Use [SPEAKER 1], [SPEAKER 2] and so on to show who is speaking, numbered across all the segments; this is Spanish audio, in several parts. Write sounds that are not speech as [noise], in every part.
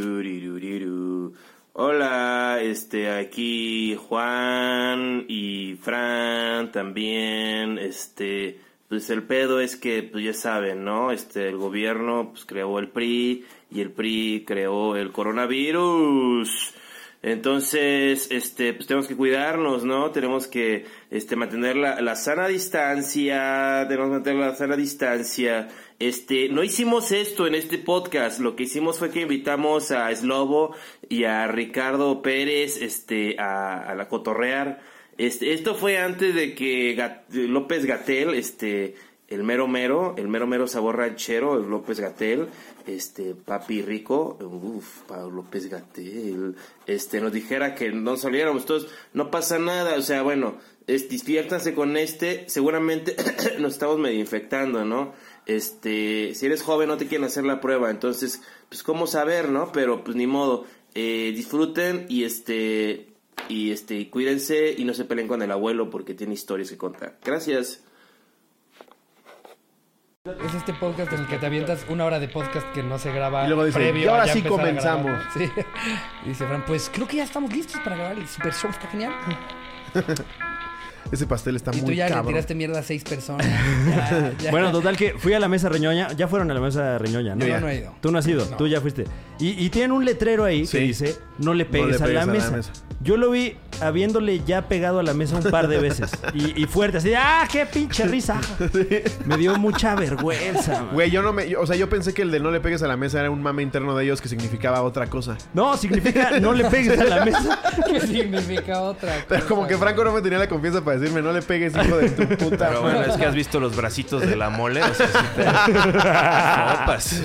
[SPEAKER 1] Turiruriruriru. Hola, este aquí Juan y Fran también, este pues el pedo es que pues ya saben, ¿no? Este el gobierno pues creó el PRI y el PRI creó el coronavirus. Entonces, este, pues tenemos que cuidarnos, ¿no? Tenemos que, este, mantener la, la sana distancia, tenemos que mantener la sana distancia. Este, no hicimos esto en este podcast, lo que hicimos fue que invitamos a Slobo y a Ricardo Pérez, este, a, a la cotorrear. Este, esto fue antes de que Gat- López Gatel, este, el mero mero, el mero mero sabor ranchero, el López Gatel, este papi rico, uff, Pablo López Gatel, este nos dijera que no saliéramos todos, no pasa nada, o sea, bueno, es, despiértanse con este, seguramente [clears throat] nos estamos medio infectando, ¿no? Este, si eres joven no te quieren hacer la prueba, entonces, pues cómo saber, ¿no? Pero pues ni modo, eh, disfruten y este, y este, y cuídense y no se peleen con el abuelo porque tiene historias que contar. Gracias.
[SPEAKER 2] Es este podcast en el que te avientas una hora de podcast que no se graba.
[SPEAKER 3] Y luego dice,
[SPEAKER 2] previo
[SPEAKER 3] "Y ahora
[SPEAKER 2] a ya
[SPEAKER 3] sí
[SPEAKER 2] empezar a grabar". [laughs]
[SPEAKER 3] comenzamos.
[SPEAKER 2] Sí. Y dice Fran, pues creo que ya estamos listos para grabar el Super Show, está genial.
[SPEAKER 3] Ese pastel está
[SPEAKER 2] Y tú
[SPEAKER 3] muy
[SPEAKER 2] ya le
[SPEAKER 3] cabrón.
[SPEAKER 2] tiraste mierda a seis personas. Ya, ya.
[SPEAKER 4] Bueno, total que fui a la mesa reñoña. Ya fueron a la mesa reñoña, ¿no?
[SPEAKER 2] Yo ya no he ido.
[SPEAKER 4] Tú no has ido,
[SPEAKER 2] [laughs]
[SPEAKER 4] tú ya fuiste. Y, y tienen un letrero ahí
[SPEAKER 3] Sí.
[SPEAKER 4] que dice, no le pegues,
[SPEAKER 3] le
[SPEAKER 4] a, la mesa. Yo lo vi habiéndole ya pegado a la mesa un par de veces. Y, y fuerte, así, ¡ah, qué pinche risa! Me dio mucha vergüenza. man.
[SPEAKER 3] Güey, yo no me. yo- o sea, yo pensé que el de no le pegues a la mesa era un mame interno de ellos que significaba otra cosa.
[SPEAKER 4] No, significa no le pegues a la mesa.
[SPEAKER 2] ¿Qué significa otra?
[SPEAKER 3] [laughs] Pero como que Franco no me tenía la confianza para decirme, no le pegues, hijo de tu puta.
[SPEAKER 5] Pero bueno,
[SPEAKER 3] [laughs]
[SPEAKER 5] es que has visto los bracitos de la mole, [laughs] o sea, sí te sopas, o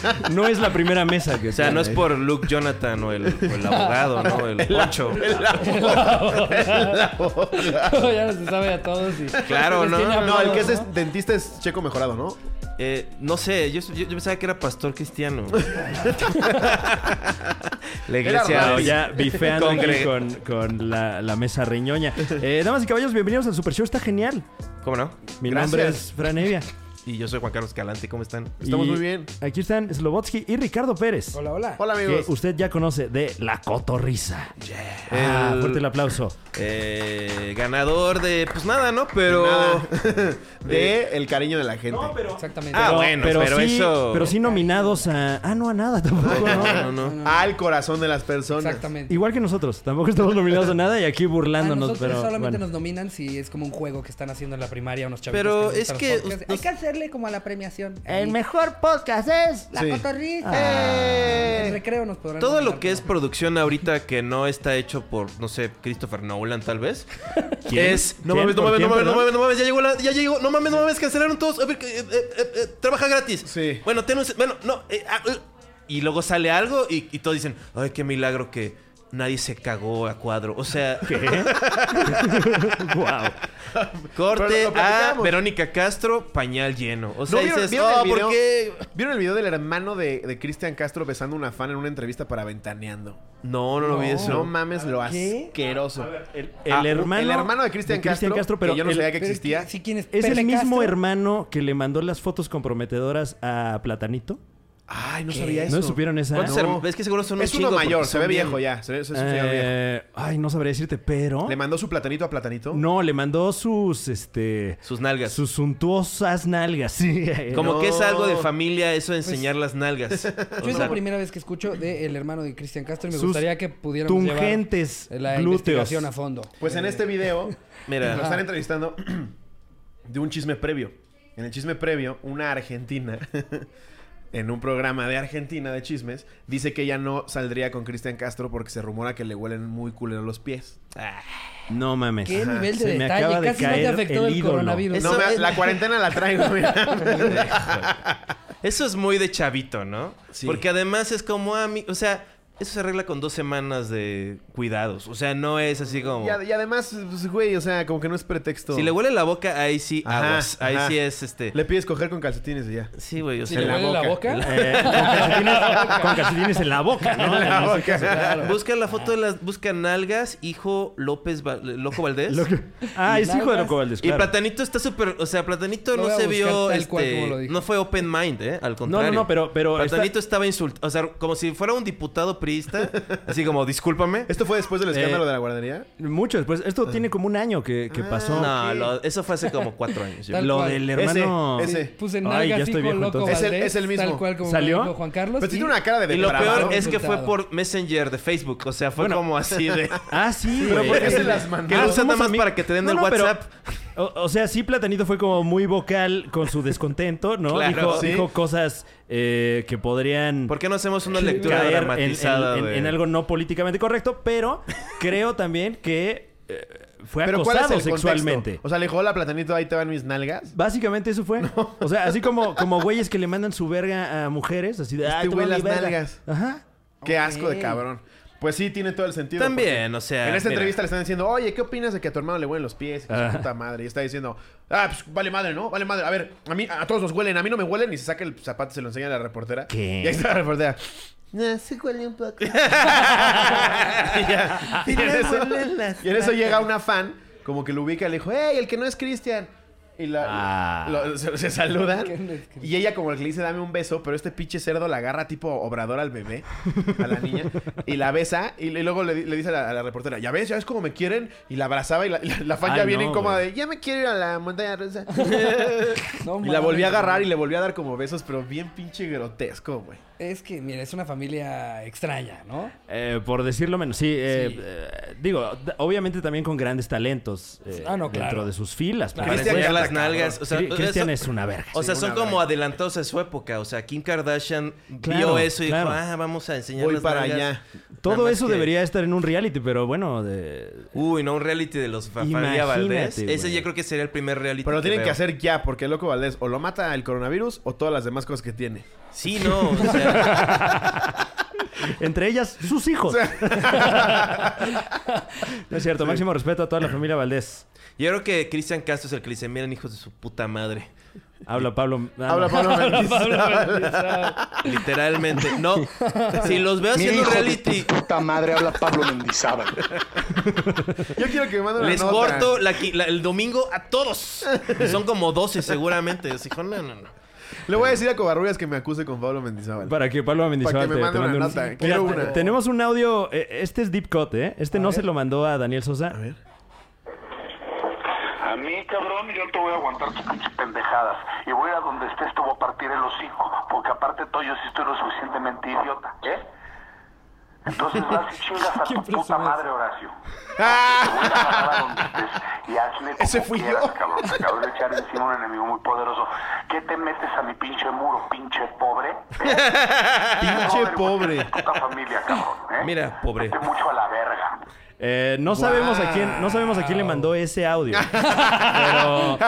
[SPEAKER 5] sea,
[SPEAKER 4] No es la primera mesa que
[SPEAKER 5] o sea, no es por Luke Jonathan o el, o el abogado, ¿no? [laughs] El Poncho.
[SPEAKER 2] madre. [laughs] ya no se sabe a todos. Y...
[SPEAKER 5] Claro,
[SPEAKER 2] Les
[SPEAKER 5] no,
[SPEAKER 2] tiene
[SPEAKER 5] no,
[SPEAKER 3] No, el que es,
[SPEAKER 2] amarrados,
[SPEAKER 3] es dentista es checo mejorado, ¿no?
[SPEAKER 5] Eh, no sé, yo, yo, yo pensaba que era
[SPEAKER 4] [laughs]
[SPEAKER 5] pastor cristiano. La iglesia
[SPEAKER 4] Claro,
[SPEAKER 5] hoy
[SPEAKER 4] ya bifeando aquí
[SPEAKER 5] Congre-
[SPEAKER 4] con, con la, la mesa reñoña. Eh, damas y caballos, bienvenidos al Super Show, está genial.
[SPEAKER 5] ¿Cómo no?
[SPEAKER 4] Mi
[SPEAKER 3] Gracias.
[SPEAKER 4] nombre es Fran Evia.
[SPEAKER 5] Y yo soy Juan Carlos Calante, ¿cómo están?
[SPEAKER 3] Estamos
[SPEAKER 4] Y
[SPEAKER 3] muy bien.
[SPEAKER 4] Aquí están Slobotsky y Ricardo Pérez.
[SPEAKER 2] Hola, hola.
[SPEAKER 3] Hola,
[SPEAKER 4] Que
[SPEAKER 3] amigos.
[SPEAKER 4] usted ya conoce de La Cotorrisa. Ah,
[SPEAKER 5] El-
[SPEAKER 4] fuerte el aplauso.
[SPEAKER 5] Eh, ganador de, pues nada, ¿no? Pero...
[SPEAKER 3] [laughs]
[SPEAKER 2] Eh.
[SPEAKER 3] De el cariño de la gente.
[SPEAKER 2] Exactamente.
[SPEAKER 5] Ah, bueno, pero
[SPEAKER 4] sí,
[SPEAKER 5] eso-
[SPEAKER 4] Pero sí nominados a. Ah, no, a nada tampoco.
[SPEAKER 3] [laughs]
[SPEAKER 4] ¿no?
[SPEAKER 5] No, no, no.
[SPEAKER 3] Al corazón de las personas.
[SPEAKER 2] Exactamente.
[SPEAKER 4] Igual que nosotros. Tampoco estamos nominados a nada y aquí
[SPEAKER 2] Ah,
[SPEAKER 4] burlándonos.
[SPEAKER 2] nosotros
[SPEAKER 4] pero,
[SPEAKER 2] solamente
[SPEAKER 4] bueno.
[SPEAKER 2] nos nominan si es como un juego que están haciendo en la primaria unos chavitos.
[SPEAKER 5] Pero
[SPEAKER 2] se
[SPEAKER 5] es
[SPEAKER 2] gustan
[SPEAKER 5] que
[SPEAKER 2] los podcasts. Hay
[SPEAKER 5] us-
[SPEAKER 2] que hacerle como a la premiación.
[SPEAKER 4] El
[SPEAKER 2] Ahí.
[SPEAKER 4] mejor podcast es.
[SPEAKER 2] La
[SPEAKER 3] Sí.
[SPEAKER 2] cotorrisa.
[SPEAKER 4] Ah.
[SPEAKER 3] Eh,
[SPEAKER 2] En recreo nos podrán
[SPEAKER 5] Todo
[SPEAKER 2] nominar,
[SPEAKER 5] lo que es
[SPEAKER 2] ¿no?
[SPEAKER 5] producción ahorita que no está hecho por, no sé, Christopher Nolan
[SPEAKER 3] [laughs]
[SPEAKER 5] tal vez.
[SPEAKER 4] ¿Quién?
[SPEAKER 5] Es... No
[SPEAKER 4] ¿Quién?
[SPEAKER 5] mames, no
[SPEAKER 4] ¿Por
[SPEAKER 5] mames,
[SPEAKER 4] quién,
[SPEAKER 5] no mames, no
[SPEAKER 4] perdón?
[SPEAKER 5] mames, no mames, ya llegó la... Ya llegó, no mames, no mames, cancelaron todos. A ver, eh, eh, eh, eh, trabaja gratis.
[SPEAKER 3] Sí.
[SPEAKER 5] Bueno, ten un... Bueno, no. eh, ah, eh. y luego sale algo y, y todos dicen, ay, qué milagro que nadie se cagó a cuadro.
[SPEAKER 3] [laughs]
[SPEAKER 5] O sea,
[SPEAKER 4] ¿Eh? [laughs] wow.
[SPEAKER 5] corte
[SPEAKER 3] Pero lo
[SPEAKER 5] a
[SPEAKER 3] platicábamos.
[SPEAKER 5] Verónica Castro, pañal lleno. O sea,
[SPEAKER 3] ¿No vieron-
[SPEAKER 5] dices,
[SPEAKER 3] vieron el
[SPEAKER 5] oh, ¿por
[SPEAKER 3] video?
[SPEAKER 5] qué?
[SPEAKER 3] ¿Vieron el video del hermano de, de Cristian Castro besando a una fan en una entrevista para Ventaneando?
[SPEAKER 5] No, no lo vi eso.
[SPEAKER 3] No mames, lo
[SPEAKER 2] ¿Qué?
[SPEAKER 3] asqueroso.
[SPEAKER 4] El,
[SPEAKER 3] Ah,
[SPEAKER 4] el hermano.
[SPEAKER 3] el hermano de Cristian Castro,
[SPEAKER 4] pero
[SPEAKER 3] que yo no
[SPEAKER 4] el-
[SPEAKER 3] sabía que
[SPEAKER 2] Pero es que,
[SPEAKER 3] existía.
[SPEAKER 2] ¿sí quién es
[SPEAKER 4] ¿Es
[SPEAKER 2] Pepe
[SPEAKER 4] el mismo
[SPEAKER 2] Castro?
[SPEAKER 4] hermano que le mandó las fotos comprometedoras a Platanito?
[SPEAKER 3] Ay, no sabía eso.
[SPEAKER 4] ¿No supieron esa?
[SPEAKER 5] ¿Cuántos
[SPEAKER 4] No.
[SPEAKER 5] hermanos? Es que seguro son un
[SPEAKER 3] Es
[SPEAKER 5] chingo
[SPEAKER 3] uno
[SPEAKER 5] porque
[SPEAKER 3] mayor, se
[SPEAKER 5] son
[SPEAKER 3] ve
[SPEAKER 5] bien-
[SPEAKER 3] viejo ya. Se ve- se- se ve viejo.
[SPEAKER 4] Eh, ay, no sabría decirte, pero.
[SPEAKER 3] ¿Le mandó su platanito a platanito?
[SPEAKER 4] No, le mandó sus, este...
[SPEAKER 5] Sus nalgas.
[SPEAKER 4] Sus suntuosas nalgas, sí.
[SPEAKER 5] Como
[SPEAKER 3] Eh, No. Pues,
[SPEAKER 5] que es algo de familia eso de enseñar
[SPEAKER 3] [laughs]
[SPEAKER 5] las nalgas.
[SPEAKER 2] Yo es la primera vez que escucho del hermano de Cristian Castro y me
[SPEAKER 4] Sus
[SPEAKER 2] gustaría que pudiéramos
[SPEAKER 4] tungentes
[SPEAKER 2] llevar la
[SPEAKER 4] glúteos.
[SPEAKER 2] investigación a fondo.
[SPEAKER 3] Pues en este video
[SPEAKER 5] [laughs] Mira.
[SPEAKER 3] lo están entrevistando [clears throat] de un chisme previo. En el chisme previo, una argentina, [laughs] en un programa de Argentina de chismes, dice que ella no saldría con Cristian Castro porque se rumora que le huelen muy culeros los pies.
[SPEAKER 4] No mames.
[SPEAKER 2] Qué
[SPEAKER 4] Ajá.
[SPEAKER 2] nivel de
[SPEAKER 4] Se me
[SPEAKER 2] detalle,
[SPEAKER 4] acaba de
[SPEAKER 2] casi no te
[SPEAKER 4] caer
[SPEAKER 2] afectó el
[SPEAKER 4] ídolo.
[SPEAKER 2] coronavirus. Eso
[SPEAKER 3] no, me-
[SPEAKER 5] es-
[SPEAKER 3] la cuarentena la
[SPEAKER 5] [laughs]
[SPEAKER 3] traigo, mira.
[SPEAKER 5] Eso es muy de chavito, ¿no?
[SPEAKER 3] Sí.
[SPEAKER 5] Porque además es como a mí, ah, o sea, Eso se arregla con dos semanas de cuidados. O sea, no es así como...
[SPEAKER 3] Y, ad- y además, pues, güey, o sea, como que no es pretexto.
[SPEAKER 5] Si le huele la boca, ahí sí
[SPEAKER 3] Ajá,
[SPEAKER 5] aguas. Ahí
[SPEAKER 3] ajá.
[SPEAKER 5] sí es este...
[SPEAKER 3] Le pides coger con calcetines y ya.
[SPEAKER 5] Sí, güey, o
[SPEAKER 2] Si
[SPEAKER 5] sea...
[SPEAKER 2] le
[SPEAKER 3] la
[SPEAKER 2] huele la
[SPEAKER 3] boca.
[SPEAKER 5] [laughs]
[SPEAKER 2] boca.
[SPEAKER 4] Eh, con, calcetines, con calcetines en la boca, ¿no?
[SPEAKER 3] En la [laughs]
[SPEAKER 4] No sé
[SPEAKER 3] boca.
[SPEAKER 4] qué hacer.
[SPEAKER 5] Busca la foto de las... Busca nalgas, hijo López... Val- Loco Valdés.
[SPEAKER 4] Lo que- Ah,
[SPEAKER 2] Y
[SPEAKER 4] es hijo de
[SPEAKER 2] nalgas.
[SPEAKER 4] Loco Valdés,
[SPEAKER 5] Y
[SPEAKER 4] claro.
[SPEAKER 5] Platanito está súper... O sea, Platanito
[SPEAKER 2] Lo
[SPEAKER 5] no
[SPEAKER 2] voy a
[SPEAKER 5] se
[SPEAKER 2] buscar
[SPEAKER 5] vio...
[SPEAKER 2] tal cual
[SPEAKER 5] este,
[SPEAKER 2] como lo dijo.
[SPEAKER 5] No fue open mind, ¿eh? Al
[SPEAKER 4] No,
[SPEAKER 5] contrario.
[SPEAKER 4] no, no, pero... pero está-
[SPEAKER 5] Platanito estaba insultado. O sea, como si fuera un diputado
[SPEAKER 4] [laughs]
[SPEAKER 5] priista. así como, discúlpame.
[SPEAKER 3] ¿Esto fue después del escándalo
[SPEAKER 4] Eh,
[SPEAKER 3] de la guardería?
[SPEAKER 4] Mucho después. Esto
[SPEAKER 3] Ah.
[SPEAKER 4] tiene como un año que, que pasó.
[SPEAKER 5] No, lo- eso fue hace como cuatro años. yo
[SPEAKER 2] Ah, Tal
[SPEAKER 4] Lo
[SPEAKER 2] cual.
[SPEAKER 4] del hermano...
[SPEAKER 3] Ese, ese.
[SPEAKER 2] Puse
[SPEAKER 4] Ay,
[SPEAKER 2] nalgas,
[SPEAKER 4] ya estoy
[SPEAKER 2] hijo
[SPEAKER 4] viejo,
[SPEAKER 2] loco
[SPEAKER 4] entonces.
[SPEAKER 3] Es el-
[SPEAKER 2] Valdés,
[SPEAKER 3] es el mismo.
[SPEAKER 2] Tal cual como
[SPEAKER 4] ¿Salió?
[SPEAKER 2] dijo Juan Carlos.
[SPEAKER 3] Pero
[SPEAKER 2] y-
[SPEAKER 3] tiene una cara de
[SPEAKER 5] Y lo
[SPEAKER 3] depravado.
[SPEAKER 5] peor es que fue
[SPEAKER 2] Resultado.
[SPEAKER 5] por Messenger de Facebook. O sea, fue
[SPEAKER 4] Bueno.
[SPEAKER 5] como
[SPEAKER 4] [laughs]
[SPEAKER 5] así de...
[SPEAKER 4] Ah, sí,
[SPEAKER 3] Pero
[SPEAKER 4] güey.
[SPEAKER 3] ¿por qué se las mandó?
[SPEAKER 5] Que lo usan
[SPEAKER 4] somos
[SPEAKER 5] nada más
[SPEAKER 4] ami-
[SPEAKER 5] para que te den el
[SPEAKER 4] pero-
[SPEAKER 5] WhatsApp.
[SPEAKER 4] o, o sea, sí, Platanito fue como muy vocal con su descontento,
[SPEAKER 3] [laughs]
[SPEAKER 4] ¿no?
[SPEAKER 5] Claro,
[SPEAKER 4] dijo,
[SPEAKER 3] sí.
[SPEAKER 4] dijo cosas eh, que podrían
[SPEAKER 5] ¿Por qué no hacemos una lectura
[SPEAKER 4] caer en-
[SPEAKER 5] dramatizada?
[SPEAKER 4] en, en-
[SPEAKER 5] de-
[SPEAKER 4] en algo no políticamente correcto, pero creo también que eh, fue
[SPEAKER 3] Pero ¿cuál es el
[SPEAKER 4] acosado
[SPEAKER 3] contexto?
[SPEAKER 4] sexualmente.
[SPEAKER 3] O sea, le dijo, hola, platanito, ahí te van mis nalgas.
[SPEAKER 4] Básicamente
[SPEAKER 3] [laughs]
[SPEAKER 4] eso fue. O sea, así como, como güeyes que le mandan su verga a mujeres, así de...
[SPEAKER 3] Este
[SPEAKER 4] "Ay, te
[SPEAKER 3] güey
[SPEAKER 4] voy a
[SPEAKER 3] las
[SPEAKER 4] mi verga".
[SPEAKER 3] nalgas.
[SPEAKER 4] Ajá.
[SPEAKER 3] Qué asco de cabrón. Pues sí, tiene todo el sentido.
[SPEAKER 5] También,
[SPEAKER 3] porque
[SPEAKER 5] o sea...
[SPEAKER 3] En esta
[SPEAKER 5] mira,
[SPEAKER 3] entrevista le están diciendo, oye, ¿qué opinas de que a tu hermano le huelen los pies? Que su
[SPEAKER 4] Ajá.
[SPEAKER 3] puta madre. Y está diciendo, ah, pues vale madre, ¿no? Vale madre. A ver, a mí, a todos nos huelen, a mí no me huelen. Y se saca el zapato y se lo enseña a la reportera.
[SPEAKER 4] ¿Qué?
[SPEAKER 3] Y ahí está la reportera. No, sí huele un poco. [laughs] y, [laughs] ya. Y en eso, y en eso llega una fan, como que lo ubica y le dijo, hey, el que no es Cristian. Y la,
[SPEAKER 4] Ah.
[SPEAKER 3] lo- se, se saludan.
[SPEAKER 2] Que no es Cristian.
[SPEAKER 3] Y ella como que le dice, dame un beso, pero este pinche cerdo la agarra tipo obrador al bebé, a la niña, y la besa, y, le- luego le, di- le dice a la, a la reportera, ya ves, ya ves cómo me quieren, y la abrazaba, y la, y la- la fan
[SPEAKER 4] Ay,
[SPEAKER 3] ya viene
[SPEAKER 4] no,
[SPEAKER 3] incómoda
[SPEAKER 4] güey.
[SPEAKER 3] de, ya me quiero ir a la montaña rusa.
[SPEAKER 2] No
[SPEAKER 3] y la
[SPEAKER 2] mames,
[SPEAKER 3] volví a agarrar y
[SPEAKER 2] güey.
[SPEAKER 3] le volví a dar como besos, pero bien pinche grotesco, güey.
[SPEAKER 2] Es que, mira, es una familia extraña, ¿no?
[SPEAKER 4] Eh, por decirlo menos, sí. eh,
[SPEAKER 2] Sí.
[SPEAKER 4] eh, digo, d- obviamente también con grandes talentos eh,
[SPEAKER 2] Ah, no, claro.
[SPEAKER 4] dentro de sus filas.
[SPEAKER 5] Para
[SPEAKER 4] pero-
[SPEAKER 3] Cristian
[SPEAKER 5] enseñar
[SPEAKER 3] ya
[SPEAKER 5] las
[SPEAKER 3] está cabrón.
[SPEAKER 5] nalgas. O sea,
[SPEAKER 4] Cri- Cristian
[SPEAKER 5] eso-
[SPEAKER 4] es una verga.
[SPEAKER 5] O sea,
[SPEAKER 3] Sí,
[SPEAKER 5] son
[SPEAKER 3] una
[SPEAKER 5] como
[SPEAKER 3] verga.
[SPEAKER 5] adelantados a su época. O sea, Kim Kardashian
[SPEAKER 4] Claro,
[SPEAKER 5] vio eso y
[SPEAKER 4] claro.
[SPEAKER 5] dijo, ah, vamos a enseñar
[SPEAKER 3] Voy
[SPEAKER 5] las
[SPEAKER 3] para
[SPEAKER 5] nalgas".
[SPEAKER 3] allá.
[SPEAKER 5] Nada
[SPEAKER 4] Todo
[SPEAKER 5] más
[SPEAKER 4] eso
[SPEAKER 5] que-
[SPEAKER 4] debería estar en un reality, pero bueno, de...
[SPEAKER 5] Uy, no, un reality de los fa- familia
[SPEAKER 4] Imagínate,
[SPEAKER 5] Valdés. Ese
[SPEAKER 4] güey.
[SPEAKER 5] yo creo que sería el primer reality.
[SPEAKER 3] Pero lo tienen que
[SPEAKER 5] veo.
[SPEAKER 3] hacer ya, porque Loco Valdés o lo mata el coronavirus o todas las demás cosas que tiene.
[SPEAKER 5] Sí, no. O
[SPEAKER 3] [laughs]
[SPEAKER 5] sea,
[SPEAKER 4] entre ellas sus hijos. [laughs] no es cierto, máximo respeto a toda la familia Valdés.
[SPEAKER 5] yo creo que Cristian Castro es el que le dice, miren, hijos de su puta madre.
[SPEAKER 4] Habla Pablo. ah,
[SPEAKER 3] Habla
[SPEAKER 4] no.
[SPEAKER 3] Pablo Mendizábal.
[SPEAKER 5] Literalmente. No. Si los veo
[SPEAKER 6] Mira,
[SPEAKER 5] haciendo un
[SPEAKER 6] hijo de
[SPEAKER 5] reality,
[SPEAKER 6] tu puta madre habla Pablo Mendizábal.
[SPEAKER 3] Yo quiero que me manden una
[SPEAKER 5] les
[SPEAKER 3] nota.
[SPEAKER 5] corto la qui- la- el domingo a todos. Y son como 12 seguramente. Así, hijo, no, no, no.
[SPEAKER 3] Le voy a decir a Covarrubias que me acuse con Pablo Mendizábal.
[SPEAKER 4] Para que Pablo Mendizábal
[SPEAKER 3] Para que me mande una nota,
[SPEAKER 4] Mira,
[SPEAKER 3] quiero
[SPEAKER 4] te-
[SPEAKER 3] una.
[SPEAKER 4] Tenemos un audio. eh, Este es deep cut, ¿eh? Este no se lo mandó a Daniel Sosa.
[SPEAKER 7] A mí, cabrón, yo te voy a aguantar tus pinches pendejadas. Y voy a donde estés, te voy a partir el hocico. Porque aparte de todo, yo sí estoy lo suficientemente idiota, ¿eh? Entonces vas y
[SPEAKER 3] [laughs]
[SPEAKER 7] chingas a tu puta madre, Horacio. Te voy a agarrar a donde estés y hazle como
[SPEAKER 3] Ese fui yo.
[SPEAKER 7] quieras, cabrón. Te acabas de echar encima un enemigo muy poderoso. ¿Qué te metes a mi pinche muro, pinche pobre? ¿Eh?
[SPEAKER 3] [laughs] Pinche
[SPEAKER 7] Joder,
[SPEAKER 3] pobre.
[SPEAKER 7] Puta familia, cabrón, ¿eh?
[SPEAKER 5] Mira, pobre.
[SPEAKER 7] Vete mucho a la verga.
[SPEAKER 4] Eh, no sabemos a quién, no sabemos a quién le mandó
[SPEAKER 2] [laughs]
[SPEAKER 4] ese audio. pero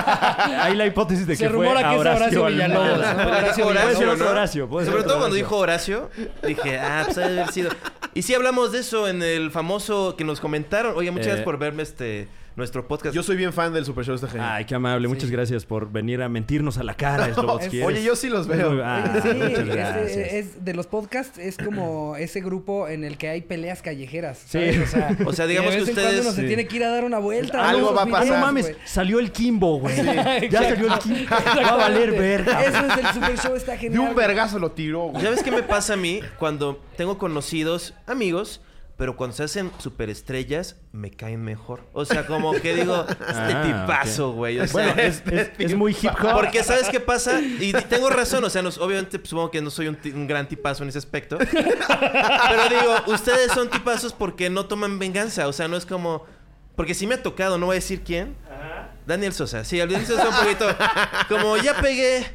[SPEAKER 4] hay la hipótesis de que
[SPEAKER 2] Se
[SPEAKER 4] fue
[SPEAKER 2] rumora que es Horacio
[SPEAKER 4] Almada.
[SPEAKER 2] Villalobos. ¿no? Horacio
[SPEAKER 4] Puede ser
[SPEAKER 2] Villalobos.
[SPEAKER 4] otro Horacio, puede ser
[SPEAKER 5] Sobre
[SPEAKER 4] otro
[SPEAKER 5] todo cuando
[SPEAKER 4] Horacio.
[SPEAKER 5] dijo Horacio, dije, ah, pues ha de haber sido. Y sí hablamos de eso en el famoso que nos comentaron. Oye, muchas
[SPEAKER 4] Eh.
[SPEAKER 5] gracias por verme este nuestro podcast.
[SPEAKER 3] Yo soy bien fan del Super Show está genial.
[SPEAKER 4] Ay, qué amable. Muchas gracias por venir a mentirnos a la cara,
[SPEAKER 3] [laughs]
[SPEAKER 5] Pues
[SPEAKER 4] Slobotsky.
[SPEAKER 3] Oye, yo sí los veo.
[SPEAKER 4] Ah,
[SPEAKER 2] Sí,
[SPEAKER 4] muchas
[SPEAKER 2] es-
[SPEAKER 4] gracias.
[SPEAKER 2] es, de los podcasts es como ese grupo en el que hay peleas callejeras.
[SPEAKER 4] Sí.
[SPEAKER 2] ¿sabes? O sea,
[SPEAKER 5] O sea, digamos
[SPEAKER 2] de vez
[SPEAKER 5] que
[SPEAKER 2] en
[SPEAKER 5] ustedes-
[SPEAKER 2] cuando uno se
[SPEAKER 5] sí.
[SPEAKER 2] tiene que ir a dar una vuelta. ¿no?
[SPEAKER 3] Algo
[SPEAKER 2] Esos
[SPEAKER 3] va a
[SPEAKER 2] videos,
[SPEAKER 3] pasar.
[SPEAKER 4] no mames,
[SPEAKER 2] [laughs] güey.
[SPEAKER 4] salió el Kimbo, güey. ya salió el Kimbo. Va a valer verga.
[SPEAKER 2] Eso es el Super Show, está genial.
[SPEAKER 3] De un
[SPEAKER 2] güey.
[SPEAKER 3] vergazo lo tiró, güey.
[SPEAKER 5] ¿Sabes qué me pasa a mí cuando tengo conocidos, amigos, pero cuando se hacen superestrellas, me caen mejor? O sea, como que digo, este
[SPEAKER 4] Ah,
[SPEAKER 5] tipazo, güey. O sea,
[SPEAKER 4] Bueno, es, es- es muy
[SPEAKER 2] [laughs]
[SPEAKER 4] hip hop.
[SPEAKER 5] Porque ¿sabes qué pasa? Y tengo razón, o sea, nos- obviamente pues, supongo que no soy un, ti- un gran tipazo en ese aspecto. Pero digo, ustedes son tipazos porque no toman venganza, o sea, no es como... Porque si me ha tocado, no voy a decir quién. Daniel Sosa, sí, Daniel Sosa un poquito como ya pegué.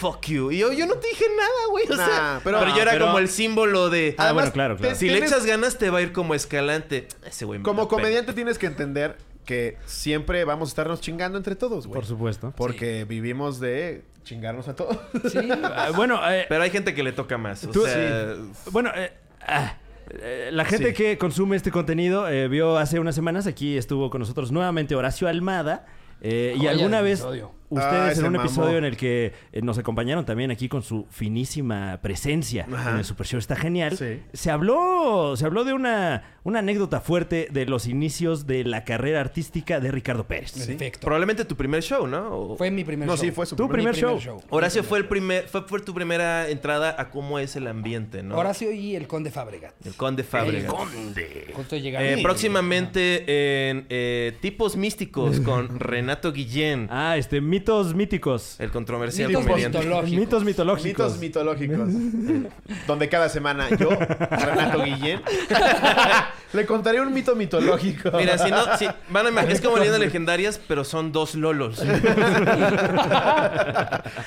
[SPEAKER 5] Fuck you. Y yo, yo no te dije nada, güey. O
[SPEAKER 3] Nah,
[SPEAKER 5] sea,
[SPEAKER 3] pero-
[SPEAKER 5] pero, yo era
[SPEAKER 4] pero-
[SPEAKER 5] como el símbolo de.
[SPEAKER 4] Ah, bueno, claro, claro.
[SPEAKER 5] si le
[SPEAKER 3] tienes-
[SPEAKER 5] echas ganas, te va a ir como escalante. Ese güey me
[SPEAKER 3] Como
[SPEAKER 5] la pela.
[SPEAKER 3] comediante tienes que entender que siempre vamos a estarnos chingando entre todos, güey.
[SPEAKER 4] Por supuesto.
[SPEAKER 3] Porque vivimos de chingarnos a todos. [laughs]
[SPEAKER 2] Sí.
[SPEAKER 4] Ah, bueno, eh,
[SPEAKER 5] Pero hay gente que le toca más. O
[SPEAKER 4] Tú-
[SPEAKER 5] sea,
[SPEAKER 4] bueno, eh, ah, Eh, La gente
[SPEAKER 3] Sí.
[SPEAKER 4] que consume este contenido eh, vio hace unas semanas, aquí estuvo con nosotros nuevamente Horacio Almada. eh, y
[SPEAKER 2] Joya
[SPEAKER 4] alguna
[SPEAKER 2] de
[SPEAKER 4] vez
[SPEAKER 2] episodio.
[SPEAKER 3] Ay,
[SPEAKER 4] ustedes
[SPEAKER 3] se
[SPEAKER 4] en un
[SPEAKER 3] Ah, mamó.
[SPEAKER 4] episodio en el que eh, nos acompañaron también aquí con su finísima presencia
[SPEAKER 3] Ajá.
[SPEAKER 4] en el Super Show está genial.
[SPEAKER 3] Sí.
[SPEAKER 4] Se habló, se habló de una, una anécdota fuerte de los inicios de la carrera artística de Ricardo Pérez.
[SPEAKER 2] En efecto.
[SPEAKER 5] Probablemente tu primer show, ¿no? O-
[SPEAKER 2] Fue mi primer
[SPEAKER 3] No,
[SPEAKER 2] show.
[SPEAKER 3] sí, fue su
[SPEAKER 4] Tu
[SPEAKER 3] primer-
[SPEAKER 4] primer
[SPEAKER 2] Mi
[SPEAKER 4] show.
[SPEAKER 5] Horacio fue el primer, fue, fue tu primera entrada a cómo es el ambiente, ¿no?
[SPEAKER 2] Horacio y el Conde Fabregat.
[SPEAKER 5] El Conde Fábrega.
[SPEAKER 2] Justo llegaron.
[SPEAKER 5] Eh, próximamente en eh, Tipos Místicos con Renato Guillén,
[SPEAKER 4] Ah, este, mitos míticos.
[SPEAKER 5] el controversial
[SPEAKER 2] Mitos
[SPEAKER 5] comediante.
[SPEAKER 2] mitológicos.
[SPEAKER 4] Mitos mitológicos.
[SPEAKER 3] Mitos
[SPEAKER 5] [laughs]
[SPEAKER 3] mitológicos. donde cada semana yo, Renato Guillén, [laughs] le contaré un mito mitológico.
[SPEAKER 5] Mira, si no, si, van a imaginar, es como leyendas legendarias, pero son dos lolos.
[SPEAKER 3] un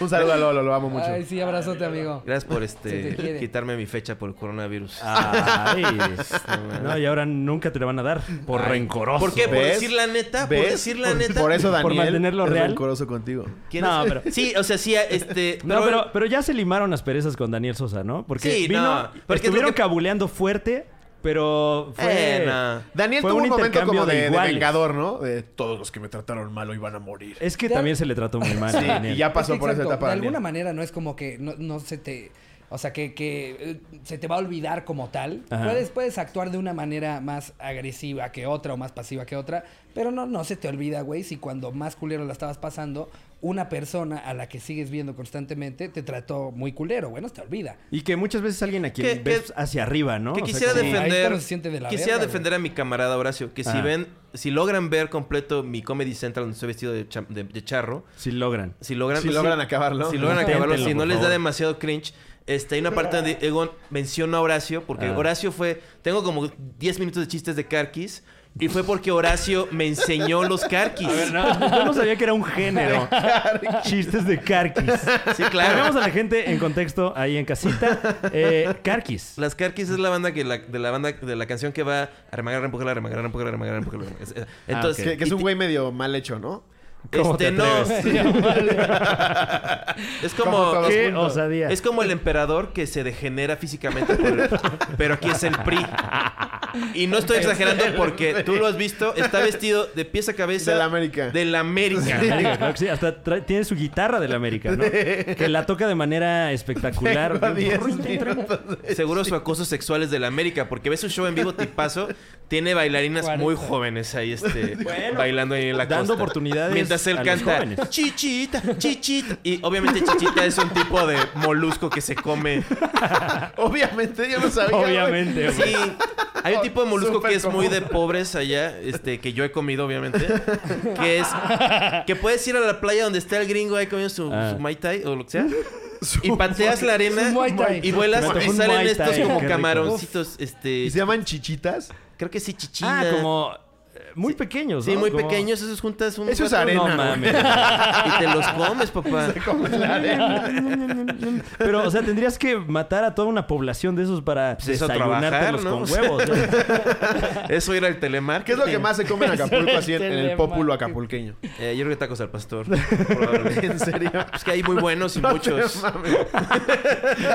[SPEAKER 3] saludo a Lolo, lo amo mucho.
[SPEAKER 2] Ay, sí, abrazote, amigo.
[SPEAKER 5] Gracias por
[SPEAKER 2] Se te
[SPEAKER 5] este
[SPEAKER 2] quiere.
[SPEAKER 5] quitarme mi fecha por coronavirus.
[SPEAKER 4] Ah. Ay, [laughs] no, y ahora nunca te la van a dar por rencoroso.
[SPEAKER 5] ¿Por qué? Por
[SPEAKER 3] ¿Ves?
[SPEAKER 5] decir la neta, por
[SPEAKER 3] ¿Ves?
[SPEAKER 5] decir la
[SPEAKER 3] Por-
[SPEAKER 5] neta.
[SPEAKER 3] Por eso Daniel
[SPEAKER 4] Por mantenerlo
[SPEAKER 3] es
[SPEAKER 4] real.
[SPEAKER 3] rencoroso contigo.
[SPEAKER 5] ¿Quieres?
[SPEAKER 4] No, pero-
[SPEAKER 5] Sí, o sea, sí, este...
[SPEAKER 4] No, pero, pero ya se limaron las perezas con Daniel Sosa, ¿no? Porque
[SPEAKER 5] Sí,
[SPEAKER 4] vino,
[SPEAKER 5] no, porque es lo
[SPEAKER 4] estuvieron
[SPEAKER 5] que-
[SPEAKER 4] cabuleando fuerte, pero fue...
[SPEAKER 5] Eh, no.
[SPEAKER 3] Daniel
[SPEAKER 4] fue
[SPEAKER 3] tuvo un, momento
[SPEAKER 4] intercambio
[SPEAKER 3] como de, de
[SPEAKER 4] iguales. Eh,
[SPEAKER 3] vengador, ¿no? De todos los que me trataron malo iban a morir.
[SPEAKER 4] Es que
[SPEAKER 2] De-
[SPEAKER 4] también se le trató muy mal. a
[SPEAKER 3] Sí,
[SPEAKER 4] Daniel.
[SPEAKER 3] y ya pasó
[SPEAKER 2] Es que,
[SPEAKER 3] por esa
[SPEAKER 2] exacto,
[SPEAKER 3] etapa.
[SPEAKER 2] De
[SPEAKER 3] Daniel.
[SPEAKER 2] alguna manera no es como que no, no se te... O sea, que, que, eh, se te va a olvidar como tal.
[SPEAKER 4] Ajá.
[SPEAKER 2] Puedes, puedes actuar de una manera más agresiva que otra o más pasiva que otra, pero no, no se te olvida, güey, si cuando más culero la estabas pasando, una persona a la que sigues viendo constantemente te trató muy culero, güey, no se te olvida.
[SPEAKER 4] Y que muchas veces alguien a
[SPEAKER 5] Que-
[SPEAKER 4] quien ves
[SPEAKER 5] que-
[SPEAKER 4] hacia arriba, ¿no?
[SPEAKER 5] Que
[SPEAKER 4] O sea,
[SPEAKER 5] quisiera
[SPEAKER 4] como-
[SPEAKER 2] sí. Ahí
[SPEAKER 5] defender.
[SPEAKER 2] cuando se siente de la
[SPEAKER 5] quisiera
[SPEAKER 2] verga,
[SPEAKER 5] defender a mi camarada Horacio. Que si
[SPEAKER 4] Ah.
[SPEAKER 5] ven, si logran ver completo mi Comedy Central donde estoy vestido de, cha- de- de charro.
[SPEAKER 4] Si logran.
[SPEAKER 5] Si logran,
[SPEAKER 3] Si logran acabarlo.
[SPEAKER 5] Si logran
[SPEAKER 4] Inténtenlo,
[SPEAKER 5] acabarlo, si no
[SPEAKER 4] por
[SPEAKER 5] les da
[SPEAKER 4] favor.
[SPEAKER 5] demasiado cringe. Este, hay una parte donde Egon menciona a Horacio, porque
[SPEAKER 4] Ah.
[SPEAKER 5] Horacio fue. Tengo como 10 minutos de chistes de carquis. Y fue porque Horacio me enseñó los carquis.
[SPEAKER 4] [laughs] Yo no sabía que era un género. Chistes de carquis.
[SPEAKER 5] Sí, claro.
[SPEAKER 4] Pongamos a la gente en contexto ahí en casita. Eh, carquis.
[SPEAKER 5] Las Carquis es la banda que la, de la banda de la canción que va a remagar, empujarla, remagar, empujarla, remagar, empujarla. Es-
[SPEAKER 4] Ah,
[SPEAKER 5] es- Entonces,
[SPEAKER 3] Que, que es
[SPEAKER 5] y
[SPEAKER 3] un
[SPEAKER 5] ti-
[SPEAKER 3] güey medio mal hecho, ¿no?
[SPEAKER 4] ¿Cómo te
[SPEAKER 5] este no. es
[SPEAKER 3] ¿Cómo
[SPEAKER 5] como
[SPEAKER 3] todos?
[SPEAKER 4] Qué
[SPEAKER 3] juntos.
[SPEAKER 4] osadía.
[SPEAKER 5] es como el emperador que se degenera físicamente, por- [laughs] pero aquí es el PRI. Y no estoy exagerando porque tú lo has visto, está vestido de pies a cabeza
[SPEAKER 3] De la América.
[SPEAKER 5] De la
[SPEAKER 4] [laughs]
[SPEAKER 5] América.
[SPEAKER 4] América, claro que sí. Hasta trae- tiene su guitarra del América,
[SPEAKER 5] [laughs]
[SPEAKER 4] ¿no? Que la toca de manera espectacular.
[SPEAKER 3] Tengo
[SPEAKER 4] [laughs]
[SPEAKER 3] 10 minutos.
[SPEAKER 5] Seguro su acoso sexual es de la América, porque ves un show en vivo tipazo, tiene bailarinas muy jóvenes ahí, este, bailando ahí en la
[SPEAKER 4] dando
[SPEAKER 5] costa.
[SPEAKER 4] oportunidades
[SPEAKER 5] Mientras
[SPEAKER 4] a
[SPEAKER 5] él
[SPEAKER 4] los jóvenes.
[SPEAKER 5] canta, chichita, chichita. Y obviamente chichita es un tipo de molusco que se come.
[SPEAKER 3] Obviamente, yo no sabía. güey.
[SPEAKER 4] Obviamente, güey.
[SPEAKER 5] Sí, hay un tipo de molusco
[SPEAKER 3] Súper
[SPEAKER 5] que es muy
[SPEAKER 3] común.
[SPEAKER 5] de pobres allá, este, que yo he comido, obviamente. Que es, que puedes ir a la playa donde está el gringo ahí comiendo su,
[SPEAKER 4] Ah.
[SPEAKER 5] su Mai Tai o lo que sea. Y pateas la arena
[SPEAKER 2] Su Muay Thai.
[SPEAKER 5] y vuelas
[SPEAKER 4] Me antojó
[SPEAKER 5] y
[SPEAKER 4] un
[SPEAKER 5] salen
[SPEAKER 4] Muay
[SPEAKER 5] estos
[SPEAKER 4] Thai, qué
[SPEAKER 5] como
[SPEAKER 4] rico.
[SPEAKER 5] camaroncitos, este,
[SPEAKER 3] ¿Y se llaman chichitas?
[SPEAKER 5] Creo que sí, chichina.
[SPEAKER 4] Ah, como eh, muy pequeños,
[SPEAKER 5] Sí,
[SPEAKER 4] ¿no?
[SPEAKER 5] muy
[SPEAKER 4] Como-
[SPEAKER 5] pequeños, esos juntas un
[SPEAKER 3] Eso es
[SPEAKER 5] rato,
[SPEAKER 3] arena,
[SPEAKER 4] No
[SPEAKER 3] güey.
[SPEAKER 5] [laughs]
[SPEAKER 4] mames.
[SPEAKER 5] Y te los comes,
[SPEAKER 3] [laughs]
[SPEAKER 5] papá.
[SPEAKER 3] Como la arena.
[SPEAKER 4] Pero, o sea, tendrías que matar a toda una población de esos para
[SPEAKER 5] Pues eso,
[SPEAKER 4] desayunártelos
[SPEAKER 5] trabajar, ¿no? [laughs] O
[SPEAKER 4] con
[SPEAKER 5] sea,
[SPEAKER 4] huevos. ¿eh? ¿no?
[SPEAKER 5] Eso ir al telemar.
[SPEAKER 3] ¿Qué es lo que más se come en Acapulco así en, en el pópulo acapulqueño?
[SPEAKER 5] Eh, yo creo que tacos
[SPEAKER 3] [laughs]
[SPEAKER 5] al pastor. probablemente.
[SPEAKER 3] ¿En serio?
[SPEAKER 5] Es que hay muy buenos
[SPEAKER 3] [laughs]
[SPEAKER 5] y
[SPEAKER 3] No te
[SPEAKER 5] muchos.
[SPEAKER 3] mames.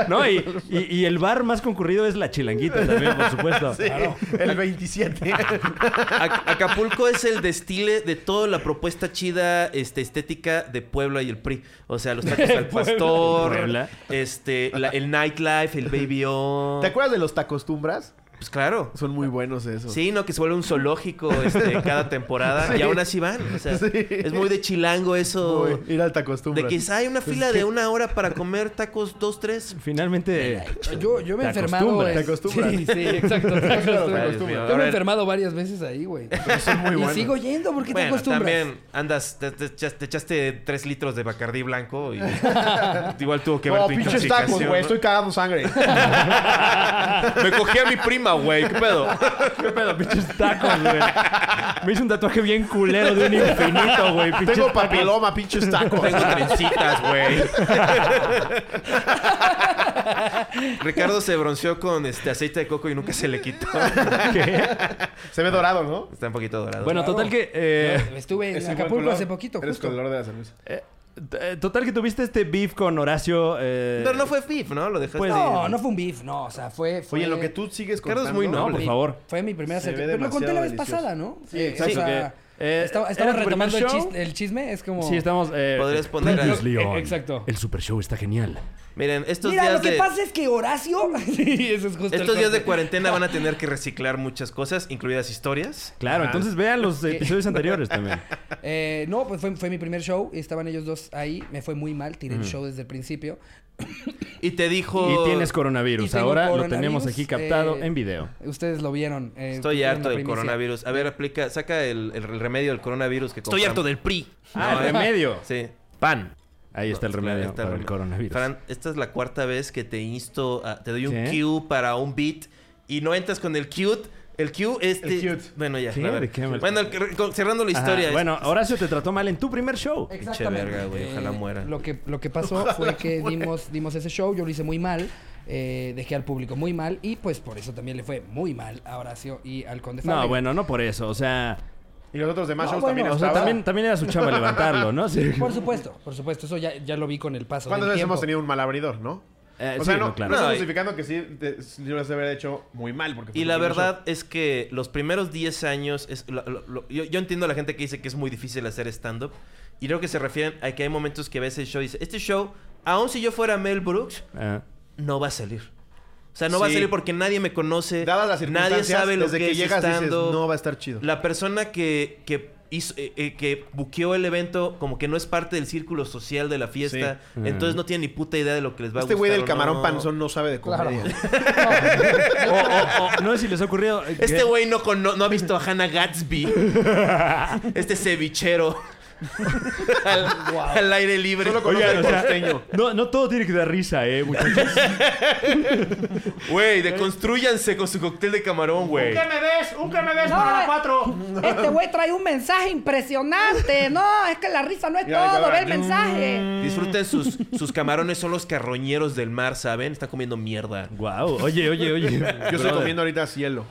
[SPEAKER 4] ¿No?
[SPEAKER 5] [laughs]
[SPEAKER 4] Y, y- y el bar más concurrido es la chilanguita también, por supuesto.
[SPEAKER 3] Sí, El
[SPEAKER 5] [laughs]
[SPEAKER 3] 27.
[SPEAKER 5] Ac- Acapulco es el destile de toda la propuesta chida este, estética de Puebla y el PRI. O sea,
[SPEAKER 3] [laughs]
[SPEAKER 5] los tacos al pastor,
[SPEAKER 4] Puebla.
[SPEAKER 5] este, la- el nightlife, el
[SPEAKER 3] [laughs]
[SPEAKER 5] baby on.
[SPEAKER 3] ¿Te acuerdas de los tacostumbras?
[SPEAKER 5] Pues claro.
[SPEAKER 3] Son muy buenos esos.
[SPEAKER 5] Sí, no, que se vuelve un zoológico
[SPEAKER 3] [laughs]
[SPEAKER 5] este, cada temporada y aún así van. O sea,
[SPEAKER 3] Sí.
[SPEAKER 5] es muy de chilango eso.
[SPEAKER 3] Uy, ir al tacostumbras.
[SPEAKER 5] De que
[SPEAKER 3] Pues
[SPEAKER 5] hay una fila de una hora para comer tacos, dos, tres.
[SPEAKER 4] Finalmente,
[SPEAKER 2] Yo, yo me he
[SPEAKER 4] Te
[SPEAKER 2] enfermado.
[SPEAKER 4] acostumbras.
[SPEAKER 2] güey.
[SPEAKER 3] Te acostumbras.
[SPEAKER 2] Sí, sí, exacto. te acostumbras.
[SPEAKER 5] Dios mío.
[SPEAKER 2] Yo
[SPEAKER 5] Ahora-
[SPEAKER 2] me he enfermado varias veces ahí, güey.
[SPEAKER 3] Son muy
[SPEAKER 2] y
[SPEAKER 3] buenos.
[SPEAKER 2] sigo yendo, ¿por qué te
[SPEAKER 5] Bueno,
[SPEAKER 2] acostumbras?
[SPEAKER 5] también andas, te, te echas- te echaste tres litros de Bacardí blanco
[SPEAKER 3] [laughs]
[SPEAKER 5] y igual tuvo que ver
[SPEAKER 3] No,
[SPEAKER 5] tu
[SPEAKER 3] Oh, pinches tacos,
[SPEAKER 5] intoxicación,
[SPEAKER 3] güey.
[SPEAKER 5] ¿no?
[SPEAKER 3] Estoy cagando sangre.
[SPEAKER 5] [laughs] Me cogí a mi prima, güey. ¿Qué pedo?
[SPEAKER 4] ¿qué pedo? Pinches tacos, güey. Me hice un tatuaje bien culero de un infinito, güey. Pinches
[SPEAKER 3] Tengo
[SPEAKER 4] tacos.
[SPEAKER 3] papiloma, pinches tacos.
[SPEAKER 5] Tengo
[SPEAKER 1] [laughs]
[SPEAKER 5] trencitas, güey. Ricardo se bronceó con este aceite de coco y nunca se
[SPEAKER 1] [laughs]
[SPEAKER 5] le quitó.
[SPEAKER 3] Se ve dorado, ¿no?
[SPEAKER 5] Está un poquito dorado.
[SPEAKER 4] Bueno, total que... eh,
[SPEAKER 2] Estuve en
[SPEAKER 3] Ese buen
[SPEAKER 2] Acapulco
[SPEAKER 3] color.
[SPEAKER 2] hace poquito,
[SPEAKER 3] Eres
[SPEAKER 2] justo.
[SPEAKER 3] color de la cerveza.
[SPEAKER 4] Eh, Total que tuviste este beef con Horacio. eh,
[SPEAKER 5] Pero no fue FIF, ¿no? Lo dejaste.
[SPEAKER 4] Pues,
[SPEAKER 2] No, no fue un beef, no, o sea, fue. fue
[SPEAKER 3] Oye, lo que tú sigues
[SPEAKER 5] Carlos
[SPEAKER 3] contando...
[SPEAKER 5] es muy
[SPEAKER 4] No,
[SPEAKER 5] noble.
[SPEAKER 4] por favor.
[SPEAKER 2] Fue mi primera
[SPEAKER 3] Se ve
[SPEAKER 2] certeza. Pero lo conté la vez
[SPEAKER 3] demasiado
[SPEAKER 2] pasada, ¿no?
[SPEAKER 3] Sí, exacto,
[SPEAKER 4] que, eh,
[SPEAKER 2] estaba
[SPEAKER 4] ¿era
[SPEAKER 2] estaba
[SPEAKER 4] tu primer
[SPEAKER 2] retomando el,
[SPEAKER 4] show?
[SPEAKER 2] chis- el chisme, es como.
[SPEAKER 4] Sí, estamos. eh,
[SPEAKER 5] Podrías poner a-
[SPEAKER 2] Previously. Eh, exacto.
[SPEAKER 8] El super show está genial.
[SPEAKER 5] Miren, estos
[SPEAKER 2] Mira, lo
[SPEAKER 5] días
[SPEAKER 2] que
[SPEAKER 5] de...
[SPEAKER 2] pasa es que Horacio. [laughs] Sí, eso es justo el
[SPEAKER 5] Estos días de
[SPEAKER 2] corte.
[SPEAKER 5] cuarentena van a tener que reciclar muchas cosas, incluidas historias.
[SPEAKER 4] Claro,
[SPEAKER 2] Ah,
[SPEAKER 3] Ajá.
[SPEAKER 4] entonces vean los episodios
[SPEAKER 2] [laughs]
[SPEAKER 4] anteriores también.
[SPEAKER 2] Eh, no, pues fue, fue mi primer show. Estaban ellos dos ahí. Me fue muy mal. Tiré el show desde el principio.
[SPEAKER 5] Y te dijo...
[SPEAKER 4] Y tienes coronavirus.
[SPEAKER 2] Oh, Y tengo
[SPEAKER 4] Ahora lo
[SPEAKER 2] coronavirus,
[SPEAKER 4] tenemos aquí captado
[SPEAKER 2] eh,
[SPEAKER 4] en video.
[SPEAKER 2] Ustedes lo vieron. eh,
[SPEAKER 5] Estoy
[SPEAKER 2] tuvieron
[SPEAKER 5] harto
[SPEAKER 2] la
[SPEAKER 5] del
[SPEAKER 2] primicia.
[SPEAKER 5] coronavirus. A ver, aplica, saca el, el remedio del coronavirus que
[SPEAKER 1] Estoy harto
[SPEAKER 5] de...
[SPEAKER 1] del PRI.
[SPEAKER 4] Ah, el remedio.
[SPEAKER 5] Sí.
[SPEAKER 4] Pan. Ahí está el
[SPEAKER 5] Claro,
[SPEAKER 4] remedio
[SPEAKER 5] está
[SPEAKER 4] para el
[SPEAKER 5] remedio.
[SPEAKER 4] coronavirus.
[SPEAKER 5] Fran, esta es la cuarta vez que te insto, a- te doy un
[SPEAKER 4] ¿Sí?
[SPEAKER 5] cue para un beat y no entras con el cute. El cue este...
[SPEAKER 3] El cute.
[SPEAKER 5] Bueno, ya.
[SPEAKER 4] Sí,
[SPEAKER 5] a ver.
[SPEAKER 4] ¿de qué me-
[SPEAKER 5] Bueno, el- re- con- cerrando la
[SPEAKER 4] Ajá,
[SPEAKER 5] historia.
[SPEAKER 4] Bueno, Horacio te trató mal en tu primer show.
[SPEAKER 2] Exactamente. Eh,
[SPEAKER 5] verga, güey, ojalá muera.
[SPEAKER 2] Lo que, lo que pasó fue que dimos, dimos ese show, yo lo hice muy mal, eh, dejé al público muy mal y pues por eso también le fue muy mal a Horacio y al Conde
[SPEAKER 4] No,
[SPEAKER 2] Fabio.
[SPEAKER 4] bueno, no por eso. O sea,
[SPEAKER 3] Y los otros demás
[SPEAKER 2] No,
[SPEAKER 3] shows
[SPEAKER 2] bueno,
[SPEAKER 3] también
[SPEAKER 4] o sea
[SPEAKER 3] estaban.
[SPEAKER 4] también, también era su chamba levantarlo,
[SPEAKER 2] [laughs]
[SPEAKER 4] ¿no? Sí.
[SPEAKER 2] Por supuesto, por supuesto, eso ya, ya lo vi con el paso
[SPEAKER 3] ¿Cuántas
[SPEAKER 2] del
[SPEAKER 3] veces
[SPEAKER 2] tiempo.
[SPEAKER 3] hemos tenido un mal abridor, no?
[SPEAKER 4] Eh,
[SPEAKER 3] o
[SPEAKER 4] sí,
[SPEAKER 3] sea, no,
[SPEAKER 4] no, claro.
[SPEAKER 3] no
[SPEAKER 5] No,
[SPEAKER 3] estoy
[SPEAKER 5] y-
[SPEAKER 3] justificando que sí, te- yo las habría hecho muy mal. Porque fue
[SPEAKER 5] Y
[SPEAKER 3] mi
[SPEAKER 5] la
[SPEAKER 3] primer
[SPEAKER 5] verdad es que los primeros 10 años, es, lo- lo- lo- yo, yo entiendo a la gente que dice que es muy difícil hacer stand-up, y creo que se refieren a que hay momentos que ves el show y dice, este show, aun si yo fuera Mel Brooks,
[SPEAKER 4] Ah.
[SPEAKER 5] no va a salir. O sea, no va a
[SPEAKER 3] Sí.
[SPEAKER 5] salir porque nadie me conoce,
[SPEAKER 3] show. Dadas las
[SPEAKER 5] nadie
[SPEAKER 3] circunstancias,
[SPEAKER 5] sabe lo
[SPEAKER 3] desde
[SPEAKER 5] que,
[SPEAKER 3] que,
[SPEAKER 5] es
[SPEAKER 3] llegas dices,
[SPEAKER 5] stand-up.
[SPEAKER 3] no va a estar chido. Este
[SPEAKER 5] La persona que, que hizo, eh, eh, que buqueó el evento como que no es parte del círculo social de la fiesta, entonces no tiene ni puta idea de lo que les va
[SPEAKER 3] Este
[SPEAKER 5] a gustar.
[SPEAKER 3] güey del
[SPEAKER 5] o
[SPEAKER 3] camarón
[SPEAKER 5] no.
[SPEAKER 3] panzón no sabe de
[SPEAKER 2] Claro.
[SPEAKER 3] comedia.
[SPEAKER 2] [laughs]
[SPEAKER 4] O- o- o- no sé si les ha ocurrido. eh,
[SPEAKER 5] Este
[SPEAKER 4] que-
[SPEAKER 5] güey no, cono- no ha visto a Hannah Gatsby. este cevichero. al, al aire libre.
[SPEAKER 3] Solo conoce
[SPEAKER 4] Oigan,
[SPEAKER 3] el
[SPEAKER 4] o sea,
[SPEAKER 3] costeño.
[SPEAKER 4] no, no todo tiene que dar risa, eh,
[SPEAKER 3] [laughs]
[SPEAKER 4] muchachos.
[SPEAKER 5] Güey, deconstruyanse con su cóctel de camarón, güey.
[SPEAKER 8] me ves? ¿Un que me ves
[SPEAKER 2] No, para la eh.
[SPEAKER 8] cuatro?
[SPEAKER 2] Este güey trae un mensaje impresionante. No, es que la risa no es
[SPEAKER 3] Mira,
[SPEAKER 2] todo, ve el
[SPEAKER 3] cabrón.
[SPEAKER 2] mensaje.
[SPEAKER 5] Disfruten sus, sus camarones, son los carroñeros del mar, ¿saben? Están comiendo mierda.
[SPEAKER 4] Guau, oye, oye, oye.
[SPEAKER 3] Yo estoy comiendo ahorita cielo.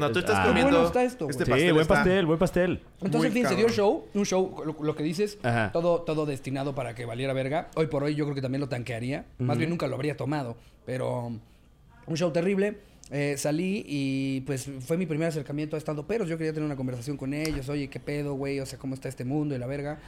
[SPEAKER 5] No, tú estás
[SPEAKER 4] Ah.
[SPEAKER 2] Qué bueno
[SPEAKER 5] comiendo.
[SPEAKER 2] está esto.
[SPEAKER 3] Este
[SPEAKER 2] güey.
[SPEAKER 4] Sí,
[SPEAKER 3] pastel
[SPEAKER 4] buen
[SPEAKER 3] está-
[SPEAKER 4] pastel, buen pastel.
[SPEAKER 2] Entonces,
[SPEAKER 3] Muy
[SPEAKER 2] fíjense, dio
[SPEAKER 3] cabrón.
[SPEAKER 2] show, un show, lo, lo que dices,
[SPEAKER 4] Ajá.
[SPEAKER 2] todo todo destinado para que valiera verga. Hoy por hoy yo creo que también lo tanquearía. Más bien nunca lo habría tomado, pero um, un show terrible. Eh, salí y pues fue mi primer acercamiento a estando peros. Yo quería tener una conversación con ellos. Oye, qué pedo, güey, o sea, cómo está este mundo y la verga.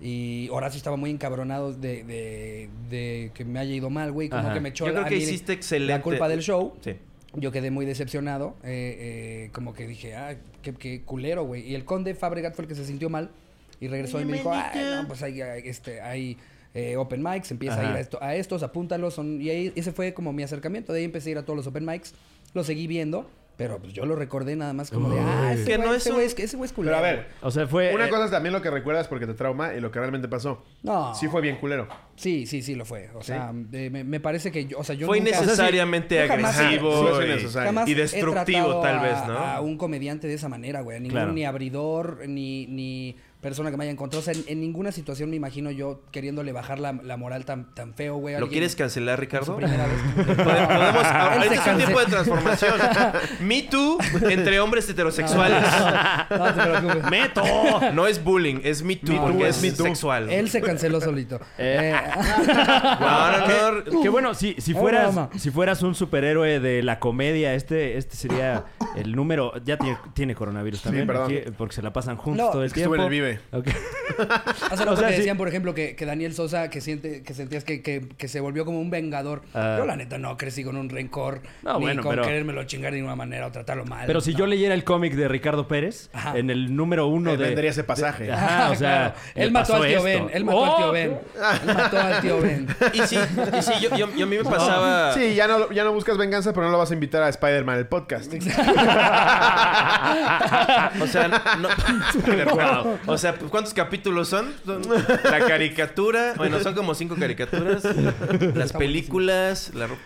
[SPEAKER 2] Y Horacio estaba muy encabronado de, de- de que me haya ido mal, güey. Como
[SPEAKER 4] Ajá.
[SPEAKER 2] que me echó
[SPEAKER 5] Yo creo
[SPEAKER 2] a
[SPEAKER 5] que
[SPEAKER 2] mí
[SPEAKER 5] hiciste excelente.
[SPEAKER 2] la culpa del show.
[SPEAKER 5] Sí.
[SPEAKER 2] Yo quedé muy decepcionado, eh, eh, como que dije, ah, qué, qué culero, güey. Y el conde Fabregat fue el que se sintió mal y regresó y me dijo, ah, no, pues hay, hay, este, hay eh, open mics, empieza a ir
[SPEAKER 4] Ajá.
[SPEAKER 2] a, esto, a estos, apúntalos. Son, y ahí, ese fue como mi acercamiento, de ahí empecé a ir a todos los open mics, lo seguí viendo, pero pues yo lo recordé nada más como de, ah, ese
[SPEAKER 5] Que
[SPEAKER 2] güey
[SPEAKER 5] no
[SPEAKER 2] ese
[SPEAKER 5] es un-
[SPEAKER 2] güey es, ese güey es culero.
[SPEAKER 3] Pero a ver,
[SPEAKER 2] güey".
[SPEAKER 4] O sea, fue.
[SPEAKER 3] una
[SPEAKER 4] eh,
[SPEAKER 3] cosa es también lo que recuerdas porque te trauma y lo que realmente pasó.
[SPEAKER 2] No.
[SPEAKER 3] Sí fue bien culero.
[SPEAKER 2] Sí, sí, sí lo fue. O sea, eh, me, me parece que yo, o sea, yo
[SPEAKER 5] Fue
[SPEAKER 2] nunca-
[SPEAKER 5] innecesariamente
[SPEAKER 2] Yo jamás-
[SPEAKER 3] Sí,
[SPEAKER 5] agresivo
[SPEAKER 3] fue
[SPEAKER 5] y-
[SPEAKER 3] innecesario.
[SPEAKER 2] Jamás
[SPEAKER 5] y,
[SPEAKER 2] he
[SPEAKER 5] destructivo,
[SPEAKER 2] tratado
[SPEAKER 5] tal
[SPEAKER 2] a-
[SPEAKER 5] vez, ¿no?
[SPEAKER 2] A un comediante de esa manera, güey. A ningún
[SPEAKER 4] Claro.
[SPEAKER 2] ni abridor, ni, ni persona que me haya encontrado. O sea, en, en ninguna situación me imagino yo queriéndole bajar la, la moral tan, tan feo, güey.
[SPEAKER 5] ¿Lo
[SPEAKER 2] Alguien-
[SPEAKER 5] quieres cancelar,
[SPEAKER 2] su
[SPEAKER 5] Ricardo?
[SPEAKER 2] primera vez.
[SPEAKER 5] Pode- [laughs]
[SPEAKER 2] [laughs]
[SPEAKER 5] Podemos,
[SPEAKER 2] Él se
[SPEAKER 5] ahorita es un tipo de
[SPEAKER 2] cancela.
[SPEAKER 5] transformación. Me Too entre hombres
[SPEAKER 2] [laughs]
[SPEAKER 5] heterosexuales.
[SPEAKER 2] No te preocupes.
[SPEAKER 4] ¡Meto!
[SPEAKER 5] No es bullying, es Me Too
[SPEAKER 2] No,
[SPEAKER 5] porque
[SPEAKER 2] no,
[SPEAKER 5] es
[SPEAKER 2] Me
[SPEAKER 3] Too.
[SPEAKER 5] sexual.
[SPEAKER 2] Él se canceló solito.
[SPEAKER 4] Eh.
[SPEAKER 2] Eh,
[SPEAKER 5] No, no,
[SPEAKER 4] [laughs]
[SPEAKER 5] no.
[SPEAKER 4] Que bueno, si, si,
[SPEAKER 2] Ahora,
[SPEAKER 4] fueras,
[SPEAKER 2] Oh, mamá.
[SPEAKER 4] si fueras un superhéroe de la comedia, este, este sería el número. Ya tiene, tiene coronavirus también.
[SPEAKER 3] perdón.
[SPEAKER 4] aquí, porque se la pasan juntos
[SPEAKER 2] No,
[SPEAKER 4] todo el
[SPEAKER 3] Es que
[SPEAKER 4] tiempo.
[SPEAKER 3] estuve en el Vive.
[SPEAKER 2] [laughs]
[SPEAKER 4] Ok.
[SPEAKER 2] [laughs] Hace rato
[SPEAKER 4] [laughs] O sea,
[SPEAKER 2] que
[SPEAKER 4] sí.
[SPEAKER 2] decían, por ejemplo, que, que Daniel Sosa, que siente, que sentías que, que- que se volvió como un vengador.
[SPEAKER 4] Ah.
[SPEAKER 2] Yo la neta no crecí con un rencor,
[SPEAKER 4] No,
[SPEAKER 2] ni
[SPEAKER 4] bueno,
[SPEAKER 2] con
[SPEAKER 4] pero-
[SPEAKER 2] querérmelo chingar de ninguna manera o tratarlo mal.
[SPEAKER 4] Pero si
[SPEAKER 2] No.
[SPEAKER 4] yo leyera el cómic de Ricardo Pérez,
[SPEAKER 2] Ajá.
[SPEAKER 4] en el número uno
[SPEAKER 3] No
[SPEAKER 4] de.
[SPEAKER 3] vendería ese pasaje.
[SPEAKER 4] Ajá, o
[SPEAKER 2] [laughs]
[SPEAKER 4] sea.
[SPEAKER 2] Claro.
[SPEAKER 5] Ah,
[SPEAKER 4] le
[SPEAKER 2] Él mató
[SPEAKER 4] pasó
[SPEAKER 2] al tío
[SPEAKER 4] esto.
[SPEAKER 2] Ben. Él mató al tío
[SPEAKER 4] ¡Oh!
[SPEAKER 2] Ben. Él mató al tío Ben.
[SPEAKER 5] [laughs] Y sí, y sí, yo, yo- yo a mí me pasaba.
[SPEAKER 3] Sí, ya no, ya no buscas venganza, pero no lo vas a invitar a Spider-Man el podcast.
[SPEAKER 5] O sea, no. [laughs] de acuerdo. O sea, ¿cuántos capítulos son? Son La caricatura. Bueno, son como cinco caricaturas. Las películas. La ropa.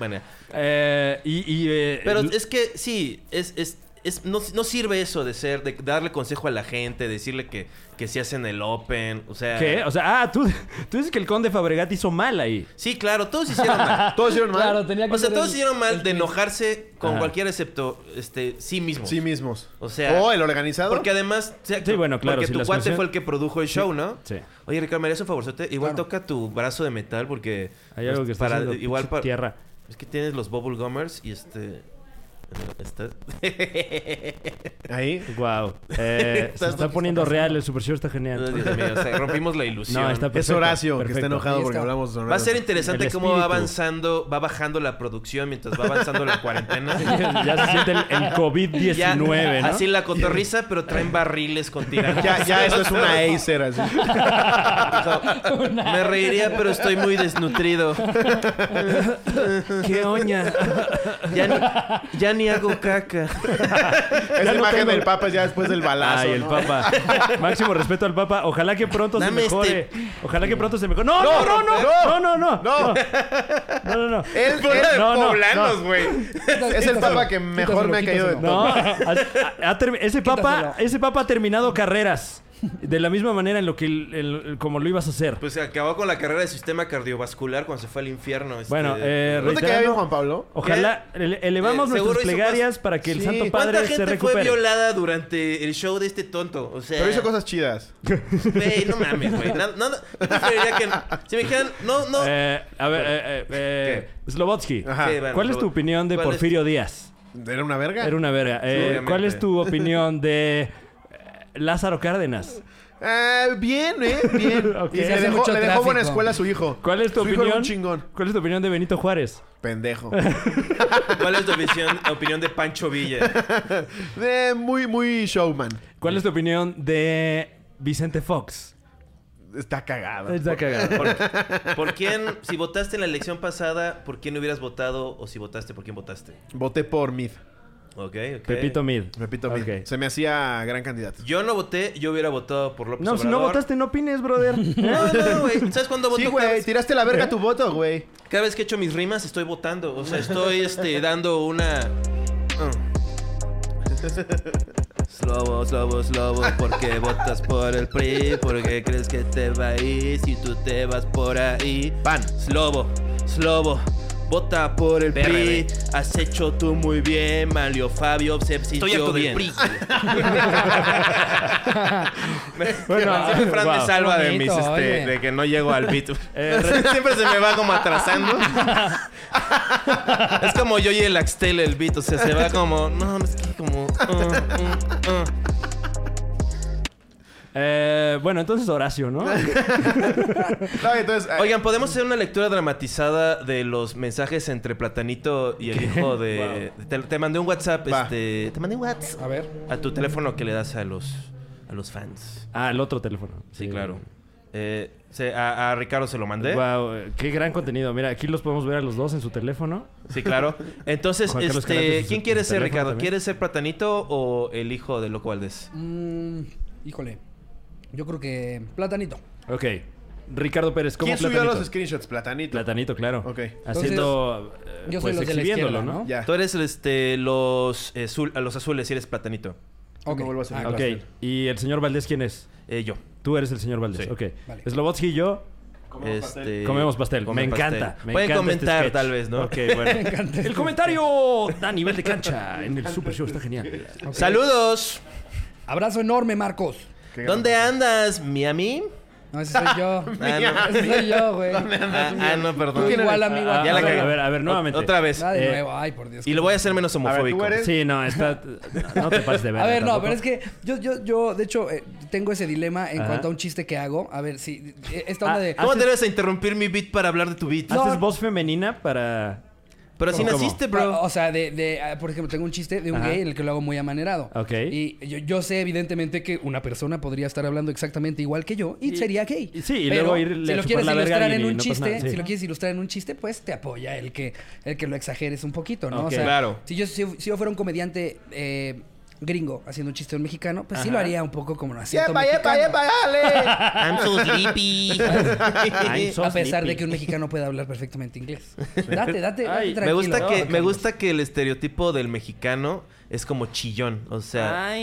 [SPEAKER 4] Eh, y. y, eh,
[SPEAKER 5] Pero
[SPEAKER 4] l-
[SPEAKER 5] es que sí, es, es, es- no, no sirve eso de ser, de darle consejo a la gente, decirle que, que se hacen el open, o sea...
[SPEAKER 4] ¿Qué? O sea, ah, tú, tú dices que el conde Fabregat hizo mal ahí.
[SPEAKER 5] Sí, claro, todos hicieron
[SPEAKER 4] [laughs]
[SPEAKER 5] mal.
[SPEAKER 3] Todos hicieron mal.
[SPEAKER 2] Claro, tenía que
[SPEAKER 5] O sea,
[SPEAKER 2] ser
[SPEAKER 5] todos
[SPEAKER 2] el-
[SPEAKER 5] hicieron mal de enojarse con
[SPEAKER 4] Ajá.
[SPEAKER 5] cualquiera excepto este, sí mismo.
[SPEAKER 3] Sí mismos.
[SPEAKER 5] O sea-
[SPEAKER 3] O el organizado.
[SPEAKER 5] Porque además, o sea,
[SPEAKER 4] Sí, bueno, claro,
[SPEAKER 5] Porque
[SPEAKER 4] si
[SPEAKER 5] tu
[SPEAKER 4] las
[SPEAKER 5] cuate
[SPEAKER 4] canciones-
[SPEAKER 5] fue el que produjo el show, ¿no?
[SPEAKER 4] sí.
[SPEAKER 5] Oye, Ricardo, me harías un favorzote. Igual toca tu brazo de metal porque.
[SPEAKER 4] Hay algo que está
[SPEAKER 5] Pues para-
[SPEAKER 4] haciendo
[SPEAKER 5] Igual
[SPEAKER 4] pinche
[SPEAKER 5] para.
[SPEAKER 4] tierra.
[SPEAKER 5] Es que tienes los bubble gummers y este. Está... [laughs]
[SPEAKER 3] Ahí.
[SPEAKER 4] Wow. Eh, se está poniendo real, el Super Show está genial. [laughs]
[SPEAKER 5] Dios mío, o sea, rompimos la ilusión.
[SPEAKER 4] No, está
[SPEAKER 3] es
[SPEAKER 4] perfecto,
[SPEAKER 3] Horacio que
[SPEAKER 4] perfecto.
[SPEAKER 3] está enojado
[SPEAKER 2] Ahí
[SPEAKER 3] porque
[SPEAKER 2] está.
[SPEAKER 3] hablamos de
[SPEAKER 5] Va a ser
[SPEAKER 3] Horacio.
[SPEAKER 5] interesante
[SPEAKER 4] El
[SPEAKER 5] cómo va
[SPEAKER 4] espíritu.
[SPEAKER 5] avanzando, va bajando la producción mientras va avanzando
[SPEAKER 4] [laughs]
[SPEAKER 5] la cuarentena. [laughs]
[SPEAKER 4] ya se siente el, el
[SPEAKER 5] Ya,
[SPEAKER 4] COVID-19, ¿no?
[SPEAKER 5] Así la cotorriza, pero traen
[SPEAKER 4] [laughs]
[SPEAKER 5] barriles con tirantes.
[SPEAKER 3] Ya,
[SPEAKER 5] [laughs]
[SPEAKER 3] ya eso es una Acer así.
[SPEAKER 5] Me reiría, pero estoy muy desnutrido.
[SPEAKER 4] ¡Qué oña!
[SPEAKER 5] Ya ni, ya ni hago caca.
[SPEAKER 3] Es la imagen del Papa ya después del balazo.
[SPEAKER 4] Ay, el
[SPEAKER 3] ¿no?
[SPEAKER 4] Papa. Máximo respeto al Papa. Ojalá que pronto
[SPEAKER 5] Dame
[SPEAKER 4] se mejore. Ojalá que pronto se mejore. ¡No, no, no! ¡No, no, no! ¡No, no, no! no.
[SPEAKER 5] [laughs]
[SPEAKER 3] Él- él-
[SPEAKER 4] No, no, no.
[SPEAKER 5] güey.
[SPEAKER 3] es el Papa que mejor me ha caído de
[SPEAKER 4] No, ha- ha termi- ese papa,
[SPEAKER 2] Quítaselo.
[SPEAKER 4] ese papa ha terminado carreras de la misma manera en lo que el- el- el- como lo ibas a hacer.
[SPEAKER 5] Pues acabó con la carrera de sistema cardiovascular cuando se fue al infierno. este-
[SPEAKER 4] Bueno, eh,
[SPEAKER 3] ¿No te
[SPEAKER 4] reiterando,
[SPEAKER 3] cae bien Juan Pablo?
[SPEAKER 4] Ojalá ele- elevamos
[SPEAKER 5] Eh,
[SPEAKER 4] nuestras
[SPEAKER 5] seguro hizo
[SPEAKER 4] plegarias
[SPEAKER 5] cosas-
[SPEAKER 4] para que el
[SPEAKER 3] Sí.
[SPEAKER 4] Santo
[SPEAKER 5] ¿Cuánta
[SPEAKER 4] Padre se
[SPEAKER 5] gente fue
[SPEAKER 4] recupere.
[SPEAKER 5] violada durante el show de este tonto? O sea,
[SPEAKER 3] Pero hizo cosas chidas.
[SPEAKER 5] güey, no mames, güey. Nada, nada- yo preferiría que no- Si me dijeran, no, no.
[SPEAKER 4] Eh, a ver, eh, eh, eh, Slobotsky,
[SPEAKER 3] Ajá.
[SPEAKER 5] Sí, bueno,
[SPEAKER 4] ¿cuál es tu
[SPEAKER 5] lo-
[SPEAKER 4] opinión de
[SPEAKER 5] ¿cuál es-
[SPEAKER 4] Porfirio Díaz?
[SPEAKER 3] ¿Era una verga?
[SPEAKER 4] Era una verga. Eh,
[SPEAKER 5] obviamente.
[SPEAKER 4] ¿Cuál es tu opinión de eh, Lázaro Cárdenas?
[SPEAKER 3] Ah, bien, ¿eh? Bien.
[SPEAKER 4] [laughs] Ok.
[SPEAKER 3] Y
[SPEAKER 2] Se
[SPEAKER 3] le,
[SPEAKER 2] hace
[SPEAKER 3] dejó,
[SPEAKER 2] mucho
[SPEAKER 3] le dejó buena
[SPEAKER 2] tráfico.
[SPEAKER 3] escuela a su hijo.
[SPEAKER 4] ¿Cuál es tu
[SPEAKER 3] Su hijo
[SPEAKER 4] opinión?
[SPEAKER 3] era un chingón.
[SPEAKER 4] ¿Cuál es tu opinión de Benito Juárez? [laughs]
[SPEAKER 3] Pendejo.
[SPEAKER 5] [laughs] ¿Cuál es tu opinión, opinión de Pancho Villa?
[SPEAKER 3] Eh, muy, muy showman.
[SPEAKER 4] ¿Cuál es tu opinión de Vicente Fox?
[SPEAKER 3] Está cagado.
[SPEAKER 4] Está cagado.
[SPEAKER 5] ¿Por, por quién, si votaste en la elección pasada, por quién hubieras votado o si votaste, por quién votaste?
[SPEAKER 3] Voté por Mid.
[SPEAKER 5] Ok, ok.
[SPEAKER 4] Pepito Mid.
[SPEAKER 3] Repito, Mid.
[SPEAKER 4] Ok.
[SPEAKER 3] Se me hacía gran candidato.
[SPEAKER 5] Yo no voté, yo hubiera votado por López
[SPEAKER 4] No, si no
[SPEAKER 5] Obrador.
[SPEAKER 4] votaste, no opines, brother.
[SPEAKER 5] No, no, güey. ¿Sabes cuándo voto?
[SPEAKER 3] Sí,
[SPEAKER 5] cada,
[SPEAKER 3] güey.
[SPEAKER 5] vez,
[SPEAKER 3] Tiraste la verga tu voto, güey.
[SPEAKER 5] cada vez que echo mis rimas estoy votando. O sea, estoy este,
[SPEAKER 3] [laughs]
[SPEAKER 5] dando una... Slobo, slobo, slobo, ¿por qué votas por el PRI? ¿Por qué crees que te va a ir si tú te vas por ahí?
[SPEAKER 3] Pan.
[SPEAKER 5] Slobo, slobo, vota por el PRI. Has hecho tú muy bien, Mario Fabio se
[SPEAKER 1] Estoy harto
[SPEAKER 5] sintió
[SPEAKER 1] del
[SPEAKER 5] bien.
[SPEAKER 1] PRI.
[SPEAKER 4] [laughs] Bueno,
[SPEAKER 5] [laughs] Siempre Fran me
[SPEAKER 4] wow.
[SPEAKER 5] salva de mis,
[SPEAKER 2] Bonito,
[SPEAKER 5] este,
[SPEAKER 2] oye.
[SPEAKER 5] de que no llego al beat.
[SPEAKER 4] [laughs]
[SPEAKER 5] [laughs]
[SPEAKER 4] Eh,
[SPEAKER 5] Siempre se me va como
[SPEAKER 4] [laughs]
[SPEAKER 5] atrasando. es como yo y el Axtel el beat, o sea, se va como, no, no, es que
[SPEAKER 4] [laughs]
[SPEAKER 5] como, ah, ah, ah.
[SPEAKER 4] Eh, bueno, entonces Horacio, ¿no?
[SPEAKER 3] No, entonces, eh,
[SPEAKER 5] Oigan, podemos hacer una lectura dramatizada de los mensajes entre Platanito y el hijo de, te, te mandé un WhatsApp,
[SPEAKER 3] Va.
[SPEAKER 5] este, te mandé un WhatsApp
[SPEAKER 2] A ver.
[SPEAKER 5] a tu teléfono que le das a los a los fans.
[SPEAKER 4] Ah, el otro teléfono.
[SPEAKER 5] Sí, claro. Eh, se- a, a Ricardo se lo mandé.
[SPEAKER 4] Wow, eh, qué gran contenido. Mira, aquí los podemos ver a los dos en su teléfono.
[SPEAKER 5] Sí, claro. Entonces,
[SPEAKER 4] Juan Carlos Carranza
[SPEAKER 5] este,
[SPEAKER 4] es
[SPEAKER 5] ¿quién
[SPEAKER 4] su
[SPEAKER 5] quiere ser,
[SPEAKER 4] teléfono
[SPEAKER 5] Ricardo?
[SPEAKER 4] también.
[SPEAKER 5] ¿Quieres ser Platanito o el hijo de Loco Valdés?
[SPEAKER 2] Mm, híjole. Yo creo que. Platanito.
[SPEAKER 4] Ok. Ricardo Pérez, ¿cómo
[SPEAKER 3] ¿Quién subió
[SPEAKER 4] platanito?
[SPEAKER 3] los screenshots? Platanito.
[SPEAKER 4] Platanito, claro.
[SPEAKER 3] Ok.
[SPEAKER 4] Haciendo. eh,
[SPEAKER 2] Yo soy
[SPEAKER 4] pues
[SPEAKER 2] los de la
[SPEAKER 4] exhibiéndolo,
[SPEAKER 2] izquierda,
[SPEAKER 4] ¿no?
[SPEAKER 2] ¿no?
[SPEAKER 3] Ya.
[SPEAKER 5] Tú eres este, los, eh, azul- a los azules y eres Platanito.
[SPEAKER 3] No
[SPEAKER 2] Ok.
[SPEAKER 3] vuelvo a hacer
[SPEAKER 2] Ah,
[SPEAKER 3] nada.
[SPEAKER 4] Ok. ¿Y el señor Valdés quién es?
[SPEAKER 5] Eh, yo.
[SPEAKER 4] Tú eres el señor Valdés.
[SPEAKER 5] Sí.
[SPEAKER 4] Ok.
[SPEAKER 2] Vale.
[SPEAKER 4] Slobotsky y yo
[SPEAKER 5] Comemos pastel.
[SPEAKER 4] comemos pastel.
[SPEAKER 5] Comen
[SPEAKER 4] me
[SPEAKER 5] Este, pastel.
[SPEAKER 4] encanta. me
[SPEAKER 5] Pueden
[SPEAKER 4] encanta este
[SPEAKER 5] comentar,
[SPEAKER 4] sketch.
[SPEAKER 5] tal vez, ¿no? [laughs]
[SPEAKER 4] Ok, bueno.
[SPEAKER 2] encanta este
[SPEAKER 4] el comentario a nivel de ¡oh, cancha en el Super Show está genial.
[SPEAKER 2] ok.
[SPEAKER 5] ¡Saludos!
[SPEAKER 2] Abrazo enorme, Marcos.
[SPEAKER 3] Qué
[SPEAKER 5] ¿Dónde andas, Miami?
[SPEAKER 2] No, ese soy yo.
[SPEAKER 5] Ah, [laughs] no.
[SPEAKER 2] ese soy yo, güey.
[SPEAKER 5] Ah, ah, no,
[SPEAKER 2] Tú
[SPEAKER 5] perdón.
[SPEAKER 2] igual, amigo.
[SPEAKER 4] Ah,
[SPEAKER 2] a
[SPEAKER 5] Ya la
[SPEAKER 2] ti,
[SPEAKER 5] cagué.
[SPEAKER 4] A ver, a ver, nuevamente.
[SPEAKER 5] O- Otra vez.
[SPEAKER 2] Va de
[SPEAKER 4] Eh,
[SPEAKER 2] nuevo. Ay, por Dios.
[SPEAKER 5] Y lo voy a hacer menos homofóbico.
[SPEAKER 3] A ver,
[SPEAKER 4] Sí, no, está. No te pases de ver.
[SPEAKER 2] A ver, no, pero es que yo, yo, yo de hecho, eh, tengo ese dilema en
[SPEAKER 4] Ajá.
[SPEAKER 2] cuanto a un chiste que hago. A ver, si eh, esta onda
[SPEAKER 4] Ah,
[SPEAKER 2] de...
[SPEAKER 5] ¿Cómo
[SPEAKER 4] haces-
[SPEAKER 5] te debes a interrumpir mi beat para hablar de tu beat?
[SPEAKER 4] ¿Haces
[SPEAKER 2] No.
[SPEAKER 4] voz femenina para.?
[SPEAKER 5] Pero así
[SPEAKER 4] ¿Cómo, cómo?
[SPEAKER 5] naciste,
[SPEAKER 2] Ah,
[SPEAKER 5] bro.
[SPEAKER 2] O sea, de, de, ah, por ejemplo, tengo un chiste de un
[SPEAKER 4] Ajá.
[SPEAKER 2] gay en el que lo hago muy amanerado.
[SPEAKER 4] Ok.
[SPEAKER 2] Y yo, yo sé, evidentemente, que una persona podría estar hablando exactamente igual que yo y,
[SPEAKER 4] Y-
[SPEAKER 2] sería gay.
[SPEAKER 4] y sí, y luego irle
[SPEAKER 2] si
[SPEAKER 4] a
[SPEAKER 2] lo
[SPEAKER 4] chupar
[SPEAKER 2] quieres
[SPEAKER 4] la verga a
[SPEAKER 2] ilustrar en
[SPEAKER 4] alguien y
[SPEAKER 2] un
[SPEAKER 4] no pasa
[SPEAKER 2] chiste,
[SPEAKER 4] nada, sí.
[SPEAKER 2] si lo quieres ilustrar en un chiste, pues te apoya el que, el que lo exageres un poquito, ¿no?
[SPEAKER 4] Ok.
[SPEAKER 2] O sea,
[SPEAKER 5] Claro.
[SPEAKER 2] si yo, si, si yo fuera un comediante eh, gringo haciendo un chiste de un mexicano, pues sí lo haría un poco como lo hacía
[SPEAKER 3] ¡Yepa, yepa, yepa, dale!
[SPEAKER 5] I'm so sleepy. I'm
[SPEAKER 2] [laughs]
[SPEAKER 5] so
[SPEAKER 2] a pesar de
[SPEAKER 5] sleepy.
[SPEAKER 2] que un mexicano puede hablar perfectamente
[SPEAKER 4] [laughs]
[SPEAKER 2] inglés. Date, date, date
[SPEAKER 4] Ay,
[SPEAKER 2] tranquilo.
[SPEAKER 5] me gusta
[SPEAKER 2] No,
[SPEAKER 5] que me
[SPEAKER 2] Carlos.
[SPEAKER 5] gusta que el estereotipo del mexicano es como chillón, o sea,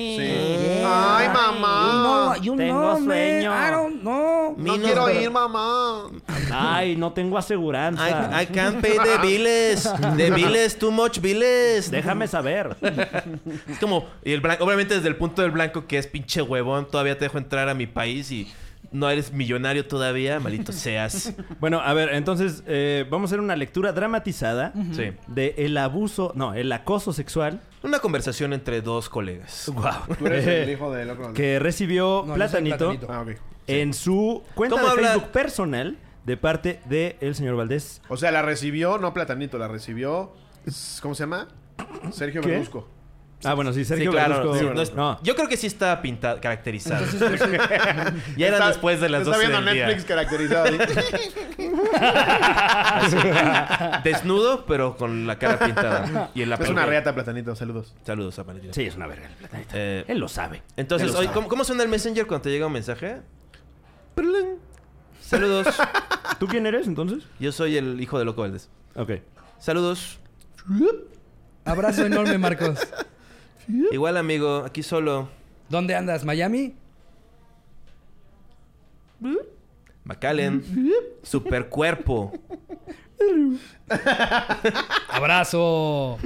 [SPEAKER 3] ¡Ay,
[SPEAKER 2] No,
[SPEAKER 3] mamá!
[SPEAKER 2] you
[SPEAKER 4] Tengo
[SPEAKER 2] know, man.
[SPEAKER 4] sueño.
[SPEAKER 2] I don't know.
[SPEAKER 5] [laughs]
[SPEAKER 3] No
[SPEAKER 5] Minos,
[SPEAKER 3] quiero
[SPEAKER 5] pero-
[SPEAKER 3] ir, mamá.
[SPEAKER 4] Ay, no tengo aseguranza.
[SPEAKER 5] I, I can't pay the bills.
[SPEAKER 4] [laughs]
[SPEAKER 5] The bills, too much bills.
[SPEAKER 4] Déjame saber.
[SPEAKER 5] Es como, y el blanco, obviamente desde el punto del blanco que es pinche huevón, todavía te dejo entrar a mi país y no eres millonario todavía, malito seas.
[SPEAKER 4] Bueno, a ver, entonces eh, vamos a hacer una lectura dramatizada
[SPEAKER 5] Sí.
[SPEAKER 4] de el abuso, no, el acoso sexual
[SPEAKER 5] Una conversación entre dos colegas.
[SPEAKER 3] Tú eres
[SPEAKER 4] Eh,
[SPEAKER 3] el hijo del otro.
[SPEAKER 4] [laughs] que recibió
[SPEAKER 2] No, yo soy
[SPEAKER 4] Platanito,
[SPEAKER 2] Platanito.
[SPEAKER 3] Ah, ok.
[SPEAKER 4] en su cuenta de
[SPEAKER 5] ¿Cómo habla?
[SPEAKER 4] Facebook personal de parte de el señor Valdés.
[SPEAKER 3] O sea, la recibió, no Platanito, la recibió. s- ¿Cómo se llama? Sergio
[SPEAKER 4] ¿Qué?
[SPEAKER 3] Berlusco.
[SPEAKER 4] Ah, bueno, sí,
[SPEAKER 5] Sí,
[SPEAKER 4] Sergio
[SPEAKER 5] claro.
[SPEAKER 4] Verduzco-
[SPEAKER 5] sí, no es-
[SPEAKER 4] no. pues,
[SPEAKER 5] Yo creo que sí está pintado, caracterizado. [laughs] ya era
[SPEAKER 3] Está-
[SPEAKER 5] después de las
[SPEAKER 3] está
[SPEAKER 5] 12
[SPEAKER 3] viendo
[SPEAKER 5] del día.
[SPEAKER 3] Netflix [laughs]
[SPEAKER 5] [laughs]
[SPEAKER 3] caracterizado. ¿sí?
[SPEAKER 5] Desnudo, pero con la cara pintada. Y en la
[SPEAKER 3] es una reata, Platanito. Saludos.
[SPEAKER 5] Saludos a Valentina.
[SPEAKER 4] Sí, es una verga el Platanito.
[SPEAKER 5] Eh,
[SPEAKER 4] Él lo sabe.
[SPEAKER 5] Entonces,
[SPEAKER 4] Él lo
[SPEAKER 5] oye,
[SPEAKER 4] sabe.
[SPEAKER 5] ¿cómo, cómo suena el Messenger cuando te llega un mensaje? Prling. Saludos.
[SPEAKER 4] ¿Tú quién eres entonces?
[SPEAKER 5] Yo soy el hijo de Loco Valdés.
[SPEAKER 4] Ok.
[SPEAKER 5] Saludos.
[SPEAKER 2] Abrazo enorme, Marcos.
[SPEAKER 5] Igual, amigo, aquí solo.
[SPEAKER 2] ¿Dónde andas? ¿Miami?
[SPEAKER 5] Macallen. Supercuerpo.
[SPEAKER 2] Abrazo.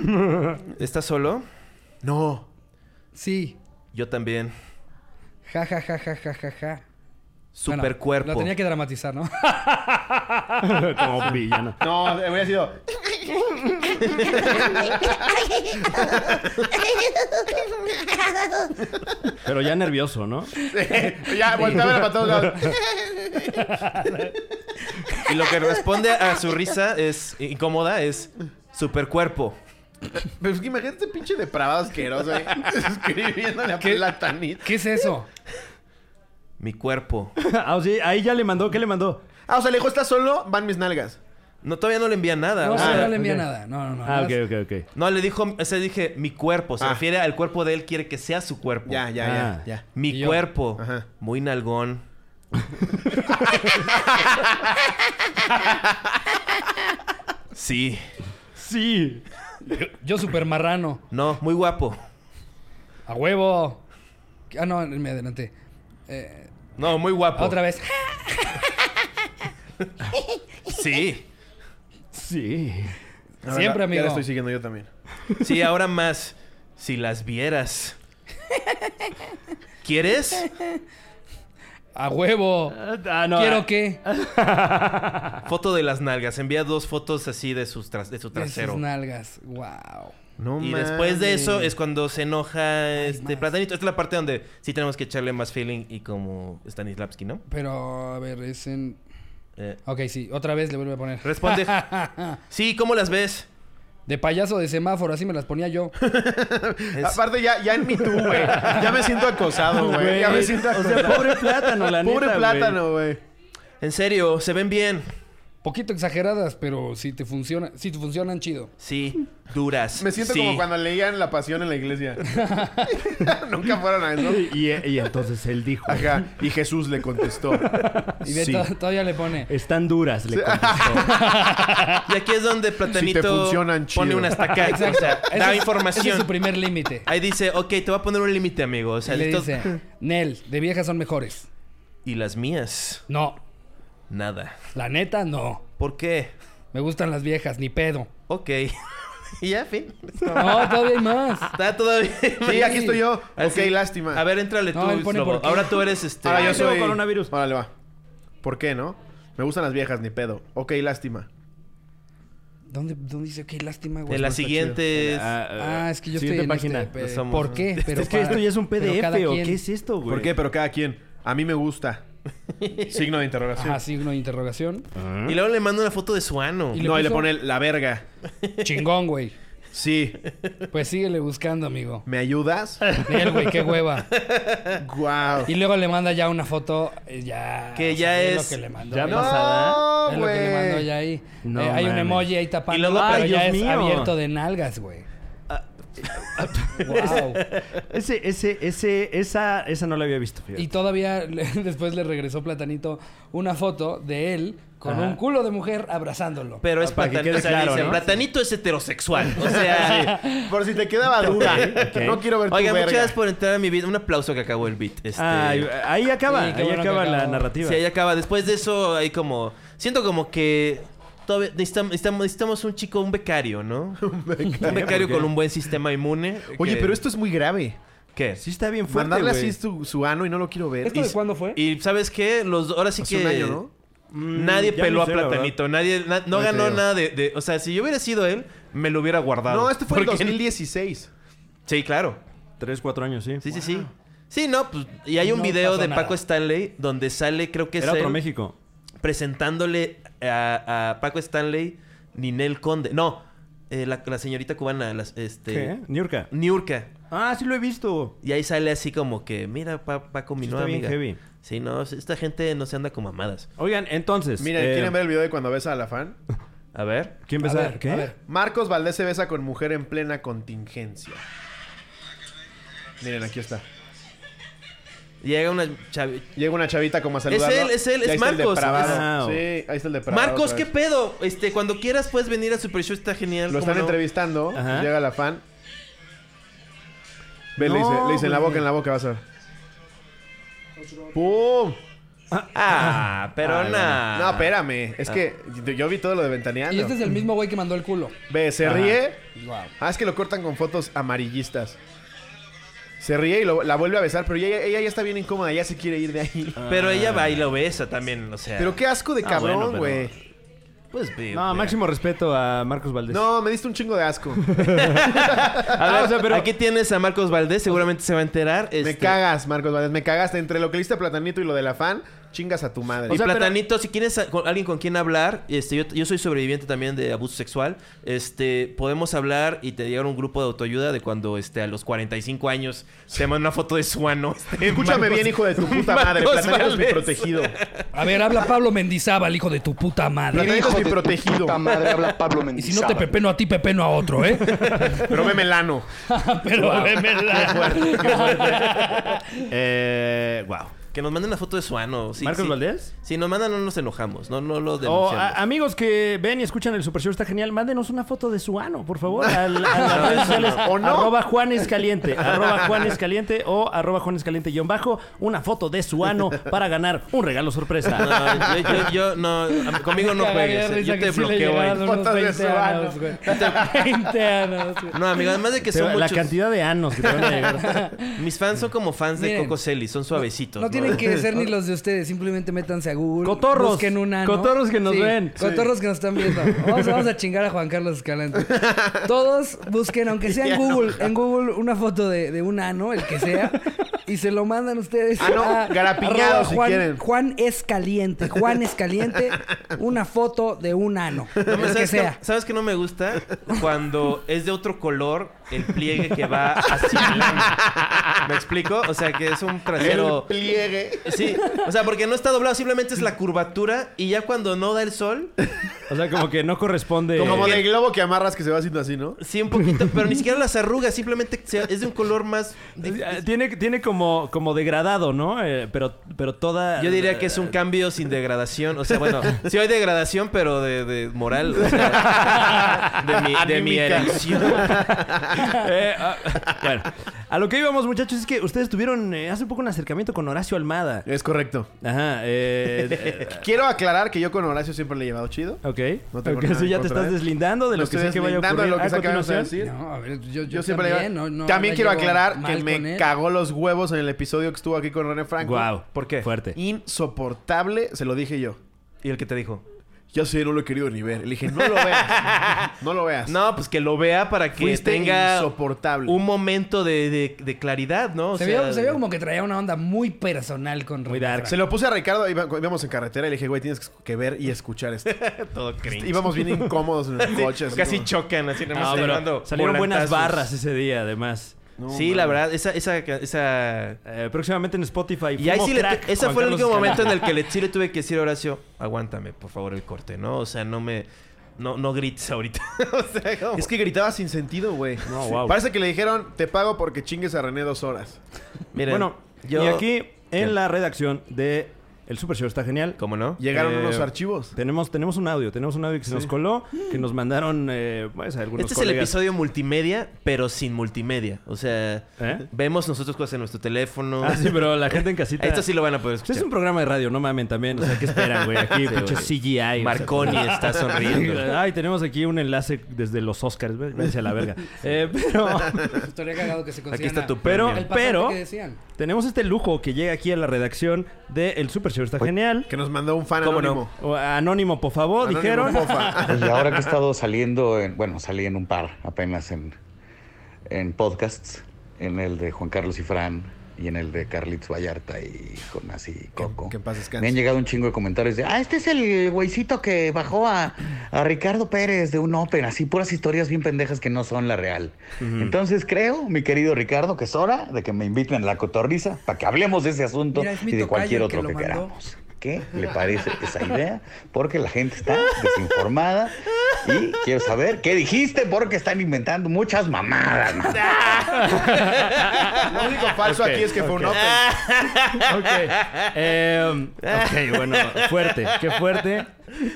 [SPEAKER 5] ¿Estás solo?
[SPEAKER 3] No.
[SPEAKER 2] Sí.
[SPEAKER 5] Yo también.
[SPEAKER 2] Ja, ja, ja, ja, ja, ja, ja. Bueno,
[SPEAKER 5] Supercuerpo.
[SPEAKER 2] lo tenía que dramatizar, ¿no? [laughs]
[SPEAKER 4] [laughs] Como villano.
[SPEAKER 3] No, habría sido. [laughs]
[SPEAKER 4] Pero ya nervioso, ¿no? [laughs]
[SPEAKER 3] ya, voltea a ver para todos lados.
[SPEAKER 5] Y lo que responde a su risa es incómoda, es supercuerpo.
[SPEAKER 3] Pero es que imagínate, pinche depravado asqueroso. ¿eh? [laughs] Escribiéndole a Platanito.
[SPEAKER 2] ¿Qué es eso?
[SPEAKER 5] Mi cuerpo.
[SPEAKER 4] Ah, sí, ahí ya le mandó. ¿Qué le mandó?
[SPEAKER 3] Ah, o sea, le dijo, ¿estás solo? Van mis nalgas.
[SPEAKER 5] No, todavía no le envía nada.
[SPEAKER 2] No,
[SPEAKER 5] o
[SPEAKER 2] o sea,
[SPEAKER 5] sea,
[SPEAKER 2] no le envía
[SPEAKER 4] ok.
[SPEAKER 2] nada. No, no, no.
[SPEAKER 4] Ah,
[SPEAKER 2] Nada
[SPEAKER 4] ok,
[SPEAKER 2] más-
[SPEAKER 4] ok, ok.
[SPEAKER 5] no, le dijo, o sea, dije mi cuerpo. Se
[SPEAKER 3] Ah.
[SPEAKER 5] refiere al cuerpo de él, quiere que sea su cuerpo.
[SPEAKER 3] Ya, ya,
[SPEAKER 4] Ah.
[SPEAKER 3] ya, ya.
[SPEAKER 5] Mi
[SPEAKER 2] Y yo.
[SPEAKER 5] cuerpo.
[SPEAKER 3] Ajá.
[SPEAKER 5] Muy nalgón. [laughs] sí.
[SPEAKER 4] Sí.
[SPEAKER 2] Yo super marrano.
[SPEAKER 5] No, muy guapo.
[SPEAKER 2] A huevo. Ah, no, me adelanté. Eh,
[SPEAKER 5] No, muy guapo.
[SPEAKER 2] otra vez.
[SPEAKER 5] Sí.
[SPEAKER 4] Sí.
[SPEAKER 3] La
[SPEAKER 2] Siempre,
[SPEAKER 3] verdad,
[SPEAKER 2] amigo.
[SPEAKER 3] Ya la estoy siguiendo yo también.
[SPEAKER 5] Sí, ahora más. Si las vieras. ¿Quieres?
[SPEAKER 2] A huevo.
[SPEAKER 4] Ah, no.
[SPEAKER 2] Quiero
[SPEAKER 4] ah,
[SPEAKER 2] que.
[SPEAKER 5] Foto de las nalgas. Envía dos fotos así de, sus tras- de su
[SPEAKER 2] De sus
[SPEAKER 5] trasero.
[SPEAKER 2] nalgas. Wow.
[SPEAKER 3] No
[SPEAKER 5] Y después de eso
[SPEAKER 3] mames.
[SPEAKER 5] es cuando se enoja este
[SPEAKER 2] más.
[SPEAKER 5] platanito. Esta es la parte donde sí tenemos que echarle más feeling y como Stanislavski, ¿no?
[SPEAKER 2] Pero, a ver, es en.
[SPEAKER 5] Eh,
[SPEAKER 2] Ok, sí, otra vez le vuelvo a poner. [laughs]
[SPEAKER 5] responde. sí, ¿cómo las ves?
[SPEAKER 2] De payaso de semáforo, así me las ponía yo.
[SPEAKER 5] Es-
[SPEAKER 3] Aparte, ya, ya en mi tú, güey. Ya me siento acosado, güey.
[SPEAKER 4] [laughs] güey.
[SPEAKER 3] Ya me
[SPEAKER 4] O
[SPEAKER 3] siento acosado.
[SPEAKER 4] sea, pobre plátano, la
[SPEAKER 3] Pobre
[SPEAKER 4] neta, güey.
[SPEAKER 3] plátano, güey.
[SPEAKER 5] En serio, se ven bien.
[SPEAKER 2] Poquito exageradas, pero si te funciona, si te funcionan, chido.
[SPEAKER 5] Sí, duras.
[SPEAKER 3] Me siento
[SPEAKER 5] Sí.
[SPEAKER 3] como cuando leían La Pasión en la
[SPEAKER 4] [laughs]
[SPEAKER 3] iglesia. [laughs] Nunca fueron a eso.
[SPEAKER 4] Y, y entonces él dijo:
[SPEAKER 3] Ajá. Y Jesús le contestó.
[SPEAKER 2] Y ve,
[SPEAKER 3] Sí.
[SPEAKER 2] to- todavía le pone.
[SPEAKER 4] Están duras, le contestó.
[SPEAKER 5] Y aquí
[SPEAKER 3] [laughs]
[SPEAKER 5] es donde platanito
[SPEAKER 3] funcionan, chido.
[SPEAKER 5] pone una
[SPEAKER 2] [laughs]
[SPEAKER 4] [laughs]
[SPEAKER 5] estaca.
[SPEAKER 2] Exacto.
[SPEAKER 5] o sea,
[SPEAKER 2] Ese
[SPEAKER 5] da
[SPEAKER 2] es- Ese es
[SPEAKER 5] información.
[SPEAKER 2] su primer límite.
[SPEAKER 5] Ahí dice, ok, te voy a poner un límite, amigo. O sea,
[SPEAKER 2] Y le
[SPEAKER 5] estos-
[SPEAKER 2] dice, Nel, de viejas son mejores.
[SPEAKER 5] Y las mías,
[SPEAKER 2] No,
[SPEAKER 5] nada.
[SPEAKER 2] la neta, no.
[SPEAKER 5] ¿Por qué?
[SPEAKER 2] Me gustan las viejas, ni pedo.
[SPEAKER 3] [laughs]
[SPEAKER 5] Ok. y ya, fin.
[SPEAKER 2] No, todavía hay más.
[SPEAKER 5] Está todavía.
[SPEAKER 3] Sí, aquí estoy yo.
[SPEAKER 5] Así.
[SPEAKER 3] Ok, lástima.
[SPEAKER 5] A ver, entrale tú,
[SPEAKER 2] No, él pone
[SPEAKER 5] Slobo.
[SPEAKER 2] por qué.
[SPEAKER 5] Ahora tú eres este.
[SPEAKER 3] Ahora yo
[SPEAKER 4] tengo
[SPEAKER 3] soy...
[SPEAKER 4] coronavirus.
[SPEAKER 3] Órale, va. ¿Por qué, no? Me gustan las viejas, ni pedo. Ok, lástima.
[SPEAKER 2] ¿Dónde, dónde dice? Qué lástima, güey.
[SPEAKER 5] En la
[SPEAKER 3] está
[SPEAKER 5] siguiente.
[SPEAKER 2] pues, Ah, es que yo estoy
[SPEAKER 4] siguiente
[SPEAKER 2] en
[SPEAKER 4] página.
[SPEAKER 2] este, pe-
[SPEAKER 5] No somos-
[SPEAKER 2] ¿Por qué? Pero
[SPEAKER 4] es que
[SPEAKER 2] para-
[SPEAKER 4] esto ya es un
[SPEAKER 2] pero
[SPEAKER 4] PDF
[SPEAKER 2] cada
[SPEAKER 4] o
[SPEAKER 2] quien-
[SPEAKER 4] qué es esto, güey.
[SPEAKER 3] ¿Por qué? Pero cada quien. A mí me gusta. Signo de interrogación.
[SPEAKER 2] Ajá, signo de interrogación.
[SPEAKER 5] Y luego le mando una foto de su ano.
[SPEAKER 2] Y le
[SPEAKER 3] no, y le
[SPEAKER 2] puso-
[SPEAKER 3] pone la verga.
[SPEAKER 2] Chingón, güey.
[SPEAKER 3] Sí.
[SPEAKER 2] Pues síguele buscando,
[SPEAKER 4] [laughs]
[SPEAKER 2] amigo.
[SPEAKER 3] ¿Me ayudas?
[SPEAKER 2] Nel, güey, qué hueva.
[SPEAKER 3] Guau.
[SPEAKER 2] Y luego le manda ya una foto, eh, ya...
[SPEAKER 5] Que
[SPEAKER 2] o sea,
[SPEAKER 5] ya
[SPEAKER 2] es...
[SPEAKER 5] es-
[SPEAKER 2] lo que le mandó.
[SPEAKER 4] ya
[SPEAKER 2] ahí.
[SPEAKER 4] pasada.
[SPEAKER 3] Oh,
[SPEAKER 2] Es lo que le mandó ya ahí.
[SPEAKER 4] No
[SPEAKER 2] Eh, hay un
[SPEAKER 4] mames.
[SPEAKER 2] emoji ahí tapando,
[SPEAKER 5] Y luego-
[SPEAKER 2] pero
[SPEAKER 4] ¡Ay,
[SPEAKER 2] ya
[SPEAKER 4] Dios
[SPEAKER 2] es [laughs]
[SPEAKER 4] mío!
[SPEAKER 2] abierto de nalgas, güey. Wow.
[SPEAKER 4] Ese, ese, ese, esa, esa no la había visto. fíjate.
[SPEAKER 2] Y todavía le- [laughs] después le regresó Platanito una foto de él con
[SPEAKER 4] Ajá.
[SPEAKER 2] un culo de mujer abrazándolo.
[SPEAKER 5] [laughs] Pero es
[SPEAKER 4] Ah, Para que
[SPEAKER 5] platanito.
[SPEAKER 4] quede
[SPEAKER 5] o sea,
[SPEAKER 4] claro,
[SPEAKER 5] dicen,
[SPEAKER 4] ¿no?
[SPEAKER 5] platanito es heterosexual.
[SPEAKER 3] [laughs]
[SPEAKER 5] O sea,
[SPEAKER 3] Por si te quedaba duda. No quiero ver tu
[SPEAKER 5] oiga, muchas
[SPEAKER 3] verga.
[SPEAKER 5] gracias por entrar a mi beat. Un aplauso que acabó el beat. Este,
[SPEAKER 4] Ay, ahí acaba,
[SPEAKER 2] Sí, qué
[SPEAKER 4] ahí
[SPEAKER 2] bueno que
[SPEAKER 4] acaba la
[SPEAKER 2] acabó.
[SPEAKER 4] narrativa.
[SPEAKER 5] Sí, ahí acaba. Después de eso hay como... Siento como que... Todavía necesitam- necesitam- necesitamos, un chico, un
[SPEAKER 4] [laughs]
[SPEAKER 5] becario, ¿no? un becario. con un buen sistema inmune.
[SPEAKER 3] Oye,
[SPEAKER 5] que-
[SPEAKER 3] pero esto es muy grave.
[SPEAKER 5] ¿Qué?
[SPEAKER 4] Sí está bien fuerte,
[SPEAKER 3] Mandarle
[SPEAKER 4] güey.
[SPEAKER 3] así su, su ano y no lo quiero ver.
[SPEAKER 2] ¿Esto de cuándo fue?
[SPEAKER 5] Y ¿sabes qué? Los, ahora sí
[SPEAKER 3] Hace
[SPEAKER 5] que...
[SPEAKER 3] un año, ¿no?
[SPEAKER 5] Nadie
[SPEAKER 4] Mm, ya
[SPEAKER 5] peló
[SPEAKER 4] no
[SPEAKER 5] a
[SPEAKER 4] sé, la
[SPEAKER 5] Platanito. Nadie... na-
[SPEAKER 3] No
[SPEAKER 5] no ganó
[SPEAKER 3] creo.
[SPEAKER 5] nada de, de- O sea, si yo hubiera sido él, me lo hubiera guardado.
[SPEAKER 3] No, esto fue en
[SPEAKER 5] Porque-
[SPEAKER 3] 2016.
[SPEAKER 5] Sí, claro.
[SPEAKER 4] Tres, cuatro años, sí.
[SPEAKER 5] Sí, sí, sí. Sí, no, pues... Y hay un
[SPEAKER 2] No
[SPEAKER 5] video
[SPEAKER 2] pasó
[SPEAKER 5] de
[SPEAKER 2] nada.
[SPEAKER 5] Paco Stanley donde sale, creo que es
[SPEAKER 4] Era otro
[SPEAKER 5] él
[SPEAKER 4] México.
[SPEAKER 5] presentándole a, a Paco Stanley Ninel Conde. No, eh, la, la señorita cubana, las- este...
[SPEAKER 4] ¿Qué? Niurka.
[SPEAKER 5] Niurka.
[SPEAKER 4] Ah, sí lo he visto.
[SPEAKER 5] Y ahí sale así como que, mira, pa- Paco, mi
[SPEAKER 4] Sí,
[SPEAKER 5] nueva
[SPEAKER 4] está bien
[SPEAKER 5] amiga.
[SPEAKER 4] heavy.
[SPEAKER 5] Sí, no, esta gente no se anda con mamadas.
[SPEAKER 4] Oigan, entonces.
[SPEAKER 3] Mira,
[SPEAKER 4] eh,
[SPEAKER 3] ¿quieren ver el video de cuando besa a la fan?
[SPEAKER 5] A ver.
[SPEAKER 4] ¿Quién
[SPEAKER 2] a
[SPEAKER 4] besa?
[SPEAKER 2] ver,
[SPEAKER 4] ¿Qué?
[SPEAKER 2] a ver.
[SPEAKER 3] Marcos Valdés se besa con mujer en plena contingencia. Miren, aquí está.
[SPEAKER 5] Llega una chavi...
[SPEAKER 3] Llega una chavita como a saludarlo.
[SPEAKER 5] él, es él,
[SPEAKER 3] Y ahí
[SPEAKER 5] es
[SPEAKER 3] está el
[SPEAKER 5] Marcos.
[SPEAKER 3] depravado.
[SPEAKER 4] Es-
[SPEAKER 3] Sí, ahí está el depravado.
[SPEAKER 5] Marcos,
[SPEAKER 3] otra
[SPEAKER 5] ¿qué
[SPEAKER 3] vez.
[SPEAKER 5] pedo? Este, cuando quieras puedes venir a Super Show, está genial.
[SPEAKER 3] Lo
[SPEAKER 5] ¿cómo
[SPEAKER 3] están
[SPEAKER 5] no?
[SPEAKER 3] entrevistando.
[SPEAKER 4] Ajá.
[SPEAKER 3] Llega la fan. Ve,
[SPEAKER 4] No,
[SPEAKER 3] le dice, le dice en la
[SPEAKER 4] güey.
[SPEAKER 3] boca, en la boca, vas a ver. ¡Pum!
[SPEAKER 5] Ah, pero nada.
[SPEAKER 3] No, espérame.
[SPEAKER 4] Ah.
[SPEAKER 3] Es que yo vi todo lo de ventaneando.
[SPEAKER 2] Y este es el mismo güey que mandó el culo.
[SPEAKER 3] Ve, se ríe.
[SPEAKER 2] Wow.
[SPEAKER 3] Ah, es que lo cortan con fotos amarillistas. Se ríe y lo- la vuelve a besar, pero ella, ella ya está bien incómoda, ya se quiere ir de ahí.
[SPEAKER 5] Pero ella va y lo besa también, o sea.
[SPEAKER 3] Ah. Pero qué asco de
[SPEAKER 5] Ah, bueno,
[SPEAKER 3] cabrón,
[SPEAKER 5] pero-
[SPEAKER 3] güey.
[SPEAKER 5] Pues ve-
[SPEAKER 4] Eh, No,
[SPEAKER 5] ve-
[SPEAKER 4] máximo respeto a Marcos Valdés.
[SPEAKER 3] No, me diste un chingo de asco.
[SPEAKER 5] [laughs] A ver,
[SPEAKER 4] Ah, o sea, pero-
[SPEAKER 5] aquí tienes a Marcos Valdés, seguramente se va a enterar.
[SPEAKER 3] Me
[SPEAKER 5] este,
[SPEAKER 3] cagas, Marcos Valdés, me cagaste. Entre lo que le diste a Platanito y lo de la fan, chingas a tu madre.
[SPEAKER 5] Y Platanito, si quieres a- con- alguien con quien hablar, este, yo, yo soy sobreviviente también de abuso sexual, este, podemos hablar y te llegar un grupo de autoayuda de cuando este, a los 45 años te manda una foto de su ano. este,
[SPEAKER 3] Escúchame
[SPEAKER 5] [laughs] Marcos-
[SPEAKER 3] bien, hijo de tu puta madre.
[SPEAKER 5] Marcos
[SPEAKER 3] Platanito es mi
[SPEAKER 5] Valdés.
[SPEAKER 3] protegido.
[SPEAKER 2] A ver, habla Pablo Mendizábal, hijo de tu puta madre.
[SPEAKER 3] Platanito es
[SPEAKER 6] Hijo
[SPEAKER 3] mi
[SPEAKER 6] de
[SPEAKER 3] protegido.
[SPEAKER 6] tu puta madre habla Pablo
[SPEAKER 2] Y si no te
[SPEAKER 6] Mendizábal.
[SPEAKER 2] pepeno a ti, pepeno a otro, ¿eh?
[SPEAKER 3] Pero ve melano.
[SPEAKER 5] [laughs]
[SPEAKER 2] Pero
[SPEAKER 3] [laughs]
[SPEAKER 2] vémela.
[SPEAKER 4] Eh, wow.
[SPEAKER 5] Que nos manden una foto de su ano. sí,
[SPEAKER 4] ¿Marcos
[SPEAKER 5] sí.
[SPEAKER 4] Valdés? Oh, ah,
[SPEAKER 5] Si nos mandan, no nos enojamos, no, no lo
[SPEAKER 4] O
[SPEAKER 5] denunciamos.
[SPEAKER 4] a- amigos que ven y escuchan el Super Show, está genial. Mándenos una foto de su ano, por favor. Al, a las redes sociales.
[SPEAKER 3] ¿O no?
[SPEAKER 4] Arroba Juanes Caliente. Arroba Juanes Caliente o arroba Juanes Caliente guión bajo. Una foto de su ano para ganar un regalo sorpresa.
[SPEAKER 5] No, yo, yo- yo- no, a-
[SPEAKER 2] [laughs]
[SPEAKER 5] conmigo no juegues, eh, yo te bloqueo ahí.
[SPEAKER 3] Fotos de su ano.
[SPEAKER 2] [laughs] 20 años, güey.
[SPEAKER 5] No, amigo, además de que
[SPEAKER 4] Te
[SPEAKER 5] son
[SPEAKER 4] va- La
[SPEAKER 5] muchos...
[SPEAKER 4] cantidad de anos que te van a llegar.
[SPEAKER 5] Mis fans son como fans de
[SPEAKER 2] Miren,
[SPEAKER 5] Coco Celis, son suavecitos.
[SPEAKER 2] No tienen que ser ni los de ustedes, simplemente métanse a Google.
[SPEAKER 4] Cotorros.
[SPEAKER 2] busquen un ano.
[SPEAKER 4] Cotorros que nos ven.
[SPEAKER 2] Cotorros que nos están viendo. Vamos, vamos a chingar a Juan Carlos Escalante. Todos busquen, aunque
[SPEAKER 9] [laughs]
[SPEAKER 2] sea en Google, en Google una foto de, de un ano, el que sea, y se lo mandan ustedes.
[SPEAKER 5] Ah,
[SPEAKER 3] Ano
[SPEAKER 2] a-
[SPEAKER 3] garapiñado,
[SPEAKER 2] arroba
[SPEAKER 3] si
[SPEAKER 2] Juan,
[SPEAKER 3] quieren.
[SPEAKER 2] Juan es caliente. Juan es caliente. Una foto de un ano.
[SPEAKER 5] No me-
[SPEAKER 2] el que
[SPEAKER 5] ¿sabes,
[SPEAKER 2] sea.
[SPEAKER 5] Que, ¿Sabes que no me gusta? Cuando es de otro color el pliegue que va hacia el ano. ¿Me explico? O sea, que es un
[SPEAKER 3] El
[SPEAKER 5] trasero...
[SPEAKER 3] pliegue.
[SPEAKER 5] Sí, o sea, porque no está doblado, simplemente es la curvatura y ya cuando no da el sol,
[SPEAKER 4] O sea, como que no
[SPEAKER 5] Eh,
[SPEAKER 4] corresponde.
[SPEAKER 3] Como de globo que amarras que se va haciendo así, ¿no?
[SPEAKER 5] sí un poquito, pero ni siquiera las arrugas, simplemente se- es de un color más...
[SPEAKER 4] Eh, Tiene, tiene como, como degradado, ¿no? Eh, pero, pero toda.
[SPEAKER 5] Yo diría que es un cambio sin degradación. O sea, bueno, sí hay degradación, pero de, de moral. o sea, de mi, de mi
[SPEAKER 3] Anímica.
[SPEAKER 5] erección.
[SPEAKER 4] [laughs] Eh, ah, bueno, a lo que íbamos, muchachos, es que ustedes tuvieron eh, hace poco un acercamiento con Horacio Almada.
[SPEAKER 3] Es correcto.
[SPEAKER 4] Ajá, eh, eh,
[SPEAKER 3] [laughs] Quiero aclarar que yo con Horacio siempre le he llevado chido.
[SPEAKER 4] Ok.
[SPEAKER 3] No tengo
[SPEAKER 4] Porque
[SPEAKER 3] nada
[SPEAKER 4] eso
[SPEAKER 3] en
[SPEAKER 4] ya
[SPEAKER 3] contra
[SPEAKER 4] te estás
[SPEAKER 3] de él.
[SPEAKER 4] deslindando de
[SPEAKER 3] Me
[SPEAKER 4] lo que
[SPEAKER 3] estoy
[SPEAKER 4] sé que vaya a
[SPEAKER 3] deslindando de
[SPEAKER 4] ocurrir.
[SPEAKER 3] lo que
[SPEAKER 4] a
[SPEAKER 3] se acaba de
[SPEAKER 4] continuación.
[SPEAKER 3] decir.
[SPEAKER 2] No, a ver, yo, yo
[SPEAKER 3] Yo siempre le-
[SPEAKER 2] también, no- no
[SPEAKER 3] también
[SPEAKER 2] la
[SPEAKER 3] quiero
[SPEAKER 2] llevo
[SPEAKER 3] aclarar que
[SPEAKER 2] mal con
[SPEAKER 3] me
[SPEAKER 2] él.
[SPEAKER 3] cagó los huevos en el episodio que estuvo aquí con René Franco.
[SPEAKER 4] Guau.
[SPEAKER 5] ¿Por qué?
[SPEAKER 4] Fuerte.
[SPEAKER 3] Insoportable, se lo dije yo.
[SPEAKER 5] ¿Y el que te dijo?
[SPEAKER 3] Yo sé, no lo he querido ni ver. Le dije, no lo veas. [laughs] no lo
[SPEAKER 4] [laughs]
[SPEAKER 3] veas.
[SPEAKER 5] No, pues que lo vea para que
[SPEAKER 3] Fuiste
[SPEAKER 5] tenga
[SPEAKER 3] insoportable.
[SPEAKER 5] un momento de, de- de claridad, ¿no? O
[SPEAKER 2] Se,
[SPEAKER 5] sea,
[SPEAKER 2] vio, se vio como que traía una onda muy personal con
[SPEAKER 4] Muy
[SPEAKER 2] René
[SPEAKER 4] dark.
[SPEAKER 3] Se lo puse a Ricardo, iba- íbamos en carretera y le dije, güey, tienes que ver y escuchar
[SPEAKER 4] [laughs]
[SPEAKER 3] esto.
[SPEAKER 5] todo
[SPEAKER 4] Pues
[SPEAKER 5] cringe. [laughs]
[SPEAKER 3] íbamos bien incómodos en el coche. así
[SPEAKER 5] Casi
[SPEAKER 3] como-
[SPEAKER 5] chocan, así nada más
[SPEAKER 4] No, pero
[SPEAKER 5] dando
[SPEAKER 4] salieron buenas
[SPEAKER 5] volantazos.
[SPEAKER 4] barras ese día, además.
[SPEAKER 5] sí, la verdad, esa... esa, esa...
[SPEAKER 4] Eh, próximamente en Spotify.
[SPEAKER 5] Y ahí
[SPEAKER 4] Fumo
[SPEAKER 5] sí le tu-
[SPEAKER 4] Crack,
[SPEAKER 5] ese
[SPEAKER 4] Juan
[SPEAKER 5] fue el
[SPEAKER 4] Carlos
[SPEAKER 5] único
[SPEAKER 4] Escalante.
[SPEAKER 5] momento en el que le, sí le tuve que decir a Horacio, aguántame, por favor, el corte, ¿no? O sea, no me... No, no grites ahorita. [laughs] o sea, como-
[SPEAKER 3] Es que gritaba sin sentido, güey.
[SPEAKER 4] No, wow.
[SPEAKER 3] Parece que le dijeron, te pago porque chingues a René dos horas.
[SPEAKER 5] Miren,
[SPEAKER 4] bueno,
[SPEAKER 5] yo-
[SPEAKER 4] y aquí
[SPEAKER 5] ¿Qué?
[SPEAKER 4] en la redacción de El Super Show está genial.
[SPEAKER 5] ¿Cómo no?
[SPEAKER 3] Llegaron
[SPEAKER 4] Eh,
[SPEAKER 3] unos archivos.
[SPEAKER 4] Tenemos, tenemos un audio, tenemos un audio que se nos coló, que nos mandaron eh, pues, algunos
[SPEAKER 5] Este es el
[SPEAKER 4] colegas.
[SPEAKER 5] episodio multimedia, pero sin multimedia. O sea,
[SPEAKER 4] ¿Eh?
[SPEAKER 5] vemos nosotros cosas en nuestro teléfono.
[SPEAKER 4] Ah, sí, pero la gente en casita...
[SPEAKER 5] Esto sí lo van a poder
[SPEAKER 4] Pues es
[SPEAKER 5] escuchar.
[SPEAKER 4] un programa de radio, no mamen también. O sea, ¿qué esperan, güey?
[SPEAKER 5] [laughs]
[SPEAKER 4] Aquí, pinche CGI. o sea, [laughs]
[SPEAKER 5] Marconi está sonriendo.
[SPEAKER 4] Ay, tenemos aquí un enlace desde los Oscars. Vé- Váyanse a la
[SPEAKER 5] [laughs]
[SPEAKER 4] verga. Eh, pero
[SPEAKER 2] Estaría cagado que se consigan
[SPEAKER 5] está
[SPEAKER 2] a-
[SPEAKER 5] tu
[SPEAKER 4] Pero-
[SPEAKER 5] premio.
[SPEAKER 2] el pasante
[SPEAKER 4] pero-
[SPEAKER 2] que decían.
[SPEAKER 4] tenemos este lujo que llega aquí a la redacción de El Super Show. Está genial.
[SPEAKER 3] Que nos mandó un fan
[SPEAKER 5] ¿Cómo no?
[SPEAKER 3] anónimo.
[SPEAKER 4] O- Anónimo, por favor,
[SPEAKER 3] Anónimo
[SPEAKER 4] dijeron.
[SPEAKER 3] Mofa.
[SPEAKER 10] [laughs] Pues ahora que he estado saliendo, en, bueno, salí en un par apenas en, en podcasts, en el de Juan Carlos y Fran y en el de Carlitos Vallarta y Jonás y Coco.
[SPEAKER 3] que en paz descanse.
[SPEAKER 10] Me han llegado un chingo de comentarios de, ah, este es el güeycito que bajó a, a Ricardo Pérez de un Open, así puras historias bien pendejas que no son la real. Entonces creo, mi querido Ricardo, que es hora de que me inviten a la cotorriza para que hablemos de ese asunto
[SPEAKER 2] Mira, es mi
[SPEAKER 10] y de
[SPEAKER 2] tocayo
[SPEAKER 10] cualquier
[SPEAKER 2] el que
[SPEAKER 10] otro
[SPEAKER 2] lo
[SPEAKER 10] que,
[SPEAKER 2] mandó.
[SPEAKER 10] queramos. ¿Qué le parece esa idea? Porque la gente está desinformada y quiero saber qué dijiste porque están inventando muchas mamadas. man.
[SPEAKER 3] Lo único falso aquí es que fue un open.
[SPEAKER 4] Ok. Eh, ok, bueno, fuerte. Qué fuerte.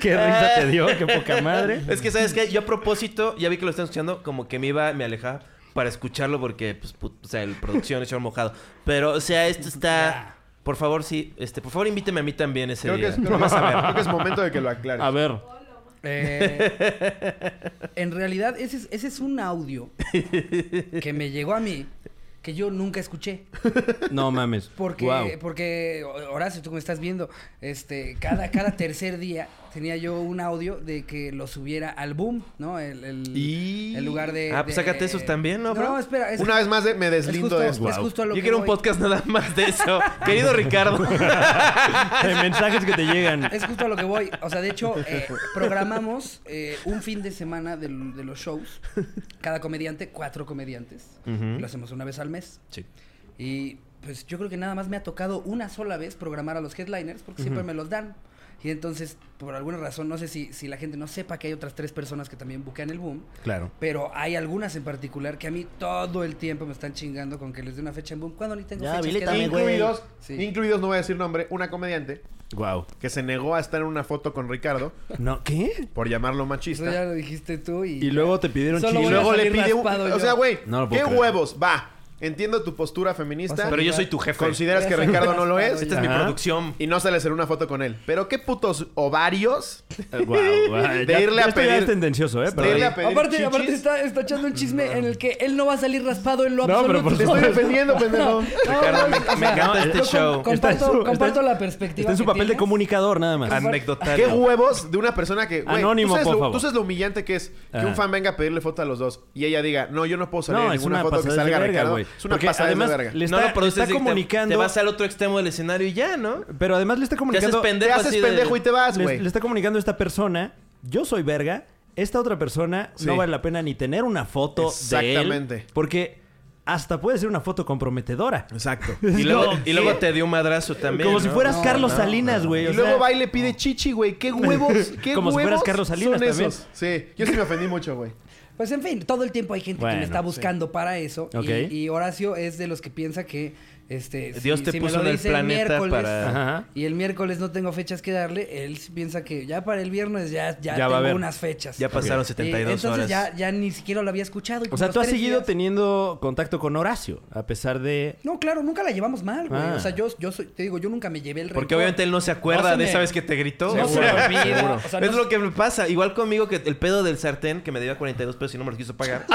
[SPEAKER 4] Qué risa te dio. Qué poca madre.
[SPEAKER 5] Es que, ¿sabes qué? Yo a propósito, ya vi que lo están escuchando, como que me iba, me alejaba para escucharlo porque, pues, put- o sea, el producción echó mojado. Pero, o sea, esto está... Por favor, sí, este, por favor invíteme a mí también ese
[SPEAKER 3] Creo que,
[SPEAKER 5] día.
[SPEAKER 3] es, creo que [laughs] es- creo que es momento de que lo aclares.
[SPEAKER 4] A ver.
[SPEAKER 2] Eh, en realidad, ese es, ese es un audio que me llegó a mí que yo nunca escuché.
[SPEAKER 4] No mames.
[SPEAKER 2] Porque,
[SPEAKER 4] Guau.
[SPEAKER 2] porque Horacio, tú que me estás viendo, este, cada, cada tercer día tenía yo un audio de que lo subiera al boom, ¿no? El, el,
[SPEAKER 3] Y-
[SPEAKER 2] el lugar de.
[SPEAKER 5] Ah, pues
[SPEAKER 2] de-
[SPEAKER 5] sácate esos también, ¿no, bro?
[SPEAKER 2] No, espera. es-
[SPEAKER 3] Una vez más eh, me
[SPEAKER 2] es
[SPEAKER 3] deslindo
[SPEAKER 2] justo,
[SPEAKER 3] de esto.
[SPEAKER 2] es justo a lo
[SPEAKER 5] Yo
[SPEAKER 2] que
[SPEAKER 5] quiero un
[SPEAKER 2] voy.
[SPEAKER 5] podcast nada más de eso. [laughs] Querido Ricardo.
[SPEAKER 4] De mensajes que te llegan.
[SPEAKER 2] Es justo a lo que voy. O sea, de hecho, eh, programamos eh, un fin de semana del- de, los shows. Cada comediante, cuatro comediantes. Lo hacemos una vez al mes.
[SPEAKER 5] Sí.
[SPEAKER 2] Y pues yo creo que nada más me ha tocado una sola vez programar a los headliners porque siempre me los dan. Y entonces, por alguna razón, no sé si, si la gente no sepa que hay otras tres personas que también buquean el boom.
[SPEAKER 4] Claro.
[SPEAKER 2] Pero hay algunas en particular que a mí todo el tiempo me están chingando con que les dé una fecha en boom. Cuando ni tengo
[SPEAKER 4] Ya,
[SPEAKER 2] fechas que
[SPEAKER 4] habilítame,
[SPEAKER 2] dar?
[SPEAKER 3] Incluidos,
[SPEAKER 2] Sí.
[SPEAKER 3] incluidos, no voy a decir nombre, una comediante
[SPEAKER 4] Wow.
[SPEAKER 3] que se negó a estar en una foto con Ricardo
[SPEAKER 4] No, ¿qué?
[SPEAKER 3] por llamarlo
[SPEAKER 2] Eso ya
[SPEAKER 3] machista.
[SPEAKER 2] lo dijiste tú y...
[SPEAKER 4] Y luego te pidieron
[SPEAKER 2] Solo
[SPEAKER 3] Y
[SPEAKER 2] voy
[SPEAKER 4] chile.
[SPEAKER 2] a
[SPEAKER 3] luego le
[SPEAKER 2] salir
[SPEAKER 3] pide un...
[SPEAKER 2] raspado
[SPEAKER 3] O
[SPEAKER 2] yo.
[SPEAKER 3] sea, güey,
[SPEAKER 4] No lo puedo
[SPEAKER 3] ¿qué
[SPEAKER 4] creer.
[SPEAKER 3] huevos? Va, entiendo tu postura feminista.
[SPEAKER 5] Pero yo soy tu jefe.
[SPEAKER 3] Consideras
[SPEAKER 2] Ya
[SPEAKER 3] que
[SPEAKER 2] soy
[SPEAKER 3] Ricardo no lo
[SPEAKER 2] raspado
[SPEAKER 3] es
[SPEAKER 2] ya.
[SPEAKER 5] Esta es mi
[SPEAKER 4] Ajá.
[SPEAKER 5] producción.
[SPEAKER 3] y no sales en una foto con él. Pero qué putos ovarios
[SPEAKER 4] Guau, guau.
[SPEAKER 3] De
[SPEAKER 4] Ya-
[SPEAKER 3] irle
[SPEAKER 4] ya
[SPEAKER 3] a
[SPEAKER 4] esto ya
[SPEAKER 3] pedir-
[SPEAKER 4] es tendencioso, ¿eh?
[SPEAKER 3] de irle a
[SPEAKER 4] Perdón.
[SPEAKER 3] pedir
[SPEAKER 2] Aparte,
[SPEAKER 3] chichis.
[SPEAKER 2] aparte está, está echando un chisme en el que él no va a salir raspado en lo
[SPEAKER 4] No,
[SPEAKER 2] absoluto.
[SPEAKER 4] pero por
[SPEAKER 3] Te estoy
[SPEAKER 4] supuesto.
[SPEAKER 3] defendiendo, pendejo.
[SPEAKER 5] Ricardo, me, me encanta este
[SPEAKER 2] Yo com-
[SPEAKER 5] show.
[SPEAKER 2] com-
[SPEAKER 4] Está en
[SPEAKER 2] Comparto-
[SPEAKER 4] está en-
[SPEAKER 2] comparto la perspectiva
[SPEAKER 4] Está en su
[SPEAKER 2] que
[SPEAKER 4] papel de
[SPEAKER 2] tienes.
[SPEAKER 4] comunicador, nada más.
[SPEAKER 3] ¿Qué
[SPEAKER 5] Anecdotario.
[SPEAKER 3] huevos de una persona que. güey, tú
[SPEAKER 4] Anónimo,
[SPEAKER 3] sabes
[SPEAKER 4] por
[SPEAKER 3] lo,
[SPEAKER 4] favor.
[SPEAKER 3] Tú sabes lo humillante que es que
[SPEAKER 4] Ajá.
[SPEAKER 3] un fan venga a pedirle foto a los dos y ella diga, no, yo no puedo salir
[SPEAKER 4] No,
[SPEAKER 3] en
[SPEAKER 4] es
[SPEAKER 3] ninguna
[SPEAKER 4] una
[SPEAKER 3] foto que
[SPEAKER 4] pasada de
[SPEAKER 3] salga
[SPEAKER 4] verga,
[SPEAKER 3] Ricardo.
[SPEAKER 4] güey.
[SPEAKER 3] Es una
[SPEAKER 4] Porque
[SPEAKER 3] pasada
[SPEAKER 4] además
[SPEAKER 3] de verga.
[SPEAKER 4] le
[SPEAKER 5] no
[SPEAKER 4] está-
[SPEAKER 5] lo produces.
[SPEAKER 4] está
[SPEAKER 5] y te-
[SPEAKER 4] comunicando-
[SPEAKER 5] Te, vas al otro extremo del escenario y ya, ¿no?
[SPEAKER 4] Pero además le está
[SPEAKER 5] Te haces
[SPEAKER 4] comunicando.
[SPEAKER 5] pendejo.
[SPEAKER 3] Te haces
[SPEAKER 5] así de-
[SPEAKER 3] pendejo y te vas,
[SPEAKER 4] le,
[SPEAKER 3] güey.
[SPEAKER 4] le está comunicando esta persona. Yo soy verga. Esta otra persona
[SPEAKER 3] Sí.
[SPEAKER 4] no vale la pena ni tener una foto de
[SPEAKER 3] Exactamente.
[SPEAKER 4] él. Porque hasta puede ser una foto comprometedora.
[SPEAKER 3] Exacto.
[SPEAKER 4] [laughs]
[SPEAKER 5] Y luego, y luego
[SPEAKER 4] Sí.
[SPEAKER 5] te dio un madrazo también.
[SPEAKER 4] Como si
[SPEAKER 5] ¿no?
[SPEAKER 4] fueras
[SPEAKER 2] No,
[SPEAKER 4] Carlos
[SPEAKER 2] no,
[SPEAKER 4] Salinas, güey.
[SPEAKER 3] Y
[SPEAKER 4] o
[SPEAKER 3] luego
[SPEAKER 4] sea-
[SPEAKER 3] va y le pide chichi, güey.
[SPEAKER 4] [laughs]
[SPEAKER 3] ¿Qué huevos? ¿Qué
[SPEAKER 4] Como si
[SPEAKER 3] huevos
[SPEAKER 4] fueras Carlos Salinas
[SPEAKER 3] son
[SPEAKER 4] también.
[SPEAKER 3] esos? Sí, yo sí me ofendí mucho, güey.
[SPEAKER 2] Pues en fin, todo el tiempo hay gente que
[SPEAKER 4] Bueno,
[SPEAKER 2] me está buscando para eso. y-
[SPEAKER 4] Ok.
[SPEAKER 2] Y, Horacio es de los que piensa que este si-
[SPEAKER 5] Dios te
[SPEAKER 2] si me
[SPEAKER 5] puso
[SPEAKER 2] lo
[SPEAKER 5] en el
[SPEAKER 2] dice
[SPEAKER 5] planeta para-
[SPEAKER 4] Ajá.
[SPEAKER 2] Y el miércoles no tengo fechas que darle. Él sí piensa que ya para el viernes ya, ya,
[SPEAKER 4] Ya va a
[SPEAKER 2] tengo
[SPEAKER 4] haber.
[SPEAKER 2] unas fechas.
[SPEAKER 5] Ya pasaron
[SPEAKER 2] Y
[SPEAKER 5] 72
[SPEAKER 2] entonces
[SPEAKER 5] horas.
[SPEAKER 2] ya, ya ni siquiera lo había escuchado. y
[SPEAKER 4] O sea,
[SPEAKER 2] como
[SPEAKER 4] tú has
[SPEAKER 2] tres
[SPEAKER 4] seguido
[SPEAKER 2] días-
[SPEAKER 4] teniendo contacto con Horacio, a pesar de...
[SPEAKER 2] No, claro, nunca la llevamos mal, güey.
[SPEAKER 4] Ah.
[SPEAKER 2] O sea, yo, yo soy- te digo, yo nunca me llevé el
[SPEAKER 5] Porque
[SPEAKER 2] rencor.
[SPEAKER 5] obviamente él no se acuerda
[SPEAKER 2] No se
[SPEAKER 5] de
[SPEAKER 2] me-
[SPEAKER 5] esa vez que te gritó.
[SPEAKER 2] No
[SPEAKER 5] O
[SPEAKER 2] se
[SPEAKER 5] sea,
[SPEAKER 2] me olvida. O sea,
[SPEAKER 5] es
[SPEAKER 2] no-
[SPEAKER 5] lo que me pasa. Igual conmigo que el pedo del sartén que me debía 42 pesos y no me los quiso
[SPEAKER 2] [laughs]
[SPEAKER 5] pagar.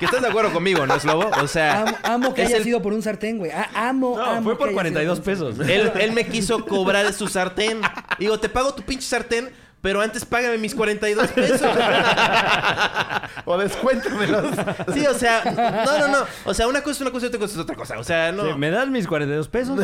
[SPEAKER 5] que estás de acuerdo conmigo, ¿no es lobo? O sea,
[SPEAKER 2] Amo, amo
[SPEAKER 4] [laughs]
[SPEAKER 2] que
[SPEAKER 5] es
[SPEAKER 2] haya
[SPEAKER 5] el-
[SPEAKER 2] sido por un sartén, güey. Ah, amo,
[SPEAKER 4] No,
[SPEAKER 2] amo
[SPEAKER 4] fue
[SPEAKER 2] que haya
[SPEAKER 4] por
[SPEAKER 2] sido
[SPEAKER 4] 42
[SPEAKER 2] por un sartén.
[SPEAKER 4] pesos.
[SPEAKER 5] Él, él me quiso cobrar su sartén. Digo, te pago tu pinche sartén, pero antes págame mis 42 pesos.
[SPEAKER 3] O
[SPEAKER 4] [laughs]
[SPEAKER 3] descuéntamelos.
[SPEAKER 5] Sí, o sea, no, no, no. O sea, una cosa es una cosa y otra cosa es otra cosa. O sea, [laughs] no.
[SPEAKER 4] Sí, me das mis
[SPEAKER 3] [laughs]
[SPEAKER 4] 42 pesos,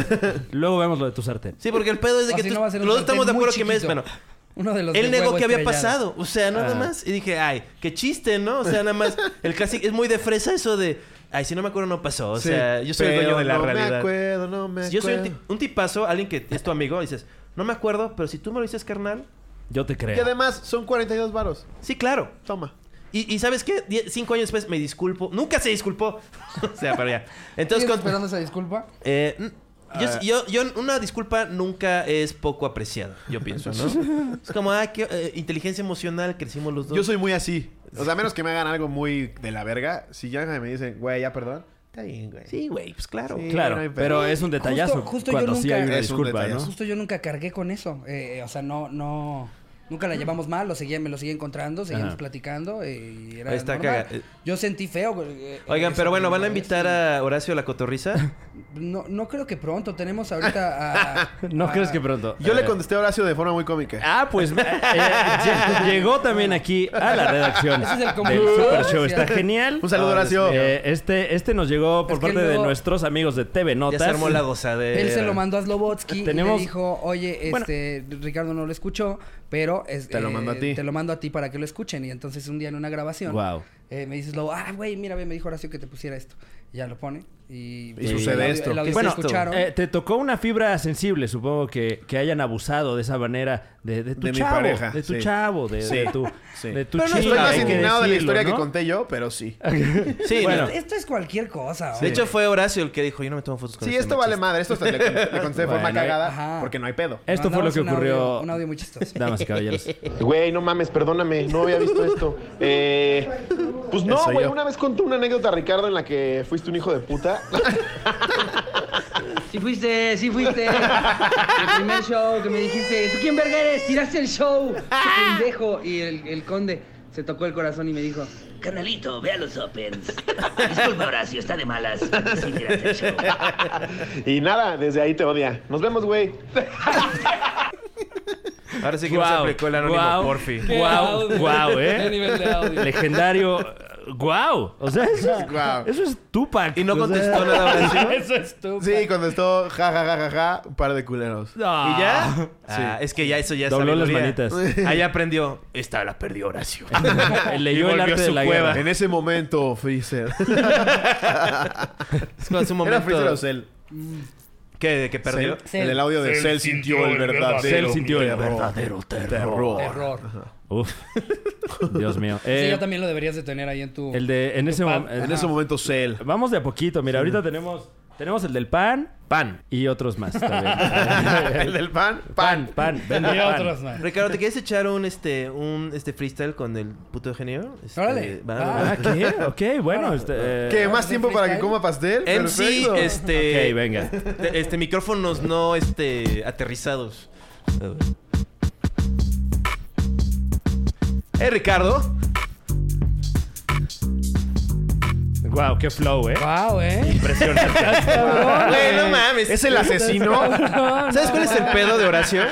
[SPEAKER 4] luego vemos lo de tu sartén.
[SPEAKER 5] Sí, porque el pedo es de
[SPEAKER 2] O
[SPEAKER 5] que
[SPEAKER 2] si
[SPEAKER 5] tú-
[SPEAKER 2] no va a ser un
[SPEAKER 5] los dos
[SPEAKER 2] sartén
[SPEAKER 5] estamos de
[SPEAKER 2] muy
[SPEAKER 5] acuerdo que me des.
[SPEAKER 2] chiquito.
[SPEAKER 5] Bueno,
[SPEAKER 2] Uno de los
[SPEAKER 5] él
[SPEAKER 2] de
[SPEAKER 5] negó
[SPEAKER 2] huevo
[SPEAKER 5] que había
[SPEAKER 2] estrellado.
[SPEAKER 5] pasado. O sea, nada
[SPEAKER 4] Ah.
[SPEAKER 5] más. Y dije, ay, qué chiste, ¿no? O sea, nada más. El clásico es muy de fresa eso de, ay, si no me acuerdo, no pasó. O sea, yo soy el dueño de la
[SPEAKER 3] no No me
[SPEAKER 5] realidad.
[SPEAKER 3] acuerdo, no me acuerdo.
[SPEAKER 5] Si yo soy un, ti- un tipazo, alguien que es tu amigo, dices, no me acuerdo, pero si tú me lo dices, carnal,
[SPEAKER 4] Yo te creo.
[SPEAKER 3] Y además, son 42 varos.
[SPEAKER 5] Sí, claro.
[SPEAKER 3] Toma.
[SPEAKER 5] Y, y ¿sabes qué? Die- cinco años después me disculpo. Nunca se disculpó. [laughs] o sea, pero ya. Entonces,
[SPEAKER 9] ¿Sigues
[SPEAKER 5] con-
[SPEAKER 9] esperando esa disculpa?
[SPEAKER 5] eh, n-
[SPEAKER 3] Ah.
[SPEAKER 5] yo, yo- yo- una disculpa nunca es poco apreciada, yo pienso, ¿no?
[SPEAKER 3] [laughs]
[SPEAKER 5] es como, ah, qué, eh, inteligencia emocional, crecimos los dos.
[SPEAKER 3] Yo soy muy así. O sea, a menos que me hagan algo muy de la verga. Si ya me dicen, güey, ya perdón. Está bien, güey.
[SPEAKER 5] Sí, güey, pues claro.
[SPEAKER 3] Sí.
[SPEAKER 4] Claro,
[SPEAKER 3] no hay pedo.
[SPEAKER 4] pero es un detallazo
[SPEAKER 9] Justo- justo yo
[SPEAKER 4] cuando sí
[SPEAKER 9] nunca-
[SPEAKER 4] hay una
[SPEAKER 3] Es un
[SPEAKER 4] disculpa, ¿no?
[SPEAKER 3] detallazo.
[SPEAKER 9] Justo yo nunca cargué con eso. eh, o sea, no, no. Nunca la llevamos mal, lo seguía, me lo seguía encontrando, seguíamos
[SPEAKER 4] Ajá.
[SPEAKER 9] platicando eh, y era
[SPEAKER 5] Ahí está
[SPEAKER 9] normal.
[SPEAKER 5] caga- eh.
[SPEAKER 9] Yo sentí feo. eh,
[SPEAKER 5] Oigan,
[SPEAKER 9] eso
[SPEAKER 5] pero bueno, ¿van a
[SPEAKER 9] primera vez.
[SPEAKER 5] invitar a Horacio la
[SPEAKER 9] [laughs]
[SPEAKER 5] cotorriza?
[SPEAKER 9] No, no creo que pronto. Tenemos ahorita
[SPEAKER 2] [laughs]
[SPEAKER 9] a...
[SPEAKER 4] No
[SPEAKER 9] a-
[SPEAKER 4] crees que pronto.
[SPEAKER 3] Ah. Yo le contesté a Horacio de forma muy cómica.
[SPEAKER 4] Ah, pues eh, eh, lle- llegó también aquí a la redacción
[SPEAKER 9] Ese es el
[SPEAKER 4] del
[SPEAKER 9] combo.
[SPEAKER 4] Super Show. Está genial.
[SPEAKER 3] Un saludo, Horacio.
[SPEAKER 4] Eh, este, este nos llegó por
[SPEAKER 9] Es que
[SPEAKER 4] parte de
[SPEAKER 9] luego-
[SPEAKER 4] nuestros amigos de TV
[SPEAKER 5] Ya
[SPEAKER 4] Notas.
[SPEAKER 5] se armó la gozadera.
[SPEAKER 9] Él se lo mandó a Slobotsky y
[SPEAKER 4] Tenemos-
[SPEAKER 9] le dijo, oye,
[SPEAKER 4] Bueno.
[SPEAKER 2] eh,
[SPEAKER 9] este, Ricardo no lo escuchó, pero... es-
[SPEAKER 3] Te lo mando a ti.
[SPEAKER 9] eh, Te lo mando a ti para que lo escuchen. Y entonces un día en una grabación...
[SPEAKER 4] Guau.
[SPEAKER 9] eh, me dices Slobo, ah, güey, mira, ve, me dijo Horacio que te pusiera esto. Y ya lo pone. Y,
[SPEAKER 3] Y sucede
[SPEAKER 9] el audio-
[SPEAKER 3] esto.
[SPEAKER 9] el audio
[SPEAKER 4] Bueno,
[SPEAKER 9] se escucharon.
[SPEAKER 4] eh, te tocó una fibra sensible, supongo que, que hayan abusado de esa manera de, de tu
[SPEAKER 3] De mi
[SPEAKER 4] chavo.
[SPEAKER 3] pareja,
[SPEAKER 4] De tu
[SPEAKER 3] sí.
[SPEAKER 4] chavo, de,
[SPEAKER 3] Sí,
[SPEAKER 4] de tu,
[SPEAKER 3] sí.
[SPEAKER 4] de tu
[SPEAKER 5] Pero no
[SPEAKER 4] chica,
[SPEAKER 5] Sí,
[SPEAKER 3] Estoy más
[SPEAKER 4] hay que
[SPEAKER 3] indignado de la
[SPEAKER 4] decirlo,
[SPEAKER 3] historia que
[SPEAKER 4] ¿no?
[SPEAKER 3] conté yo, pero
[SPEAKER 4] [laughs]
[SPEAKER 3] sí.
[SPEAKER 5] Sí,
[SPEAKER 4] Bueno.
[SPEAKER 5] no.
[SPEAKER 9] Esto es cualquier cosa.
[SPEAKER 5] De
[SPEAKER 9] hombre.
[SPEAKER 5] hecho, fue Horacio el que dijo, yo no me tomo fotos con
[SPEAKER 3] Sí,
[SPEAKER 5] este
[SPEAKER 3] esto
[SPEAKER 5] machista".
[SPEAKER 3] vale madre. Esto hasta le, le contesté de forma
[SPEAKER 4] Bueno,
[SPEAKER 3] cagada
[SPEAKER 9] ajá.
[SPEAKER 3] porque no hay pedo.
[SPEAKER 4] Esto fue lo
[SPEAKER 9] Mandamos
[SPEAKER 4] que
[SPEAKER 9] un audio-
[SPEAKER 4] ocurrió.
[SPEAKER 9] un audio muy chistoso.
[SPEAKER 4] Damas
[SPEAKER 3] [laughs]
[SPEAKER 4] y caballeros.
[SPEAKER 11] Güey, no mames, perdóname, no había visto esto. Eh, pues no,
[SPEAKER 3] Eso
[SPEAKER 11] güey,
[SPEAKER 3] yo.
[SPEAKER 11] una vez contó una anécdota, Ricardo, en la que fuiste un hijo de puta. [laughs]
[SPEAKER 2] Sí fuiste, sí
[SPEAKER 9] [laughs]
[SPEAKER 2] fuiste. El primer show que me dijiste, ¿tú quién verga eres? Tiraste el show, qué pendejo. Y el, el conde se tocó el corazón y me dijo, [laughs] Carnalito, ve a los Opens. Disculpa, Horacio, está de malas. Sí, tiraste el show.
[SPEAKER 11] Y nada, desde ahí te odia. Nos vemos, güey.
[SPEAKER 5] Ahora sí que
[SPEAKER 4] Guau,
[SPEAKER 5] nos aplicó el anónimo
[SPEAKER 4] guau,
[SPEAKER 5] Porfi.
[SPEAKER 4] Guau,
[SPEAKER 9] Qué
[SPEAKER 4] guau,
[SPEAKER 9] audio,
[SPEAKER 4] eh.
[SPEAKER 9] [laughs] qué nivel de audio.
[SPEAKER 4] Legendario. Guau. O sea, eso, es-
[SPEAKER 3] Guau.
[SPEAKER 4] eso es Tupac.
[SPEAKER 5] Y no
[SPEAKER 4] O sea,
[SPEAKER 5] contestó nada,
[SPEAKER 4] [laughs]
[SPEAKER 5] Horacio.
[SPEAKER 4] [laughs] Eso es Tupac.
[SPEAKER 3] Sí, contestó ja, ja, ja, ja, ja, un par de culeros.
[SPEAKER 4] Ah.
[SPEAKER 5] ¿Y ya? Ah, es que ya eso ya es
[SPEAKER 4] Dobló las
[SPEAKER 5] sabiduría.
[SPEAKER 4] manitas.
[SPEAKER 5] [laughs]
[SPEAKER 4] [laughs]
[SPEAKER 5] Ahí aprendió. Esta la perdió Horacio.
[SPEAKER 4] Leyó
[SPEAKER 5] Y
[SPEAKER 4] el
[SPEAKER 5] volvió
[SPEAKER 4] arte
[SPEAKER 5] a
[SPEAKER 4] de
[SPEAKER 5] su
[SPEAKER 4] la
[SPEAKER 5] cueva.
[SPEAKER 4] guerra.
[SPEAKER 3] En ese momento, Freezer.
[SPEAKER 5] [laughs] Es como hace un
[SPEAKER 3] Era Freezer o
[SPEAKER 5] momento.
[SPEAKER 3] Cell.
[SPEAKER 5] ¿Qué? ¿De que perdió?
[SPEAKER 3] Cell. En el audio de Cell, sintió el verdadero.
[SPEAKER 4] Él sintió el
[SPEAKER 3] terror.
[SPEAKER 4] verdadero terror.
[SPEAKER 3] terror.
[SPEAKER 9] Error.
[SPEAKER 4] Uf. Dios mío.
[SPEAKER 9] Sí,
[SPEAKER 4] Eh,
[SPEAKER 9] yo también lo deberías de tener ahí en tu...
[SPEAKER 4] el de. En ese
[SPEAKER 9] pan.
[SPEAKER 4] mom-
[SPEAKER 3] En ese momento, Cell.
[SPEAKER 4] Vamos de a poquito. Mira, ahorita tenemos. Tenemos el del pan. Pan. Y otros más.
[SPEAKER 5] [laughs]
[SPEAKER 4] [laughs] también.
[SPEAKER 3] [laughs] El del pan,
[SPEAKER 4] pan,
[SPEAKER 3] pan.
[SPEAKER 4] pan.
[SPEAKER 9] Y
[SPEAKER 4] vende pan.
[SPEAKER 9] otros más.
[SPEAKER 5] Ricardo, ¿te quieres echar un este un este freestyle con el puto genio? Este,
[SPEAKER 9] Órale.
[SPEAKER 5] va,
[SPEAKER 9] Ah,
[SPEAKER 5] va.
[SPEAKER 4] Ah, ¿qué? Ok, bueno. Este, eh,
[SPEAKER 3] ¿Qué?
[SPEAKER 9] ¿es
[SPEAKER 3] ¿Más tiempo
[SPEAKER 9] de
[SPEAKER 3] para que
[SPEAKER 9] freestyle?
[SPEAKER 3] coma pastel?
[SPEAKER 5] MC,
[SPEAKER 3] Perfecto.
[SPEAKER 5] este,
[SPEAKER 4] Ok, venga.
[SPEAKER 5] te- este micrófonos no este aterrizados. Eh, Ricardo.
[SPEAKER 4] Wow, qué flow, eh.
[SPEAKER 9] Wow, eh.
[SPEAKER 5] Güey, no mames.
[SPEAKER 3] ¿Es el asesino?
[SPEAKER 5] [laughs] ¿Sabes cuál es el pedo de Horacio?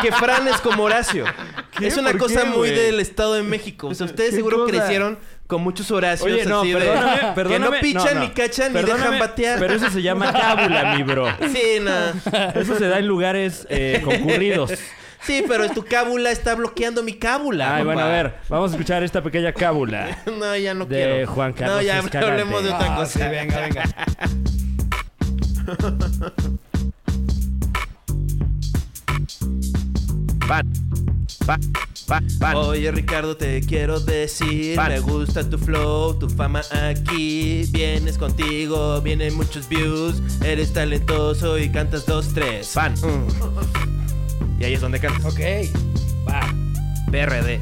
[SPEAKER 5] que Fran es como Horacio. Es una
[SPEAKER 4] ¿Por
[SPEAKER 5] cosa
[SPEAKER 4] qué,
[SPEAKER 5] muy
[SPEAKER 4] güey?
[SPEAKER 5] del Estado de México. O sea, ustedes
[SPEAKER 4] ¿Qué
[SPEAKER 5] seguro
[SPEAKER 4] cosa?
[SPEAKER 5] crecieron con muchos Horacios
[SPEAKER 4] Oye, no,
[SPEAKER 5] así de-
[SPEAKER 4] perdóname, perdóname.
[SPEAKER 5] Que no pichan, ni cachan, ni
[SPEAKER 4] Perdóname,
[SPEAKER 5] dejan batear.
[SPEAKER 4] Pero eso se llama cábula, mi
[SPEAKER 5] [laughs]
[SPEAKER 4] bro.
[SPEAKER 5] Sí,
[SPEAKER 4] [laughs]
[SPEAKER 5] no.
[SPEAKER 4] Eso se da en lugares eh, concurridos.
[SPEAKER 5] Sí, pero tu cábula está bloqueando mi cábula.
[SPEAKER 4] Ay, bueno, a
[SPEAKER 5] papá.
[SPEAKER 4] ver, vamos a escuchar esta pequeña cábula.
[SPEAKER 5] [laughs] No, ya no
[SPEAKER 4] De
[SPEAKER 5] quiero.
[SPEAKER 4] Juan Carlos
[SPEAKER 5] No, ya
[SPEAKER 4] Escalante.
[SPEAKER 5] hablemos de otra
[SPEAKER 9] Ah, sí,
[SPEAKER 5] cosa.
[SPEAKER 9] venga, venga.
[SPEAKER 5] Ah, Oye Ricardo, te quiero decir, me gusta tu flow, tu fama aquí, vienes contigo, vienen muchos views, eres talentoso y cantas dos, tres. Mm. Fan. Y ahí es donde cantas.
[SPEAKER 9] Ok. Va.
[SPEAKER 5] BRD.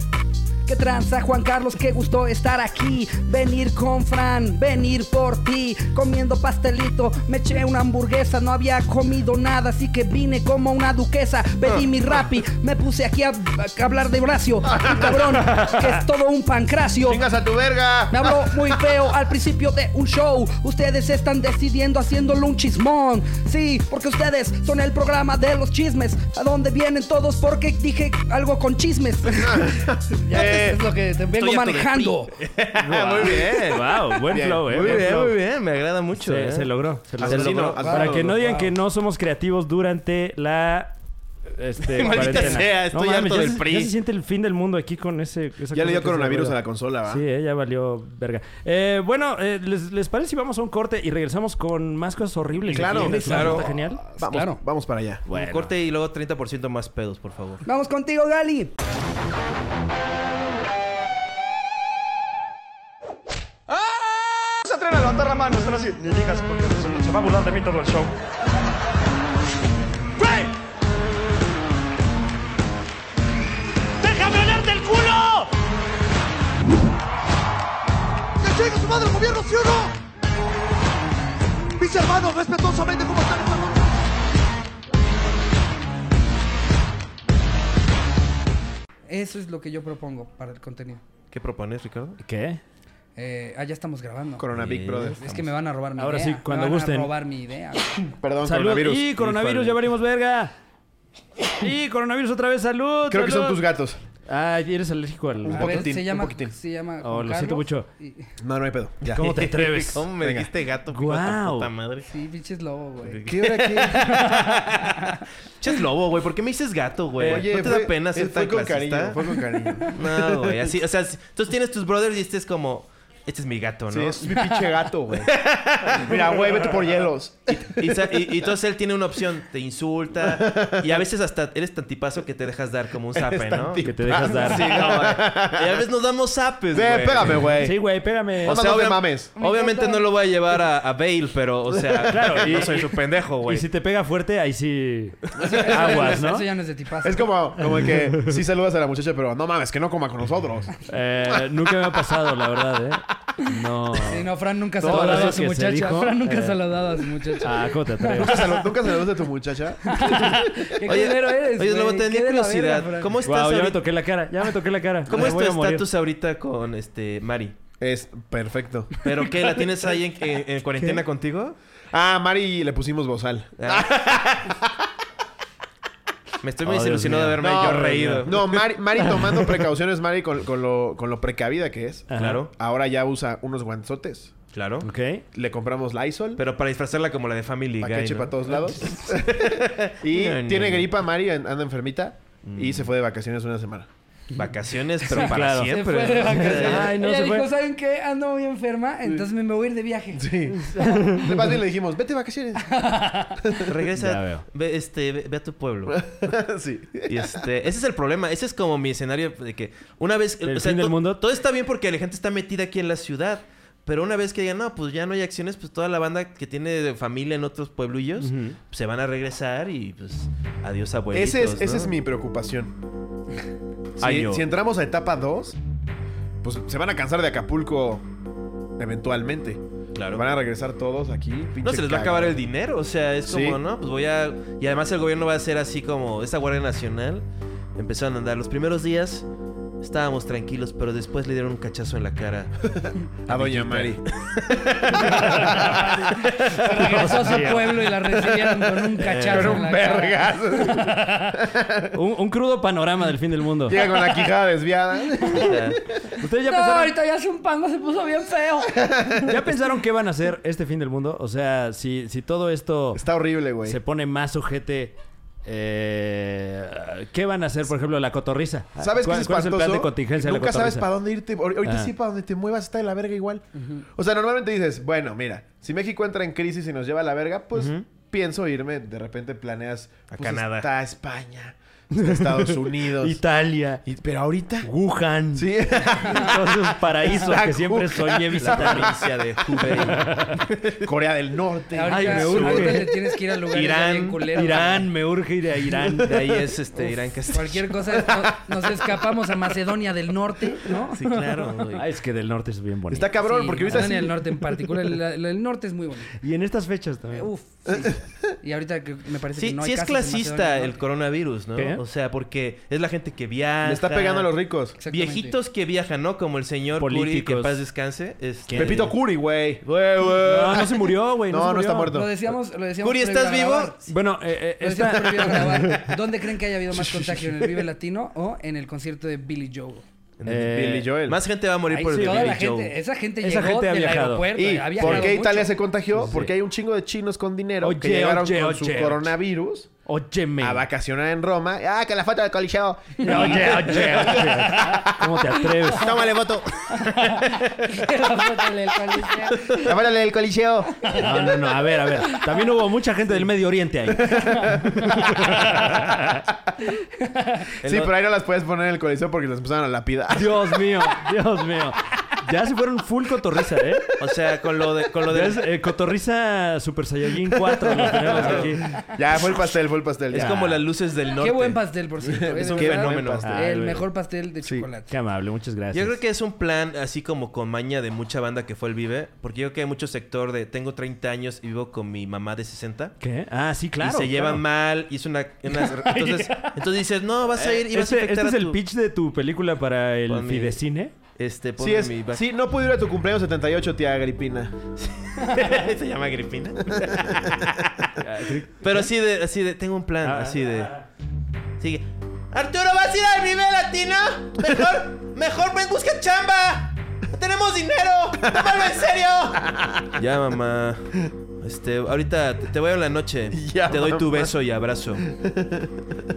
[SPEAKER 9] ¿Qué tranza, Juan Carlos? Qué gusto estar aquí. Venir con Fran, venir por ti. Comiendo pastelito, me eché una hamburguesa. No había comido nada, así que vine como una duquesa. Pedí mi rapi, me puse aquí a, a hablar de Horacio. Y cabrón, que es todo un pancracio.
[SPEAKER 3] ¡Vengas a tu verga!
[SPEAKER 9] Me habló muy feo al principio de un show. Ustedes están decidiendo haciéndolo un chismón. Sí, porque ustedes son el programa de los chismes. ¿A dónde vienen todos? Porque dije algo con chismes. ya
[SPEAKER 3] Eh,
[SPEAKER 9] [laughs] es lo que te vengo
[SPEAKER 5] estoy harto de
[SPEAKER 9] manejando.
[SPEAKER 3] [laughs]
[SPEAKER 5] muy
[SPEAKER 4] [laughs]
[SPEAKER 5] bien.
[SPEAKER 4] Wow, buen
[SPEAKER 3] Ah, Bien,
[SPEAKER 4] flow, eh.
[SPEAKER 5] Muy
[SPEAKER 4] buen
[SPEAKER 5] bien,
[SPEAKER 4] flow.
[SPEAKER 5] muy bien, me agrada mucho.
[SPEAKER 4] Se,
[SPEAKER 5] eh.
[SPEAKER 4] se logró, se logró.
[SPEAKER 5] Asesino,
[SPEAKER 4] Para que no digan que no somos creativos durante la
[SPEAKER 3] [laughs]
[SPEAKER 4] este,
[SPEAKER 5] Maldita
[SPEAKER 4] cuarentena.
[SPEAKER 5] sea, estoy harto
[SPEAKER 4] ya
[SPEAKER 5] del
[SPEAKER 4] se- ya
[SPEAKER 5] PRI.
[SPEAKER 4] se siente el fin del mundo aquí con ese... esa
[SPEAKER 3] Ya
[SPEAKER 4] cosa
[SPEAKER 3] le dio
[SPEAKER 4] que se
[SPEAKER 3] coronavirus
[SPEAKER 4] vuela.
[SPEAKER 3] a la consola, ¿va?
[SPEAKER 4] Sí, eh, ya valió verga. Eh, bueno, eh, ¿les, les parece si vamos a un corte y regresamos con más cosas horribles? de
[SPEAKER 3] Claro,
[SPEAKER 4] clientes?
[SPEAKER 3] claro.
[SPEAKER 4] ¿Está genial?
[SPEAKER 3] Vamos, vamos para allá.
[SPEAKER 5] Un corte y luego 30% más pedos, por favor.
[SPEAKER 2] Vamos contigo, Gali.
[SPEAKER 12] se atreven a levantar la mano, están así. Ni digas porque se, se va a burlar de mí todo el show. ¡Ey! ¡Déjame olerte el culo! ¡Que llegue su madre el gobierno, sí o no! Mis hermanos, respetuosamente, ¿cómo están, hermanos?
[SPEAKER 2] Eso es lo que yo propongo para el contenido.
[SPEAKER 5] ¿Qué propones, Ricardo?
[SPEAKER 4] ¿Qué?
[SPEAKER 2] Eh, ah, ya estamos grabando.
[SPEAKER 5] Corona Big Sí. Brother.
[SPEAKER 2] Es que me van a robar mi
[SPEAKER 4] Ahora
[SPEAKER 2] idea.
[SPEAKER 4] sí, cuando
[SPEAKER 2] me van
[SPEAKER 4] gusten.
[SPEAKER 2] a robar mi idea. güey.
[SPEAKER 3] Perdón,
[SPEAKER 4] Salud.
[SPEAKER 3] coronavirus.
[SPEAKER 4] Y coronavirus,
[SPEAKER 3] Híjole.
[SPEAKER 4] ya valimos verga. Y coronavirus otra vez, salud.
[SPEAKER 3] Creo que son
[SPEAKER 4] salud.
[SPEAKER 3] tus gatos.
[SPEAKER 4] Ay, eres alérgico al...
[SPEAKER 2] A ver, se llama, se llama
[SPEAKER 4] Oh, lo siento
[SPEAKER 2] Carlos
[SPEAKER 4] mucho.
[SPEAKER 2] y-
[SPEAKER 3] No, no hay pedo. Ya.
[SPEAKER 5] [laughs]
[SPEAKER 4] ¿Cómo te atreves?
[SPEAKER 5] ¿Cómo me
[SPEAKER 4] Venga.
[SPEAKER 5] dijiste gato? hijo de tu
[SPEAKER 4] Guau.
[SPEAKER 5] puta madre.
[SPEAKER 2] Sí, pinches lobo, güey.
[SPEAKER 5] ¿Qué hora Ches lobo, güey. ¿Por qué me dices gato, güey?
[SPEAKER 3] Eh, oye,
[SPEAKER 5] ¿No te
[SPEAKER 3] fue-
[SPEAKER 5] da pena ser
[SPEAKER 3] él fue
[SPEAKER 5] tan
[SPEAKER 3] con
[SPEAKER 5] clasista?
[SPEAKER 3] cariño, fue con cariño.
[SPEAKER 5] No, güey. Así, o sea, si- entonces tienes tus brothers y este es como... Este es mi gato, ¿no?
[SPEAKER 3] Sí, es mi pinche gato, güey. Mira, güey, vete por hielos.
[SPEAKER 5] Y, sa- y- y entonces él tiene una opción, te insulta. Y a veces hasta eres tan tipazo que te dejas dar como un zape,
[SPEAKER 3] Eres
[SPEAKER 5] ¿no?
[SPEAKER 3] tan
[SPEAKER 4] Que te dejas dar.
[SPEAKER 5] Sí, no, güey. y a veces nos damos zapes,
[SPEAKER 3] Ve,
[SPEAKER 5] güey.
[SPEAKER 3] pégame, güey.
[SPEAKER 4] Sí, güey, pégame.
[SPEAKER 5] O sea,
[SPEAKER 3] no te
[SPEAKER 5] obvia-
[SPEAKER 3] mames.
[SPEAKER 5] Obviamente no lo voy a llevar a, a Bale, pero, o sea,
[SPEAKER 4] Claro, y-
[SPEAKER 5] no soy su pendejo, güey.
[SPEAKER 4] Y si te pega fuerte, ahí sí...
[SPEAKER 2] Eso ya
[SPEAKER 4] Aguas,
[SPEAKER 2] es-
[SPEAKER 4] ¿no?
[SPEAKER 2] Eso ya no es de tipazo.
[SPEAKER 3] Es como, como el que sí saludas a la muchacha, pero no mames, que no coma con nosotros.
[SPEAKER 4] Eh, nunca me ha pasado, la verdad, ¿eh? No.
[SPEAKER 2] Sí, no, Fran nunca ha
[SPEAKER 4] Todas las
[SPEAKER 2] saludado a
[SPEAKER 4] veces
[SPEAKER 2] su
[SPEAKER 4] que se
[SPEAKER 2] muchacha.
[SPEAKER 4] dijo,
[SPEAKER 2] Fran nunca ha
[SPEAKER 4] eh,
[SPEAKER 2] saludado a su muchacha.
[SPEAKER 4] Ah, ¿cómo te atreves?
[SPEAKER 3] ¿Nunca, salu- nunca saludas a tu muchacha?
[SPEAKER 2] ¿Qué
[SPEAKER 5] Oye,
[SPEAKER 4] eh,
[SPEAKER 2] culero eres,
[SPEAKER 5] oye,
[SPEAKER 2] güey?
[SPEAKER 5] luego
[SPEAKER 2] Qué
[SPEAKER 5] tenía
[SPEAKER 2] de la
[SPEAKER 5] curiosidad.
[SPEAKER 2] verga, Fran.
[SPEAKER 5] ¿Cómo estás
[SPEAKER 4] Guau, ya me
[SPEAKER 5] ahorita?
[SPEAKER 4] toqué la cara, ya me toqué la cara.
[SPEAKER 5] ¿Cómo
[SPEAKER 4] Me
[SPEAKER 5] es tu
[SPEAKER 4] voy a morir.
[SPEAKER 5] estatus ahorita con este Mari?
[SPEAKER 3] Es perfecto.
[SPEAKER 5] ¿Pero qué? ¿La tienes ahí en, en- en cuarentena contigo?
[SPEAKER 3] Ah, Mari le pusimos bozal.
[SPEAKER 5] Me estoy
[SPEAKER 4] Oh,
[SPEAKER 5] muy
[SPEAKER 4] Dios
[SPEAKER 5] desilusionado de
[SPEAKER 4] mío.
[SPEAKER 5] haberme yo reído.
[SPEAKER 3] No, Mari, Mari
[SPEAKER 5] [laughs]
[SPEAKER 3] tomando precauciones, Mari con, con lo, con lo precavida que es.
[SPEAKER 4] Ajá.
[SPEAKER 5] Claro,
[SPEAKER 3] Ahora ya usa unos guanzotes.
[SPEAKER 5] claro.
[SPEAKER 4] Ok.
[SPEAKER 3] Le compramos Lysol.
[SPEAKER 5] Pero para disfrazarla como la de Family Guy.
[SPEAKER 3] Paquete
[SPEAKER 5] ¿no?
[SPEAKER 3] para todos
[SPEAKER 5] [laughs]
[SPEAKER 3] lados. y
[SPEAKER 5] No, no, Mm.
[SPEAKER 3] tiene
[SPEAKER 5] no.
[SPEAKER 3] gripa, Mari an- anda enfermita. Y se fue de vacaciones una semana.
[SPEAKER 5] Vacaciones, pero para
[SPEAKER 4] claro.
[SPEAKER 2] Se
[SPEAKER 5] siempre.
[SPEAKER 2] fue de
[SPEAKER 5] ¿no?
[SPEAKER 2] vacaciones.
[SPEAKER 4] Ay, no
[SPEAKER 2] Ella
[SPEAKER 4] se
[SPEAKER 2] dijo,
[SPEAKER 4] fue.
[SPEAKER 2] ¿saben qué? Ando muy enferma, entonces me voy a ir de viaje.
[SPEAKER 3] Sí. De [laughs] más bien le dijimos, vete de
[SPEAKER 5] [laughs]
[SPEAKER 3] vacaciones.
[SPEAKER 4] Ya
[SPEAKER 5] Regresa,
[SPEAKER 4] veo.
[SPEAKER 5] ve, este, ve, ve a tu pueblo.
[SPEAKER 3] sí.
[SPEAKER 5] Y este, ese es el problema. Ese es como mi escenario de que una vez...
[SPEAKER 4] ¿El fin del
[SPEAKER 5] to-
[SPEAKER 4] mundo?
[SPEAKER 5] Todo está bien porque la gente está metida aquí en la ciudad. Pero una vez que digan, no, pues ya no hay acciones, pues toda la banda que tiene familia en otros pueblillos
[SPEAKER 4] Ujú.
[SPEAKER 5] pues, se van a regresar y pues adiós abuelitos.
[SPEAKER 3] Ese es, esa
[SPEAKER 5] ¿no?
[SPEAKER 3] es mi
[SPEAKER 5] [laughs]
[SPEAKER 3] preocupación. Si,
[SPEAKER 4] Ay, yo.
[SPEAKER 3] si entramos a etapa 2, pues se van a cansar de Acapulco eventualmente.
[SPEAKER 5] Claro.
[SPEAKER 3] Van a regresar todos aquí.
[SPEAKER 5] No, se les va a acabar el dinero. O sea, es
[SPEAKER 3] Sí.
[SPEAKER 5] como, ¿no? Pues voy a... Y además el gobierno va a ser así como esta Guardia Nacional. Empezaron a andar los primeros días. Estábamos tranquilos, pero después le dieron un cachazo en la cara.
[SPEAKER 3] A Doña Mari.
[SPEAKER 2] Se regresó a
[SPEAKER 4] [laughs]
[SPEAKER 2] su pueblo y la recibieron con
[SPEAKER 4] Eh,
[SPEAKER 2] un cachazo
[SPEAKER 3] Pero
[SPEAKER 2] en
[SPEAKER 3] un
[SPEAKER 2] la cara.
[SPEAKER 3] [laughs] vergas.
[SPEAKER 4] Un, un crudo panorama del fin del mundo.
[SPEAKER 3] Llega con la quijada
[SPEAKER 5] [laughs]
[SPEAKER 3] desviada.
[SPEAKER 5] O sea,
[SPEAKER 4] ¿Ustedes ya
[SPEAKER 2] No,
[SPEAKER 4] pensaron,
[SPEAKER 2] ahorita ya hace un pango, se puso bien feo.
[SPEAKER 4] ya pensaron qué van a hacer este fin del mundo? O sea, si, si todo esto
[SPEAKER 3] Está horrible, güey.
[SPEAKER 4] se pone más ojete... eh, ¿Qué van a hacer, por ejemplo, la cotorriza?
[SPEAKER 3] Ah. ¿Sabes qué es
[SPEAKER 4] ¿Cuál- cuál
[SPEAKER 3] espantoso?
[SPEAKER 4] el plan de contingencia de la
[SPEAKER 3] Nunca sabes
[SPEAKER 4] cotorriza?
[SPEAKER 3] para dónde irte. Ahor- Ahorita
[SPEAKER 4] Ah.
[SPEAKER 3] sí, para donde te muevas está de la verga igual. O sea, normalmente dices, bueno, mira, si México entra en crisis y nos lleva a la verga, pues pienso irme. De repente planeas
[SPEAKER 5] A
[SPEAKER 3] pues,
[SPEAKER 5] Canadá.
[SPEAKER 3] Está España, está
[SPEAKER 4] [laughs]
[SPEAKER 3] Estados Unidos.
[SPEAKER 4] Italia,
[SPEAKER 3] Y- pero ahorita.
[SPEAKER 4] Wuhan,
[SPEAKER 3] Sí. [laughs]
[SPEAKER 4] todos esos paraísos
[SPEAKER 3] La
[SPEAKER 4] que siempre
[SPEAKER 3] Wuhan.
[SPEAKER 4] soñé visitar.
[SPEAKER 5] provincia de Hubei.
[SPEAKER 3] Corea del Norte.
[SPEAKER 2] Ahorita,
[SPEAKER 4] Ay, me urge.
[SPEAKER 2] ahorita le tienes que ir a lugares bien
[SPEAKER 4] Irán,
[SPEAKER 2] culeros.
[SPEAKER 4] [laughs] Irán, me urge ir
[SPEAKER 3] [laughs]
[SPEAKER 4] a Irán.
[SPEAKER 5] De ahí es este Irán Castillo.
[SPEAKER 2] Cualquier cosa, no- nos escapamos a Macedonia del Norte, ¿no?
[SPEAKER 4] [laughs]
[SPEAKER 5] Sí, claro. güey.
[SPEAKER 4] Ah, es que del norte es bien bonito.
[SPEAKER 3] Está cabrón,
[SPEAKER 2] Sí,
[SPEAKER 3] porque ahorita sí.
[SPEAKER 2] Macedonia del Norte en particular. El, el- el norte es muy bonito.
[SPEAKER 4] Y en estas fechas también.
[SPEAKER 2] Uf. sí. Y ahorita que me parece
[SPEAKER 5] Sí,
[SPEAKER 2] que no hay
[SPEAKER 5] sí es
[SPEAKER 2] casas en Macedonia
[SPEAKER 5] clasista
[SPEAKER 2] del
[SPEAKER 5] el
[SPEAKER 2] Norte.
[SPEAKER 5] coronavirus, ¿no?
[SPEAKER 4] ¿Qué?
[SPEAKER 5] O sea, porque es la gente que viaja.
[SPEAKER 3] Le está pegando a los ricos.
[SPEAKER 2] Exactamente.
[SPEAKER 5] Viejitos que viajan, ¿no? Como el señor Curi, que
[SPEAKER 4] Políticos.
[SPEAKER 5] en paz descanse. Este...
[SPEAKER 3] Pepito Curi, güey. Güey,
[SPEAKER 4] No,
[SPEAKER 3] güey.
[SPEAKER 4] no se murió, güey.
[SPEAKER 3] No,
[SPEAKER 4] se
[SPEAKER 3] no está muerto.
[SPEAKER 2] Lo decíamos, lo decíamos.
[SPEAKER 5] Curi,
[SPEAKER 2] previo a
[SPEAKER 5] ¿estás vivo?
[SPEAKER 2] grabar.
[SPEAKER 4] Bueno, eh, eh,
[SPEAKER 2] Lo
[SPEAKER 4] esta-
[SPEAKER 2] decíamos previo a grabar. ¿Dónde creen que haya habido más contagio? ¿En el Vive Latino o en el concierto de Billy Joe?
[SPEAKER 5] En el-
[SPEAKER 4] Eh,
[SPEAKER 3] Billy Joel.
[SPEAKER 5] Más gente va a morir
[SPEAKER 2] Ahí
[SPEAKER 5] por el
[SPEAKER 2] sí, toda
[SPEAKER 5] Billy
[SPEAKER 2] la gente,
[SPEAKER 5] Joe.
[SPEAKER 2] esa gente
[SPEAKER 4] Esa
[SPEAKER 2] llegó
[SPEAKER 4] gente ha
[SPEAKER 2] del
[SPEAKER 4] viajado.
[SPEAKER 2] aeropuerto.
[SPEAKER 3] ¿Y
[SPEAKER 2] ha viajado
[SPEAKER 3] por qué
[SPEAKER 2] mucho.
[SPEAKER 3] Italia se contagió?
[SPEAKER 4] Sí.
[SPEAKER 5] Oh,
[SPEAKER 3] Porque hay un chingo de chinos con dinero
[SPEAKER 4] Oye,
[SPEAKER 3] que llegaron
[SPEAKER 4] oye,
[SPEAKER 3] con
[SPEAKER 4] oye,
[SPEAKER 3] su
[SPEAKER 4] oye.
[SPEAKER 3] coronavirus
[SPEAKER 4] Óyeme.
[SPEAKER 3] A vacacionar en Roma. ¡Ah, que la foto del
[SPEAKER 5] [laughs]
[SPEAKER 3] coliseo!
[SPEAKER 4] Oye, oye, oye. ¿Cómo te atreves?
[SPEAKER 3] Tómale foto. La foto del
[SPEAKER 5] [laughs]
[SPEAKER 3] coliseo.
[SPEAKER 4] No, no, no. A ver, a ver. También hubo mucha gente del Medio Oriente
[SPEAKER 3] [laughs]
[SPEAKER 4] ahí.
[SPEAKER 3] Sí, pero ahí no las puedes poner en el coliseo porque las empezaron a lapidar.
[SPEAKER 4] Dios mío, Dios mío. Ya se fueron full cotorriza, ¿eh?
[SPEAKER 5] O sea, con lo de... Con lo
[SPEAKER 4] [laughs] Ya
[SPEAKER 5] de
[SPEAKER 4] es, eh, cotorriza Super Saiyajin 4
[SPEAKER 3] [laughs]
[SPEAKER 4] lo tenemos aquí.
[SPEAKER 3] Ya, fue el pastel, fue el pastel.
[SPEAKER 5] es
[SPEAKER 3] ya.
[SPEAKER 5] como las luces del
[SPEAKER 2] Qué
[SPEAKER 5] norte.
[SPEAKER 2] buen pastel, por cierto. ¿eh?
[SPEAKER 3] Es
[SPEAKER 2] De
[SPEAKER 3] un
[SPEAKER 2] verdad,
[SPEAKER 3] fenómeno.
[SPEAKER 2] El
[SPEAKER 4] Ay,
[SPEAKER 2] mejor pastel de chocolate.
[SPEAKER 4] Qué amable, muchas gracias.
[SPEAKER 5] Yo creo que es un plan así como con maña de mucha banda que fue el Vive. Porque yo creo que hay mucho sector de tengo 30 años y vivo con mi mamá de 60.
[SPEAKER 4] ¿Qué? Ah, sí, claro.
[SPEAKER 5] y se
[SPEAKER 4] claro.
[SPEAKER 5] llevan mal. Y es una...
[SPEAKER 4] [laughs]
[SPEAKER 5] unas- entonces, entonces dices, no, vas a ir y vas
[SPEAKER 4] Este,
[SPEAKER 5] a afectar
[SPEAKER 4] este es
[SPEAKER 5] a
[SPEAKER 4] el
[SPEAKER 5] tu-
[SPEAKER 4] pitch de tu película para el
[SPEAKER 5] Pon mi-
[SPEAKER 4] Fidecine.
[SPEAKER 5] Este, ponme
[SPEAKER 3] Sí, es,
[SPEAKER 5] mi...
[SPEAKER 3] sí, no pude ir a tu cumpleaños 78, tía Agripina.
[SPEAKER 5] [laughs] Se llama Agripina. Pero así de, así de, tengo un plan, así de. Sigue. Arturo, ¿vas a ir al Vive Latino? Mejor, mejor ven, busca chamba. No tenemos dinero. Tómalo en serio. Ya, mamá. Este, ahorita te, te voy en la [laughs] noche.
[SPEAKER 3] Ya,
[SPEAKER 5] te doy tu
[SPEAKER 3] mamá.
[SPEAKER 5] beso y abrazo.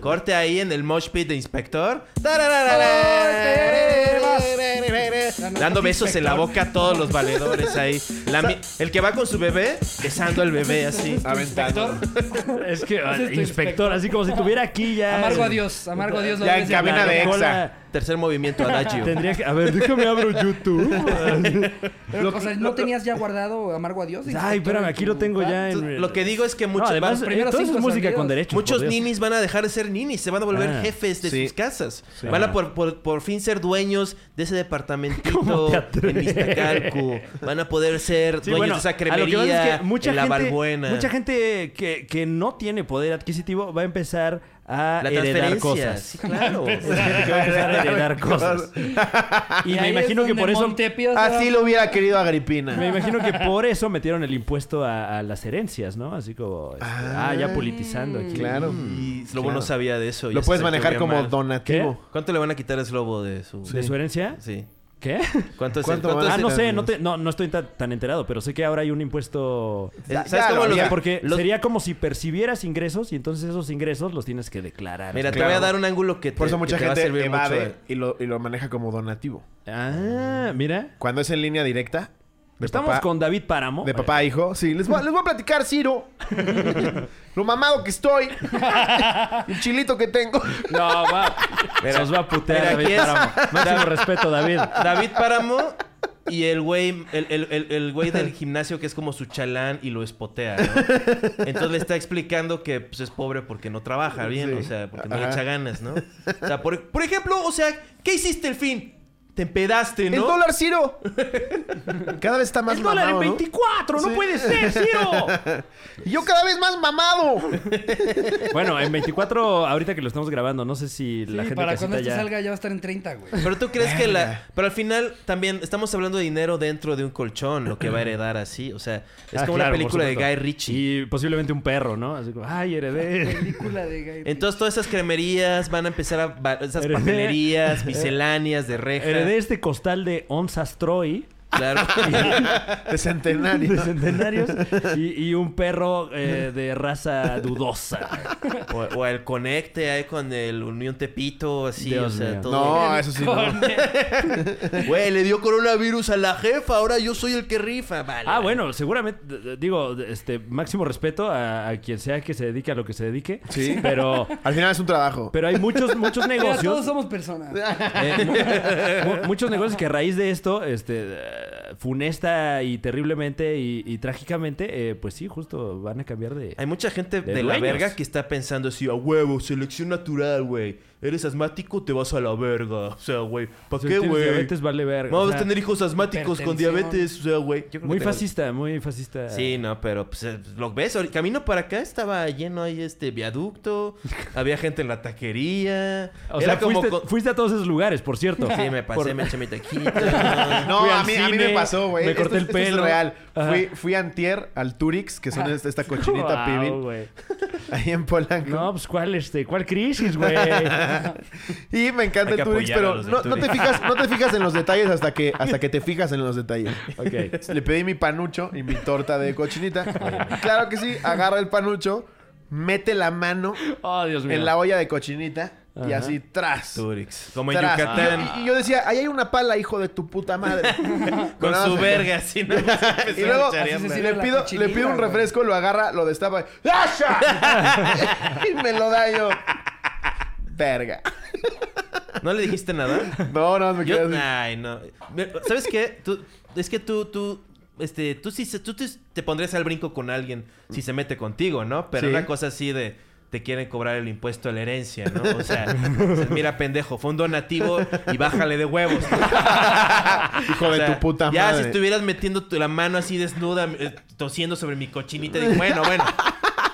[SPEAKER 5] Corte ahí en el mosh pit de inspector. Tarararara. Dando besos en la boca a todos los valedores ahí. La mi- el que va con su bebé, besando al bebé así.
[SPEAKER 3] Aventando.
[SPEAKER 4] Es que, ah,
[SPEAKER 2] Ese es tu
[SPEAKER 4] inspector,
[SPEAKER 2] inspector.
[SPEAKER 4] así como si tuviera aquí ya.
[SPEAKER 2] Amargo adiós, amargo adiós.
[SPEAKER 3] Ya en
[SPEAKER 2] cabeza.
[SPEAKER 3] cabina de
[SPEAKER 4] cola.
[SPEAKER 3] exa.
[SPEAKER 5] Tercer movimiento,
[SPEAKER 4] [laughs]
[SPEAKER 5] Adagio.
[SPEAKER 4] Tendría que. A ver, déjame abro
[SPEAKER 5] [laughs]
[SPEAKER 4] YouTube.
[SPEAKER 2] Pero, o sea, ¿no tenías ya guardado amargo adiós?
[SPEAKER 4] Ay, espérame, aquí lo tengo ya
[SPEAKER 5] Entonces,
[SPEAKER 4] en.
[SPEAKER 5] Lo que digo es que
[SPEAKER 4] No,
[SPEAKER 5] muchos,
[SPEAKER 4] además,
[SPEAKER 5] van-
[SPEAKER 4] eh,
[SPEAKER 2] primeros
[SPEAKER 4] todo eso es
[SPEAKER 2] cinco
[SPEAKER 4] música
[SPEAKER 2] sonidos.
[SPEAKER 4] con derechos.
[SPEAKER 5] muchos
[SPEAKER 4] por Dios.
[SPEAKER 5] ninis van a dejar de ser ninis, se van a volver
[SPEAKER 4] Ah,
[SPEAKER 5] jefes de
[SPEAKER 3] sí.
[SPEAKER 5] sus casas. Van a por, por, por fin ser dueños de
[SPEAKER 4] [laughs]
[SPEAKER 5] ese
[SPEAKER 4] ¿Cómo
[SPEAKER 5] departamentito
[SPEAKER 4] te
[SPEAKER 5] en
[SPEAKER 4] atreves?
[SPEAKER 5] Iztacalco. Van a poder ser dueños
[SPEAKER 4] Sí, bueno,
[SPEAKER 5] de esa
[SPEAKER 4] a lo que vas
[SPEAKER 5] cremería,
[SPEAKER 4] es que mucha
[SPEAKER 5] en la
[SPEAKER 4] gente,
[SPEAKER 5] barbuena.
[SPEAKER 4] Mucha gente que, que no tiene poder adquisitivo va a empezar a
[SPEAKER 5] la
[SPEAKER 4] heredar
[SPEAKER 5] transferencia.
[SPEAKER 4] cosas. [laughs]
[SPEAKER 5] Sí, claro.
[SPEAKER 4] Es gente que va a empezar
[SPEAKER 5] [laughs]
[SPEAKER 4] a heredar cosas. Y, me imagino que por eso
[SPEAKER 3] Así Ah, lo hubiera querido Agripina.
[SPEAKER 4] me imagino que por eso metieron el impuesto a, a las herencias, ¿no? Así como este, ah, ya politizando aquí.
[SPEAKER 3] Claro.
[SPEAKER 5] Y Slobo
[SPEAKER 3] Claro.
[SPEAKER 5] no sabía de eso.
[SPEAKER 3] Lo
[SPEAKER 5] ya
[SPEAKER 3] puedes
[SPEAKER 5] se
[SPEAKER 3] manejar
[SPEAKER 5] sentía
[SPEAKER 3] como
[SPEAKER 5] mal.
[SPEAKER 3] donativo.
[SPEAKER 5] ¿Cuánto le van a quitar a Slobo de su...
[SPEAKER 4] ¿De su herencia?
[SPEAKER 5] Sí.
[SPEAKER 4] ¿Qué?
[SPEAKER 5] ¿Cuánto es
[SPEAKER 3] ¿Cuánto
[SPEAKER 5] el,
[SPEAKER 4] [laughs]
[SPEAKER 5] cuánto
[SPEAKER 4] Ah,
[SPEAKER 5] es
[SPEAKER 4] no
[SPEAKER 5] el-
[SPEAKER 4] sé, no, te- no, no estoy tan, tan enterado, pero sé que ahora hay un impuesto.
[SPEAKER 3] Ya-
[SPEAKER 5] Eh, ¿Sabes
[SPEAKER 3] ya
[SPEAKER 5] cómo
[SPEAKER 3] lo
[SPEAKER 5] los-
[SPEAKER 3] había.
[SPEAKER 4] Porque
[SPEAKER 5] los-
[SPEAKER 4] sería como si percibieras ingresos y entonces esos ingresos los tienes que declarar.
[SPEAKER 5] Mira, te
[SPEAKER 3] Claro.
[SPEAKER 5] voy a dar un ángulo que te,
[SPEAKER 3] Por eso
[SPEAKER 5] que
[SPEAKER 3] mucha
[SPEAKER 5] te va a
[SPEAKER 3] gente
[SPEAKER 5] servir
[SPEAKER 3] evade
[SPEAKER 5] mucho. eh.
[SPEAKER 3] y, lo, y lo maneja como donativo.
[SPEAKER 4] Ah, mira.
[SPEAKER 3] Cuando es en línea directa, de
[SPEAKER 4] Estamos
[SPEAKER 3] papá,
[SPEAKER 4] con David Páramo.
[SPEAKER 3] de papá a hijo. Sí, les voy, a- les voy a platicar, Ciro. lo mamado que
[SPEAKER 4] [laughs]
[SPEAKER 3] estoy. el chilito que tengo.
[SPEAKER 4] [laughs] No, va. Nos va a putear
[SPEAKER 5] mira, aquí
[SPEAKER 4] David
[SPEAKER 5] es-
[SPEAKER 4] [laughs] Páramo. Máximo respeto, David.
[SPEAKER 5] David Páramo y el güey, el, el- el- el güey del gimnasio que es como su chalán y lo espotea, ¿no? Entonces le está explicando que pues, es pobre porque no trabaja bien, o sea, porque no le
[SPEAKER 3] Ajá.
[SPEAKER 5] echa ganas, ¿no? O sea, por, por ejemplo, o sea, ¿qué hiciste el fin? Te empedaste, ¿no?
[SPEAKER 3] El dólar,
[SPEAKER 4] [laughs]
[SPEAKER 3] Ciro. Cada vez está más
[SPEAKER 4] El dólar
[SPEAKER 3] mamado.
[SPEAKER 4] en
[SPEAKER 3] ¿no?
[SPEAKER 4] 24, no
[SPEAKER 3] Sí.
[SPEAKER 4] puede ser, [laughs] Ciro.
[SPEAKER 3] Y yo cada vez más mamado.
[SPEAKER 4] Bueno, en 24, ahorita que lo estamos grabando, no sé si la gente
[SPEAKER 2] para
[SPEAKER 4] que
[SPEAKER 2] cuando
[SPEAKER 4] está
[SPEAKER 2] esto
[SPEAKER 4] ya.
[SPEAKER 2] salga ya va a estar en 30, güey.
[SPEAKER 5] Pero tú crees que la... Pero al final también estamos hablando de dinero dentro de un colchón, lo que va a heredar así. O sea, es
[SPEAKER 4] Ah, claro,
[SPEAKER 5] como una
[SPEAKER 4] por
[SPEAKER 5] película de
[SPEAKER 4] supuesto.
[SPEAKER 5] Guy Ritchie.
[SPEAKER 4] Y posiblemente un perro, ¿no? Así como, ay, heredé.
[SPEAKER 2] Película de gay.
[SPEAKER 5] Entonces todas esas cremerías van a empezar a... va- Esas
[SPEAKER 4] Heredé. [laughs]
[SPEAKER 5] papelerías, misceláneas de reja.
[SPEAKER 4] Heredé este costal de onzas Troy.
[SPEAKER 5] Claro.
[SPEAKER 4] [laughs]
[SPEAKER 3] De centenario.
[SPEAKER 4] De centenarios y, y un perro eh, de raza [laughs] dudosa.
[SPEAKER 5] o, o el conecte ahí con el Unión Tepito, así,
[SPEAKER 4] Dios
[SPEAKER 5] o sea,
[SPEAKER 4] mío.
[SPEAKER 5] todo.
[SPEAKER 3] No, eso sí. no.
[SPEAKER 5] Güey, le dio coronavirus a la jefa, ahora yo soy el que rifa. Vale.
[SPEAKER 4] Ah, bueno, seguramente, d- d- digo, d- este, máximo respeto a, a quien sea que se dedique a lo que se dedique.
[SPEAKER 3] Sí.
[SPEAKER 4] Pero,
[SPEAKER 3] Al final es un trabajo.
[SPEAKER 4] pero hay muchos,
[SPEAKER 5] [laughs]
[SPEAKER 4] muchos
[SPEAKER 2] Mira, todos
[SPEAKER 4] negocios.
[SPEAKER 2] somos personas.
[SPEAKER 4] eh, mu- muchos negocios que a raíz de esto, este, eh, funesta y terriblemente y, y trágicamente, eh, pues sí, justo van a cambiar de.
[SPEAKER 5] Hay mucha gente de,
[SPEAKER 4] De
[SPEAKER 5] la
[SPEAKER 4] dueños.
[SPEAKER 5] verga que está pensando así, a huevo, selección natural, güey. Eres asmático, te vas a la verga. O sea, güey, ¿para
[SPEAKER 4] Si
[SPEAKER 5] qué,
[SPEAKER 4] tienes
[SPEAKER 5] güey?
[SPEAKER 4] diabetes vale verga.
[SPEAKER 5] Vamos
[SPEAKER 4] O sea,
[SPEAKER 5] a tener hijos asmáticos con
[SPEAKER 2] hipertensión.
[SPEAKER 5] diabetes, o sea, güey. Yo creo que
[SPEAKER 4] Muy
[SPEAKER 5] te-
[SPEAKER 4] fascista, muy fascista.
[SPEAKER 5] Sí, no, pero pues, eh, lo ves, ahorita- camino para acá estaba lleno ahí este viaducto, había gente en la taquería.
[SPEAKER 4] O
[SPEAKER 5] era
[SPEAKER 4] sea, fuiste,
[SPEAKER 5] con-
[SPEAKER 4] fuiste a todos esos lugares, por cierto.
[SPEAKER 5] Sí, me pasé,
[SPEAKER 4] Por-
[SPEAKER 5] me eché mi taquita.
[SPEAKER 3] No,
[SPEAKER 4] Fui
[SPEAKER 3] a
[SPEAKER 4] al
[SPEAKER 3] mí, a mí
[SPEAKER 4] cine,
[SPEAKER 3] me pasó, güey.
[SPEAKER 4] me corté el
[SPEAKER 3] Esto- esto
[SPEAKER 4] pelo.
[SPEAKER 3] es real.
[SPEAKER 4] Ajá.
[SPEAKER 3] Fui, fui antier al Turix, que son esta,
[SPEAKER 4] [laughs]
[SPEAKER 3] esta cochinita
[SPEAKER 4] Guau,
[SPEAKER 3] pibil,
[SPEAKER 4] güey.
[SPEAKER 3] ahí en Polanco.
[SPEAKER 4] No, pues cuál, este, cuál crisis,
[SPEAKER 5] [laughs]
[SPEAKER 4] güey.
[SPEAKER 3] Y me encanta
[SPEAKER 5] Hay que
[SPEAKER 3] el Turix,
[SPEAKER 5] apoyar a
[SPEAKER 3] pero
[SPEAKER 5] los del
[SPEAKER 3] no, no te
[SPEAKER 5] Turix.
[SPEAKER 3] fijas, no te fijas en los detalles hasta
[SPEAKER 5] [laughs]
[SPEAKER 3] que, hasta que te fijas en los detalles.
[SPEAKER 4] Ok.
[SPEAKER 5] [laughs]
[SPEAKER 3] Le pedí mi panucho y mi torta de cochinita. claro que sí, agarra el panucho, mete la mano
[SPEAKER 4] Oh,
[SPEAKER 5] mío.
[SPEAKER 3] en la olla de cochinita y
[SPEAKER 5] Ajá.
[SPEAKER 3] así tras.
[SPEAKER 5] Turix. Como en
[SPEAKER 3] tras.
[SPEAKER 5] Yucatán.
[SPEAKER 3] Y yo, y yo decía, ahí hay una pala, hijo de tu puta
[SPEAKER 5] [laughs]
[SPEAKER 3] madre.
[SPEAKER 5] Con
[SPEAKER 3] Nada
[SPEAKER 5] su
[SPEAKER 3] más-
[SPEAKER 5] verga, así, ¿no? [laughs]
[SPEAKER 3] y luego
[SPEAKER 5] Así se sirve
[SPEAKER 3] le
[SPEAKER 5] la
[SPEAKER 3] pido,
[SPEAKER 5] cochinita,
[SPEAKER 3] le pido un
[SPEAKER 5] güey.
[SPEAKER 3] refresco, lo agarra, lo
[SPEAKER 5] [laughs]
[SPEAKER 3] destapa.
[SPEAKER 5] ¡Ah,
[SPEAKER 3] ¡Asha! [laughs] y me lo da yo. Verga.
[SPEAKER 5] ¿No le dijiste nada?
[SPEAKER 3] No, no, me
[SPEAKER 5] quedé Ay, no. Mira, ¿Sabes qué? Tú- es que tú, tú, este, tú sí, se- tú te, te pondrías al brinco con alguien si se mete contigo, ¿no? Pero
[SPEAKER 3] Sí.
[SPEAKER 5] una cosa así de te quieren cobrar el impuesto a la herencia, ¿no? O sea,
[SPEAKER 3] [laughs]
[SPEAKER 5] dices, mira, pendejo, fue un donativo y bájale de huevos.
[SPEAKER 3] Hijo
[SPEAKER 5] O
[SPEAKER 3] de
[SPEAKER 5] sea,
[SPEAKER 3] tu puta
[SPEAKER 5] Ya
[SPEAKER 3] madre.
[SPEAKER 5] si estuvieras metiendo tu- la mano así desnuda, eh, tosiendo sobre mi cochinita, digo, bueno, bueno,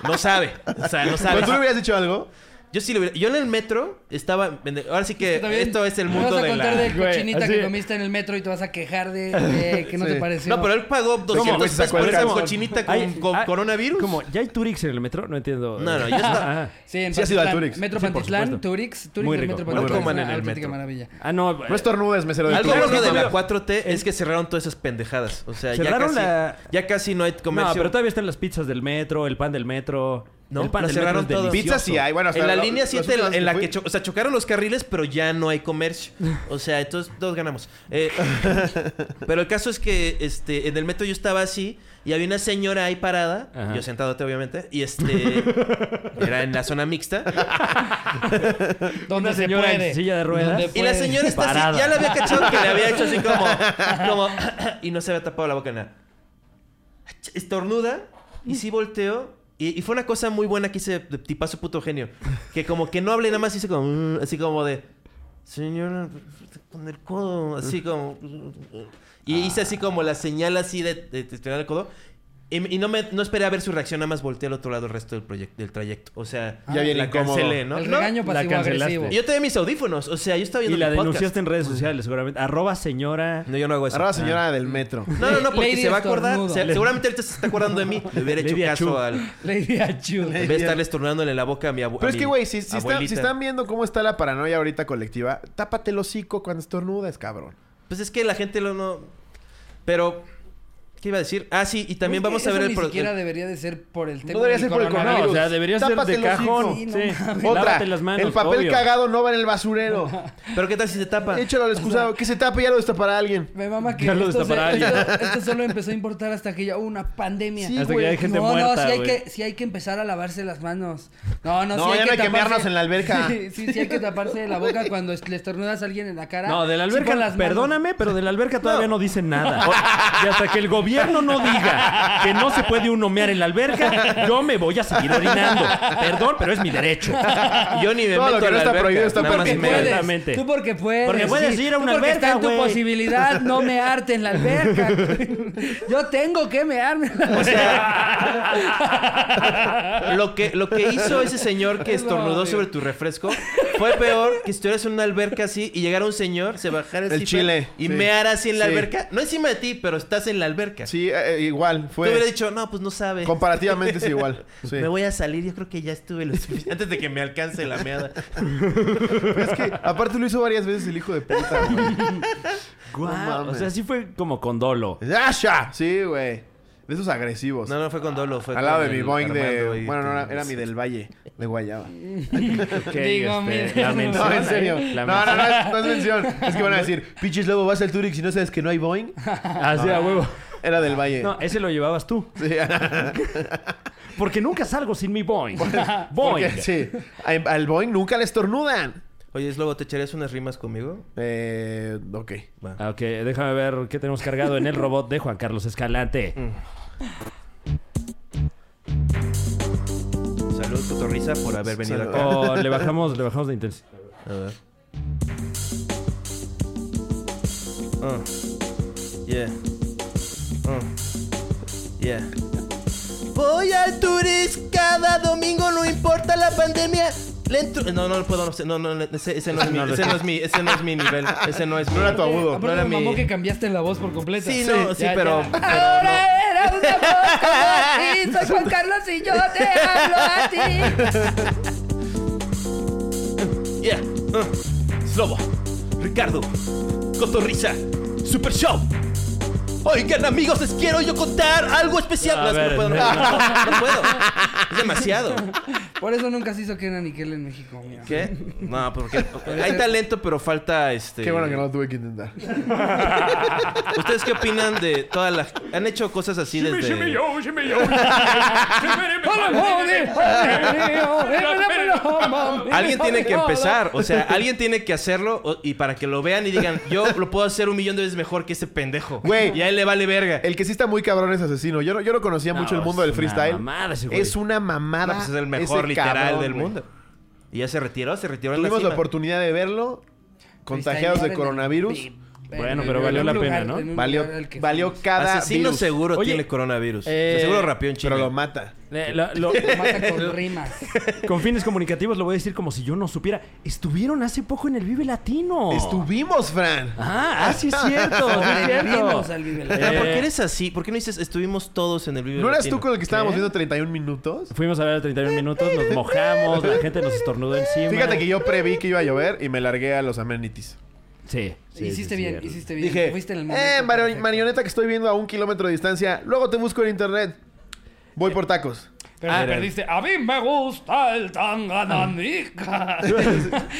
[SPEAKER 5] no sabe. O sea, no
[SPEAKER 3] ¿Pero
[SPEAKER 5] sabe.
[SPEAKER 3] Pues tú le hubieras dicho algo?
[SPEAKER 5] Yo sí lo hubiera... Yo en el metro estaba... Ahora sí que
[SPEAKER 2] También
[SPEAKER 5] esto es el
[SPEAKER 2] me
[SPEAKER 5] mundo
[SPEAKER 2] vas a
[SPEAKER 5] de la...
[SPEAKER 2] contar de cochinita que comiste en el metro y te vas a quejar de, de que no
[SPEAKER 5] Sí.
[SPEAKER 2] te pareció.
[SPEAKER 5] No, pero él pagó 200 pesos por esa cochinita con, con coronavirus.
[SPEAKER 4] Como, ¿ya hay Turix en el metro? No entiendo. [laughs]
[SPEAKER 5] No, no, yo estaba-
[SPEAKER 2] Sí, en
[SPEAKER 4] Sí ha sido al
[SPEAKER 2] Pantitlán.
[SPEAKER 4] Turix.
[SPEAKER 2] Metro
[SPEAKER 4] Sí, por
[SPEAKER 2] Pantitlán,
[SPEAKER 4] supuesto.
[SPEAKER 2] Turix, Turix
[SPEAKER 4] Muy
[SPEAKER 2] del
[SPEAKER 4] rico,
[SPEAKER 2] Metro
[SPEAKER 4] muy
[SPEAKER 2] Pantitlán.
[SPEAKER 5] rico. No coman en
[SPEAKER 2] Ah,
[SPEAKER 5] el
[SPEAKER 2] auténtica
[SPEAKER 5] metro.
[SPEAKER 2] maravilla.
[SPEAKER 4] Ah, no.
[SPEAKER 3] No estornudes, mesero de
[SPEAKER 5] Algo
[SPEAKER 3] Turix.
[SPEAKER 5] bueno de la 4T es que cerraron todas esas pendejadas. O sea, ya
[SPEAKER 4] Cerraron
[SPEAKER 5] casi,
[SPEAKER 4] la-
[SPEAKER 5] ya casi no hay comercio.
[SPEAKER 4] No, pero todavía están las pizzas del metro, el pan del metro.
[SPEAKER 5] No,
[SPEAKER 4] el pan
[SPEAKER 5] lo
[SPEAKER 4] del
[SPEAKER 5] cerraron
[SPEAKER 4] metro es
[SPEAKER 5] todo.
[SPEAKER 4] delicioso.
[SPEAKER 5] en la línea 7 en, la que cho- o sea, chocaron los carriles, pero ya no hay comercio. O sea, entonces todos ganamos. Eh, [laughs] pero el caso es que este, en el metro yo estaba así y había una señora ahí parada,
[SPEAKER 4] Ajá.
[SPEAKER 5] yo sentadote obviamente,
[SPEAKER 4] [laughs]
[SPEAKER 5] y este era en la zona mixta.
[SPEAKER 2] Donde
[SPEAKER 4] Una
[SPEAKER 2] se
[SPEAKER 4] señora en
[SPEAKER 2] puede.
[SPEAKER 4] silla de ruedas.
[SPEAKER 2] Donde
[SPEAKER 5] Y la
[SPEAKER 2] puede.
[SPEAKER 5] señora está así,
[SPEAKER 4] Parada.
[SPEAKER 5] ya la había cachado que le había hecho así como, como y no se había tapado la boca ni nada. Estornuda y sí volteó. Y, y fue una cosa muy buena que hice de tipazo puto genio. Que como que no hablé nada más hice como "Mm", así como de señora con el codo así como y hice así como la señal así de, de, de estirar el codo. Y, y no, me, no esperé a ver su reacción, nada más volteé al otro lado el resto del, proyec- del trayecto. O sea,
[SPEAKER 3] Ya bien
[SPEAKER 5] la
[SPEAKER 3] incómodo.
[SPEAKER 5] cancelé, ¿no?
[SPEAKER 2] El
[SPEAKER 5] No,
[SPEAKER 2] regaño
[SPEAKER 5] la
[SPEAKER 2] pasivo
[SPEAKER 5] cancelaste.
[SPEAKER 2] agresivo.
[SPEAKER 5] Y yo tenía mis audífonos, o sea, yo estaba viendo
[SPEAKER 4] Y la
[SPEAKER 5] mi podcast.
[SPEAKER 4] denunciaste en redes sociales, seguramente. Arroba señora.
[SPEAKER 5] No, yo no hago eso.
[SPEAKER 3] Arroba señora del metro.
[SPEAKER 5] No, no, no, porque
[SPEAKER 2] Lady
[SPEAKER 5] se va a acordar.
[SPEAKER 2] estornudo.
[SPEAKER 5] se- seguramente ahorita se está acordando
[SPEAKER 3] [laughs]
[SPEAKER 5] de mí. Le hubiera hecho
[SPEAKER 4] Lady Achu.
[SPEAKER 5] caso al.
[SPEAKER 2] Lady Achu.
[SPEAKER 5] En vez de estarle estornándole en la boca a mi abuela.
[SPEAKER 3] Pero es que, güey, si, si, está- si están viendo cómo está la paranoia ahorita colectiva, tápate el hocico cuando estornudas, cabrón.
[SPEAKER 5] Pues es que la gente lo no. Pero. ¿Qué iba a decir? Ah, sí, y también
[SPEAKER 2] Creo
[SPEAKER 5] vamos
[SPEAKER 2] que
[SPEAKER 5] a ver
[SPEAKER 2] eso
[SPEAKER 5] el.
[SPEAKER 2] Ni
[SPEAKER 5] pro-
[SPEAKER 2] siquiera
[SPEAKER 5] el-
[SPEAKER 2] debería de ser por el tema.
[SPEAKER 3] No debería
[SPEAKER 2] del
[SPEAKER 3] ser por el
[SPEAKER 2] coronavirus.
[SPEAKER 3] coronavirus.
[SPEAKER 4] o sea, debería ser
[SPEAKER 3] Tápate
[SPEAKER 4] de
[SPEAKER 3] el
[SPEAKER 4] cajón.
[SPEAKER 3] hocico.
[SPEAKER 4] Sí,
[SPEAKER 3] Otra,
[SPEAKER 4] [laughs] Lávate las manos.
[SPEAKER 3] el papel
[SPEAKER 4] obvio.
[SPEAKER 3] cagado no va en el
[SPEAKER 4] [laughs]
[SPEAKER 3] basurero. [laughs]
[SPEAKER 5] Pero ¿qué tal si se tapa?
[SPEAKER 3] Échalo al excusado. Que se tape, ya lo destapará alguien.
[SPEAKER 2] Me mama que
[SPEAKER 4] Ya lo
[SPEAKER 2] esto, se-
[SPEAKER 4] destapará alguien.
[SPEAKER 2] esto- esto solo empezó a importar hasta que ya hubo una pandemia.
[SPEAKER 3] Sí,
[SPEAKER 4] Hasta
[SPEAKER 3] güey.
[SPEAKER 4] que ya hay gente
[SPEAKER 2] no,
[SPEAKER 4] muerta,
[SPEAKER 2] no, sí hay,
[SPEAKER 4] güey.
[SPEAKER 2] que, sí hay que empezar a lavarse las manos. No, no,
[SPEAKER 3] No,
[SPEAKER 2] sí hay
[SPEAKER 3] ya no hay que
[SPEAKER 2] taparse-
[SPEAKER 3] mearnos en la
[SPEAKER 2] [laughs]
[SPEAKER 3] alberca.
[SPEAKER 2] Sí, sí, sí hay que taparse la boca cuando es- le estornudas a alguien en la cara.
[SPEAKER 4] No, de la
[SPEAKER 2] Sí,
[SPEAKER 4] alberca,
[SPEAKER 2] pon las manos.
[SPEAKER 4] perdóname, pero de la alberca todavía no,
[SPEAKER 3] [laughs]
[SPEAKER 4] dicen nada. Y hasta que el gobierno no diga que no se puede uno mear en la alberca, yo me voy a seguir orinando. Perdón, pero es mi derecho.
[SPEAKER 5] [laughs] Yo ni me
[SPEAKER 3] Todo lo
[SPEAKER 5] meto
[SPEAKER 3] que no
[SPEAKER 5] a la
[SPEAKER 3] está
[SPEAKER 5] alberca,
[SPEAKER 3] prohibido está
[SPEAKER 5] nada más
[SPEAKER 2] Porque
[SPEAKER 5] me-
[SPEAKER 4] Exactamente.
[SPEAKER 2] puedes, tú porque puedes.
[SPEAKER 4] Porque puedes ir a
[SPEAKER 2] tú
[SPEAKER 4] una
[SPEAKER 2] porque
[SPEAKER 4] alberca,
[SPEAKER 2] está en tu
[SPEAKER 4] güey.
[SPEAKER 2] posibilidad no mearte en la alberca. Yo tengo que mearme en la alberca.
[SPEAKER 5] Lo que, lo que hizo ese señor que estornudó
[SPEAKER 2] obvio.
[SPEAKER 5] sobre tu refresco fue peor que estuvieras en una alberca así y llegara un señor, se bajara
[SPEAKER 3] El
[SPEAKER 5] así
[SPEAKER 3] chile,
[SPEAKER 5] y
[SPEAKER 3] sí.
[SPEAKER 5] meara así en la
[SPEAKER 3] Sí.
[SPEAKER 5] alberca. No encima de ti, pero estás en la alberca.
[SPEAKER 3] Sí, eh, eh, igual.
[SPEAKER 5] Tú hubieras
[SPEAKER 3] Fue.
[SPEAKER 5] dicho, no, pues no sabe.
[SPEAKER 3] Comparativamente es
[SPEAKER 5] [laughs]
[SPEAKER 3] igual. Sí.
[SPEAKER 5] Me voy a salir, yo creo que ya estuve lo suficiente. Antes de que me alcance la meada.
[SPEAKER 3] Pero es que, aparte lo hizo varias veces el hijo de
[SPEAKER 4] [laughs]
[SPEAKER 3] puta, güey.
[SPEAKER 4] Guau,
[SPEAKER 3] No mames.
[SPEAKER 4] o sea, sí fue como con dolo.
[SPEAKER 3] ¡Dasha! Sí, güey. De esos agresivos.
[SPEAKER 5] No, no, fue con dolo. Fue
[SPEAKER 3] Al lado
[SPEAKER 5] con
[SPEAKER 3] de mi
[SPEAKER 5] el
[SPEAKER 3] Boeing
[SPEAKER 5] Armando este,
[SPEAKER 3] de...
[SPEAKER 5] y
[SPEAKER 3] Bueno, no, era,
[SPEAKER 5] tu-
[SPEAKER 3] era mi del Valle. De Guayaba.
[SPEAKER 2] Digo, mira.
[SPEAKER 4] este, la mención,
[SPEAKER 3] No, en serio.
[SPEAKER 4] ahí,
[SPEAKER 3] No,
[SPEAKER 4] la
[SPEAKER 3] no,
[SPEAKER 4] mención.
[SPEAKER 3] no, es, no es mención. Es que van a decir, pinches lobo, vas al Turix si no sabes que no hay
[SPEAKER 5] [laughs]
[SPEAKER 3] Boeing.
[SPEAKER 4] Así a huevo.
[SPEAKER 3] Era del Valle.
[SPEAKER 4] No, ese lo llevabas tú.
[SPEAKER 3] Sí.
[SPEAKER 4] Porque nunca salgo sin mi Boeing. Boeing.
[SPEAKER 3] Porque, sí. Al al Boeing nunca le estornudan.
[SPEAKER 5] Oye, es luego, ¿te echarías unas rimas conmigo?
[SPEAKER 3] Eh, ok.
[SPEAKER 4] Ah, Ok, déjame ver qué tenemos cargado en el robot de Juan Carlos Escalante.
[SPEAKER 5] Salud, Cotorrisa, por haber venido
[SPEAKER 3] Salud.
[SPEAKER 5] acá.
[SPEAKER 4] O Oh, le bajamos, le bajamos de intensidad.
[SPEAKER 5] A ver. Uh. Yeah. Uh. Yeah. Voy al turis cada domingo, no importa la pandemia. Le entro- No, no lo puedo, no sé, no, no, ese, ese no es mi, ese no es mi, ese no es mi nivel, ese no es mi.
[SPEAKER 3] No era tu agudo.
[SPEAKER 2] Aparte
[SPEAKER 5] No era
[SPEAKER 2] me mamó
[SPEAKER 5] mi-
[SPEAKER 2] que cambiaste la voz por completo.
[SPEAKER 5] Sí, no, sí,
[SPEAKER 2] Ya,
[SPEAKER 5] pero-
[SPEAKER 2] ya.
[SPEAKER 5] pero no.
[SPEAKER 2] Ahora era una voz como ti, soy Juan Carlos y yo te hablo a ti.
[SPEAKER 5] Yeah. Uh. Slobo, Ricardo, Cotorrisa, Super Show. Oigan, amigos, les quiero yo contar algo especial. No,
[SPEAKER 2] A
[SPEAKER 5] es que
[SPEAKER 2] ver,
[SPEAKER 5] no puedo, no,
[SPEAKER 2] no.
[SPEAKER 5] puedo, no puedo. Es demasiado.
[SPEAKER 2] Por eso nunca se hizo Kenan y Kel en México. mira.
[SPEAKER 5] ¿Qué? No, porque hay talento, pero falta este.
[SPEAKER 3] Qué bueno que no lo tuve que intentar.
[SPEAKER 5] ¿Ustedes qué opinan de todas las. Han hecho cosas así
[SPEAKER 4] Shimmy,
[SPEAKER 5] desde.
[SPEAKER 4] shimmy, yo, shimmy, yo.
[SPEAKER 2] [laughs]
[SPEAKER 5] Alguien tiene que empezar, o sea, alguien tiene que hacerlo o- y para que lo vean y digan, yo lo puedo hacer un millón de veces mejor que ese pendejo.
[SPEAKER 3] Güey.
[SPEAKER 5] Y a él le vale verga.
[SPEAKER 3] El que sí está muy cabrón es asesino. Yo no, yo no conocía
[SPEAKER 5] No,
[SPEAKER 3] mucho el mundo
[SPEAKER 5] es
[SPEAKER 3] del
[SPEAKER 5] una
[SPEAKER 3] freestyle.
[SPEAKER 5] mamada ese güey.
[SPEAKER 3] es una mamada.
[SPEAKER 5] No, pues es el mejor
[SPEAKER 3] ese
[SPEAKER 5] literal
[SPEAKER 3] cabrón,
[SPEAKER 5] del
[SPEAKER 3] güey.
[SPEAKER 5] mundo. Y ya se retiró, se retiró en la
[SPEAKER 3] Tuvimos la
[SPEAKER 5] cima.
[SPEAKER 3] oportunidad de verlo. Contagiados de coronavirus.
[SPEAKER 5] Bueno, pero valió la pena, ¿no?
[SPEAKER 3] Valió, valió cada
[SPEAKER 5] Asesino
[SPEAKER 3] virus.
[SPEAKER 5] seguro tiene coronavirus.
[SPEAKER 4] eh,
[SPEAKER 5] O sea, seguro rapeó un chingo.
[SPEAKER 3] Pero lo mata.
[SPEAKER 4] Eh, la- lo-
[SPEAKER 2] Mata
[SPEAKER 4] [laughs]
[SPEAKER 2] con rimas.
[SPEAKER 4] con fines comunicativos lo voy a decir como si yo no supiera. Estuvieron hace poco en el Vive Latino.
[SPEAKER 3] Estuvimos, Fran.
[SPEAKER 4] Ah, ah, sí es
[SPEAKER 2] [laughs]
[SPEAKER 4] cierto. sí es cierto.
[SPEAKER 2] Sobrevivimos al Vive
[SPEAKER 5] Ah,
[SPEAKER 4] Eh,
[SPEAKER 5] ¿Por qué eres así? ¿Por qué no dices estuvimos todos en el video?
[SPEAKER 3] ¿No eras tú con el que estábamos viendo 31 minutos?
[SPEAKER 4] Fuimos a ver 31 minutos, nos mojamos, la gente nos estornudó encima.
[SPEAKER 3] Fíjate que yo preví que iba a llover y me largué a los amenities.
[SPEAKER 4] Sí.
[SPEAKER 2] hiciste bien, hiciste bien.
[SPEAKER 3] Dije,
[SPEAKER 2] Fuiste en el momento.
[SPEAKER 3] eh, mari-
[SPEAKER 2] perfecto.
[SPEAKER 3] marioneta que estoy viendo a un kilómetro de distancia. Luego te busco en internet. Voy por tacos. [laughs]
[SPEAKER 2] Pero
[SPEAKER 3] Ah,
[SPEAKER 2] te
[SPEAKER 3] era-
[SPEAKER 2] perdiste. A mí me gusta el
[SPEAKER 4] [laughs]
[SPEAKER 2] tanganandika.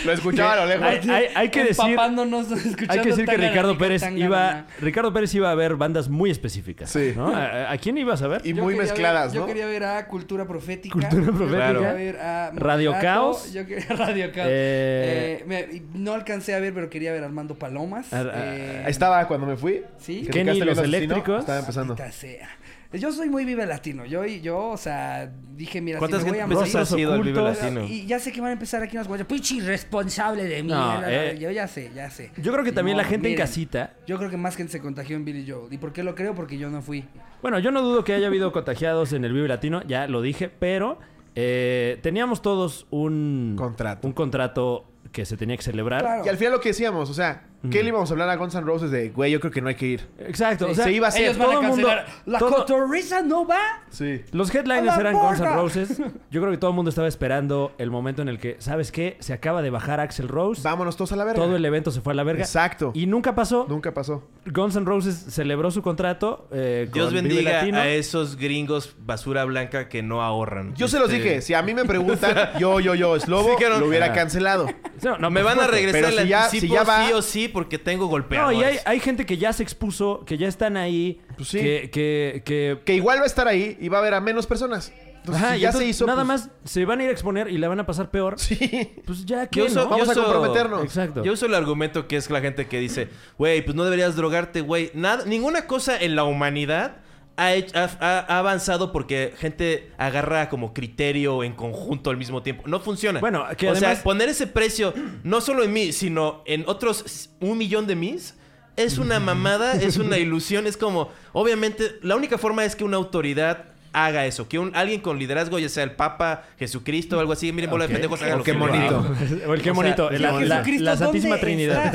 [SPEAKER 3] Lo escuchaba a lo lejos.
[SPEAKER 4] Hay, hay- hay que decir,
[SPEAKER 2] Empapándonos, [laughs] escuchando
[SPEAKER 4] hay que decir que
[SPEAKER 2] Tanganandika,
[SPEAKER 4] Ricardo Pérez iba,
[SPEAKER 2] Tanganana.
[SPEAKER 4] Ricardo Pérez iba a ver bandas muy específicas.
[SPEAKER 3] Sí.
[SPEAKER 4] ¿no? ¿A, a- a quién ibas a ver?
[SPEAKER 3] Y
[SPEAKER 2] Yo
[SPEAKER 3] muy
[SPEAKER 2] quería ver-
[SPEAKER 3] mezcladas,
[SPEAKER 2] Yo
[SPEAKER 3] ¿no?
[SPEAKER 2] quería ver a Cultura Profética.
[SPEAKER 4] Cultura
[SPEAKER 2] yo
[SPEAKER 4] Profética.
[SPEAKER 2] quería
[SPEAKER 4] Claro.
[SPEAKER 2] ver a Moderato,
[SPEAKER 4] Radio Caos.
[SPEAKER 2] Yo quería [laughs] Radio Caos.
[SPEAKER 4] Eh, Ah,
[SPEAKER 2] Eh, me- no alcancé a ver, pero quería ver a Armando Palomas.
[SPEAKER 4] Ar- ar-
[SPEAKER 2] Eh,
[SPEAKER 3] Ahí estaba cuando me fui.
[SPEAKER 2] Sí.
[SPEAKER 3] que te quedaste
[SPEAKER 4] Kenny, los
[SPEAKER 3] viendo Asesino,
[SPEAKER 4] eléctricos.
[SPEAKER 3] Estaba empezando.
[SPEAKER 2] maldita sea. Yo soy muy vive latino. Yo, yo o sea, dije, mira,
[SPEAKER 5] ¿Cuántas
[SPEAKER 2] si me voy a
[SPEAKER 5] veces
[SPEAKER 2] morir-
[SPEAKER 5] has ido al Vive
[SPEAKER 4] ocultos.
[SPEAKER 5] Latino?
[SPEAKER 2] Y ya sé que van a empezar aquí unos guayas. Pinche irresponsable de mí.
[SPEAKER 4] No,
[SPEAKER 2] la-
[SPEAKER 4] eh.
[SPEAKER 2] Yo ya sé, ya sé.
[SPEAKER 4] Yo creo que
[SPEAKER 2] Ni
[SPEAKER 4] también la
[SPEAKER 2] modo,
[SPEAKER 4] gente en
[SPEAKER 2] miren,
[SPEAKER 4] casita
[SPEAKER 2] Yo creo que más gente se contagió en Billy Joel. ¿Y por qué lo creo? Porque yo no fui.
[SPEAKER 4] Bueno, yo no dudo que haya habido contagiados en el Vive Latino, ya lo dije, pero eh, teníamos todos un
[SPEAKER 3] Contrato.
[SPEAKER 4] un contrato que se tenía que celebrar.
[SPEAKER 2] Claro.
[SPEAKER 3] Y al final lo que decíamos, o sea, ¿qué le íbamos a hablar a Guns N' Roses de, güey, yo creo que no hay que ir?
[SPEAKER 4] Exacto, o sea, eh,
[SPEAKER 3] Se iba a hacer.
[SPEAKER 2] Ellos van a
[SPEAKER 4] todo el mundo-
[SPEAKER 2] cancelar. La
[SPEAKER 4] todo-
[SPEAKER 2] cotorriza no va.
[SPEAKER 3] Sí.
[SPEAKER 4] Los headliners
[SPEAKER 2] ¡A la
[SPEAKER 4] eran Guns N'
[SPEAKER 2] porra!
[SPEAKER 3] [laughs]
[SPEAKER 4] Roses. Yo creo que todo el mundo estaba esperando el momento en el que, ¿sabes qué? Se acaba de bajar Axel Rose.
[SPEAKER 3] Vámonos todos a la verga.
[SPEAKER 4] Todo el evento se fue a la verga.
[SPEAKER 3] Exacto.
[SPEAKER 4] Y nunca pasó.
[SPEAKER 3] Nunca pasó.
[SPEAKER 4] Guns N' Roses celebró su contrato. eh,
[SPEAKER 5] Dios
[SPEAKER 4] con Vive
[SPEAKER 5] bendiga
[SPEAKER 4] Latino.
[SPEAKER 5] a esos gringos basura blanca que no ahorran.
[SPEAKER 3] Yo se los
[SPEAKER 5] Este,
[SPEAKER 3] dije, si a mí me [laughs] preguntan, yo, yo, yo, es
[SPEAKER 5] Sí
[SPEAKER 3] lobo,
[SPEAKER 5] que no.
[SPEAKER 3] lo hubiera
[SPEAKER 5] Ah.
[SPEAKER 3] cancelado.
[SPEAKER 4] No, no,
[SPEAKER 5] Este, Me
[SPEAKER 4] por
[SPEAKER 5] van a
[SPEAKER 4] supuesto.
[SPEAKER 5] regresar
[SPEAKER 3] Pero
[SPEAKER 5] el
[SPEAKER 3] si ya-
[SPEAKER 5] anticipo
[SPEAKER 3] si ya va-
[SPEAKER 5] sí o sí porque tengo
[SPEAKER 4] No,
[SPEAKER 5] golpeadores.
[SPEAKER 4] y hay, hay gente que ya se expuso, que ya están ahí.
[SPEAKER 3] Pues sí.
[SPEAKER 4] que- que- que
[SPEAKER 3] Que igual va a estar ahí y va a haber a menos personas. Entonces,
[SPEAKER 4] Ajá,
[SPEAKER 3] si
[SPEAKER 4] y
[SPEAKER 3] ya se
[SPEAKER 4] entonces,
[SPEAKER 3] hizo.
[SPEAKER 4] Nada
[SPEAKER 3] pues,
[SPEAKER 4] más se van a ir a exponer y la van a pasar peor.
[SPEAKER 3] [laughs] Sí.
[SPEAKER 4] Pues ya que.
[SPEAKER 5] Yo uso-
[SPEAKER 3] Vamos
[SPEAKER 5] yo
[SPEAKER 3] a
[SPEAKER 5] uso-
[SPEAKER 3] comprometernos.
[SPEAKER 4] Exacto.
[SPEAKER 5] Yo uso el argumento que es la gente que dice, güey, pues no deberías drogarte, güey. Nada, ninguna cosa en la humanidad ha, hech- ha- ha- ha avanzado porque gente agarra como criterio en conjunto al mismo tiempo. No funciona.
[SPEAKER 4] Bueno, que
[SPEAKER 5] o
[SPEAKER 4] además-
[SPEAKER 5] sea, poner ese precio no solo en mí, sino en otros un millón de mis. Es una mamada,
[SPEAKER 4] [laughs]
[SPEAKER 5] es una ilusión, es como, obviamente, la única forma es que una autoridad haga eso, que un, alguien con liderazgo, ya sea el Papa, Jesucristo o algo así, miren, bola de pendejos, hagan lo
[SPEAKER 3] qué
[SPEAKER 5] que les
[SPEAKER 3] bonito.
[SPEAKER 4] [laughs]
[SPEAKER 5] diga.
[SPEAKER 4] o el qué bonito.
[SPEAKER 2] sea,
[SPEAKER 4] la,
[SPEAKER 2] Jesucristo,
[SPEAKER 4] la- la
[SPEAKER 2] ¿dónde
[SPEAKER 4] Santísima Trinidad.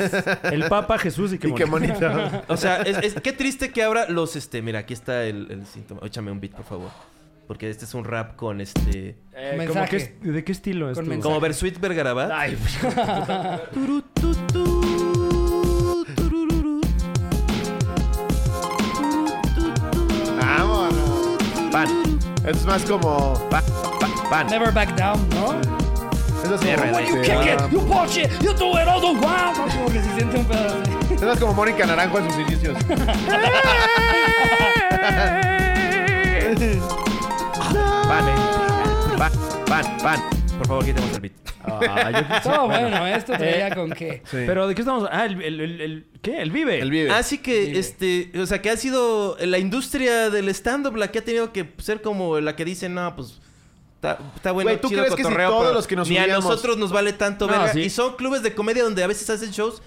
[SPEAKER 3] [laughs]
[SPEAKER 2] estás?
[SPEAKER 4] El Papa Jesús y qué
[SPEAKER 3] Y qué
[SPEAKER 4] bonito. [laughs]
[SPEAKER 3] bonito.
[SPEAKER 5] O sea, es, es- qué triste que ahora los este, mira, aquí está el, el síntoma. Échame un beat, por favor. Porque este es un rap con este
[SPEAKER 4] Eh,
[SPEAKER 2] Mensaje.
[SPEAKER 4] como que es- ¿De qué estilo es
[SPEAKER 2] Con
[SPEAKER 4] tu-
[SPEAKER 2] mensaje.
[SPEAKER 5] como Bersuit Vergarabat.
[SPEAKER 4] Ay,
[SPEAKER 3] Vámonos. Pan. Esto es más como. Pan. Pan.
[SPEAKER 2] Never back down, ¿no?
[SPEAKER 3] Eso es como.
[SPEAKER 2] When you
[SPEAKER 3] Sí,
[SPEAKER 2] kick
[SPEAKER 3] ah.
[SPEAKER 2] it, you punch it, you do it all the while. ¿no? Como que se siente un pedazo.
[SPEAKER 3] Eso es como Mónica Naranjo en sus
[SPEAKER 4] [laughs]
[SPEAKER 3] inicios. pan, eh. pan, pan, pan.
[SPEAKER 5] Por favor, quitemos el beat.
[SPEAKER 4] ah, yo quise-
[SPEAKER 2] Todo bueno, esto traía con qué.
[SPEAKER 3] Sí.
[SPEAKER 4] Pero ¿de qué estamos? Ah, el, el, el- el- ¿Qué? El Vive.
[SPEAKER 3] El vive.
[SPEAKER 5] Así Ah, que, este, o sea, que ha sido la industria del stand-up la que ha tenido que ser como la que dice, no, pues, está, está bueno,
[SPEAKER 3] Güey, ¿tú
[SPEAKER 5] chido
[SPEAKER 3] crees que si
[SPEAKER 5] cotorreo,
[SPEAKER 3] todos
[SPEAKER 5] pero
[SPEAKER 3] los que nos
[SPEAKER 5] ni a
[SPEAKER 3] subíamos-
[SPEAKER 5] nosotros nos vale tanto,
[SPEAKER 4] No,
[SPEAKER 5] verga?
[SPEAKER 4] sí.
[SPEAKER 5] Y son clubes de comedia donde a veces hacen shows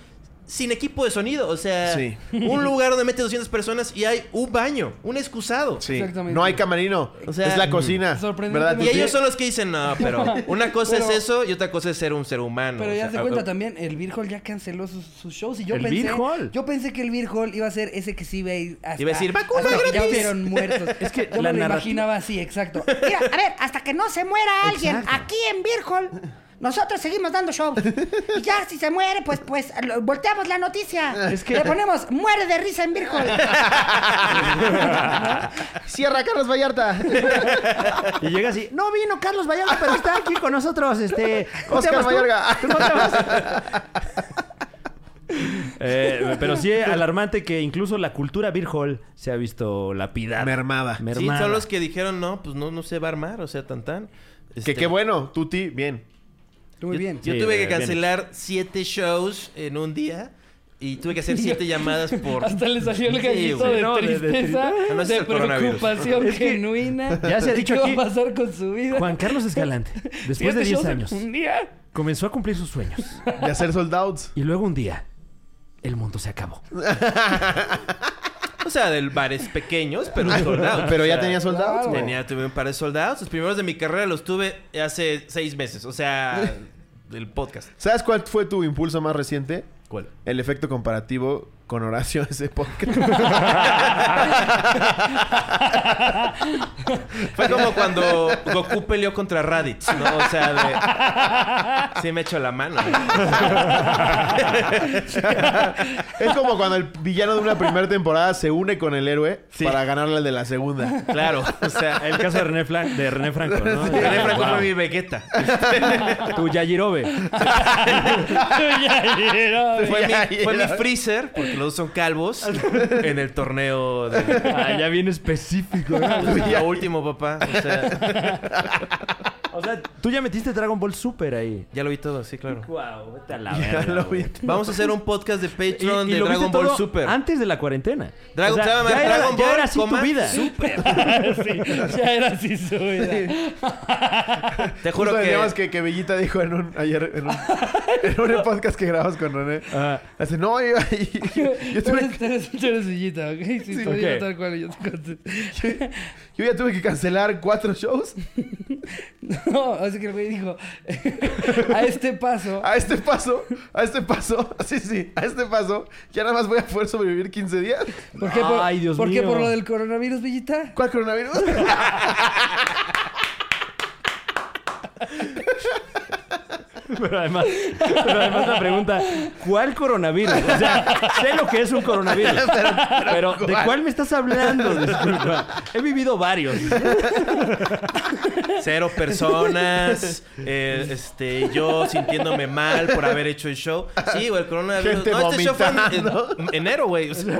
[SPEAKER 5] sin equipo de sonido, o sea,
[SPEAKER 3] Sí.
[SPEAKER 5] un lugar donde mete 200 personas y hay un baño, un excusado.
[SPEAKER 3] Sí.
[SPEAKER 2] Exactamente.
[SPEAKER 3] No hay camarino.
[SPEAKER 5] O sea,
[SPEAKER 3] es la cocina.
[SPEAKER 2] sorprendentemente-
[SPEAKER 3] ¿Verdad?
[SPEAKER 5] Y
[SPEAKER 3] Tuti?
[SPEAKER 5] ellos
[SPEAKER 3] [laughs]
[SPEAKER 5] son los que
[SPEAKER 2] [laughs]
[SPEAKER 5] dicen, no, pero una cosa
[SPEAKER 2] Pues Pero-
[SPEAKER 5] es eso y otra cosa es ser un ser humano.
[SPEAKER 2] Pero
[SPEAKER 5] o
[SPEAKER 2] ya
[SPEAKER 5] sea, ah,
[SPEAKER 2] se
[SPEAKER 5] a-
[SPEAKER 2] cuenta
[SPEAKER 5] a-
[SPEAKER 2] también, el Beer Hall ya canceló sus, sus shows y yo
[SPEAKER 4] ¿El
[SPEAKER 2] pensé.
[SPEAKER 4] Beer Hall?
[SPEAKER 2] Yo pensé que el Beer Hall iba a ser ese que sí iba a ir hasta.
[SPEAKER 5] Iba a decir, "Vacuna
[SPEAKER 2] hasta que Ya
[SPEAKER 5] gratis".
[SPEAKER 2] hubieron muertos.
[SPEAKER 4] Es que
[SPEAKER 2] yo
[SPEAKER 4] la
[SPEAKER 2] me lo
[SPEAKER 4] narrativa-
[SPEAKER 2] imaginaba así, exacto. Mira, a ver, hasta que no se muera alguien aquí en Beer Hall.
[SPEAKER 9] Nosotros seguimos dando shows. Y ya si se muere, pues, pues, lo- volteamos la noticia.
[SPEAKER 3] Es que-
[SPEAKER 9] Le ponemos, muere de risa en Virgo.
[SPEAKER 13] Cierra Carlos
[SPEAKER 4] [laughs]
[SPEAKER 13] Vallarta.
[SPEAKER 4] Y llega así.
[SPEAKER 13] No vino Carlos Vallarta, pero está aquí con nosotros, este...
[SPEAKER 3] [laughs]
[SPEAKER 13] ¿cómo te
[SPEAKER 4] Oscar
[SPEAKER 13] llamas tú?
[SPEAKER 4] Mayorga.
[SPEAKER 13] ¿Tú [laughs] cómo te llamas?
[SPEAKER 4] Eh, pero sí es alarmante que incluso la cultura Beer Hall se ha visto lapidada. Mermada.
[SPEAKER 5] Sí,
[SPEAKER 4] Mermada.
[SPEAKER 5] son los que dijeron, no, pues no, no se va a armar, o sea, tan tan. Este,
[SPEAKER 3] Que qué bueno, Tuti, bien.
[SPEAKER 2] Muy bien.
[SPEAKER 5] Yo tuve que cancelar siete shows en un día y tuve que
[SPEAKER 2] [laughs]
[SPEAKER 5] hacer siete llamadas por...
[SPEAKER 2] Hasta le salió el
[SPEAKER 5] Sí,
[SPEAKER 2] gallito
[SPEAKER 5] güey.
[SPEAKER 2] de
[SPEAKER 5] No,
[SPEAKER 2] tristeza,
[SPEAKER 5] tri- No, no, ese
[SPEAKER 2] de
[SPEAKER 5] es el coronavirus.
[SPEAKER 2] preocupación genuina. [laughs]
[SPEAKER 4] ya se ha
[SPEAKER 2] ¿Qué
[SPEAKER 4] dicho aquí-
[SPEAKER 2] va a pasar con su vida?
[SPEAKER 4] Juan
[SPEAKER 2] [laughs]
[SPEAKER 4] Carlos Escalante, después
[SPEAKER 2] Siete
[SPEAKER 4] de 10
[SPEAKER 2] shows en
[SPEAKER 4] años,
[SPEAKER 2] Un día.
[SPEAKER 4] comenzó a cumplir sus sueños.
[SPEAKER 3] De hacer
[SPEAKER 5] [laughs]
[SPEAKER 3] soldados.
[SPEAKER 4] Y luego un día, el mundo se acabó.
[SPEAKER 5] O sea, de bares pequeños, pero soldados.
[SPEAKER 3] Pero
[SPEAKER 5] O
[SPEAKER 3] ya
[SPEAKER 5] sea,
[SPEAKER 3] tenía soldados,
[SPEAKER 5] Ah, claro.
[SPEAKER 3] güey.
[SPEAKER 5] Tenía, tuve un par de soldados. Los primeros de mi carrera los tuve hace seis meses.
[SPEAKER 3] [laughs]
[SPEAKER 5] O sea, del podcast.
[SPEAKER 3] ¿Sabes cuál fue tu impulso más reciente?
[SPEAKER 5] ¿Cuál?
[SPEAKER 3] El efecto comparativo con Horacio de ese podcast.
[SPEAKER 5] [laughs]
[SPEAKER 3] [laughs]
[SPEAKER 5] Fue como cuando Goku peleó contra Raditz, ¿no? O sea, de... Sí me echó la mano.
[SPEAKER 3] es como cuando el villano de una primera temporada se une con el héroe para ganarle al de la segunda.
[SPEAKER 5] [laughs]
[SPEAKER 3] [laughs]
[SPEAKER 5] Claro, o sea...
[SPEAKER 4] El caso de René, Flan- de René Franco, ¿no?
[SPEAKER 5] Sí. René Franco
[SPEAKER 4] Wow.
[SPEAKER 5] fue mi Vegeta.
[SPEAKER 4] Tu Yajirobe.
[SPEAKER 5] Fue, mi, fue mi
[SPEAKER 4] Yajirobe.
[SPEAKER 5] freezer, porque los dos son
[SPEAKER 4] [laughs]
[SPEAKER 5] calvos, en el torneo de...
[SPEAKER 4] Ah, ya bien específico. ¿eh?
[SPEAKER 5] Lo último, papá. O sea...
[SPEAKER 4] O sea, tú ya metiste Dragon Ball Super ahí.
[SPEAKER 5] Ya lo vi todo, sí, claro.
[SPEAKER 4] Wow, vete a la
[SPEAKER 5] Ya
[SPEAKER 4] verga,
[SPEAKER 5] lo
[SPEAKER 4] güey.
[SPEAKER 5] vi. Vamos a hacer un podcast de Patreon
[SPEAKER 4] Y- y
[SPEAKER 5] de
[SPEAKER 4] lo
[SPEAKER 5] Dragon
[SPEAKER 4] viste
[SPEAKER 5] Ball
[SPEAKER 4] todo
[SPEAKER 5] Super.
[SPEAKER 4] Antes de la cuarentena.
[SPEAKER 5] Dragon- se llama
[SPEAKER 4] ya era-
[SPEAKER 5] Dragon
[SPEAKER 4] ya
[SPEAKER 5] Ball,
[SPEAKER 4] era así tu
[SPEAKER 5] coma,
[SPEAKER 4] vida.
[SPEAKER 5] Super.
[SPEAKER 2] Sí, ya era así su vida.
[SPEAKER 5] Te juro
[SPEAKER 3] Justo
[SPEAKER 5] que-
[SPEAKER 3] decíamos que... que Bellita dijo en un, ayer en
[SPEAKER 5] [laughs]
[SPEAKER 3] un, en un podcast que grabamos con René.
[SPEAKER 5] Ah.
[SPEAKER 3] Hace, no, yo, [laughs] yo- yo
[SPEAKER 2] Tú
[SPEAKER 3] tuve
[SPEAKER 2] eres,
[SPEAKER 5] Pues
[SPEAKER 2] tú eres- tú eres sillita, ¿ok? Sí,
[SPEAKER 3] Sí,
[SPEAKER 2] te
[SPEAKER 3] ok.
[SPEAKER 2] digo tal cual, yo te contesto. [laughs]
[SPEAKER 3] Yo ya tuve que cancelar cuatro shows.
[SPEAKER 2] [laughs] No, así que el güey dijo, [laughs] a este paso.
[SPEAKER 3] A este paso, a este paso, [laughs] sí, sí, a este paso, ya nada más voy a poder sobrevivir 15 días.
[SPEAKER 2] ¿Por qué? Por- ¿por qué por lo del coronavirus, Villita?
[SPEAKER 3] ¿Cuál coronavirus?
[SPEAKER 4] Pero además, pero además la pregunta, ¿cuál coronavirus? O sea, sé lo que es un coronavirus.
[SPEAKER 3] [laughs]
[SPEAKER 4] Pero, ¿de cuál me estás hablando? Disculpa. He vivido varios.
[SPEAKER 5] Cero personas. eh, este, yo sintiéndome mal por haber hecho el show. Sí, güey, el coronavirus.
[SPEAKER 4] Gente
[SPEAKER 5] no, este show fue
[SPEAKER 4] vomitando.
[SPEAKER 5] en, en enero, güey. O sea,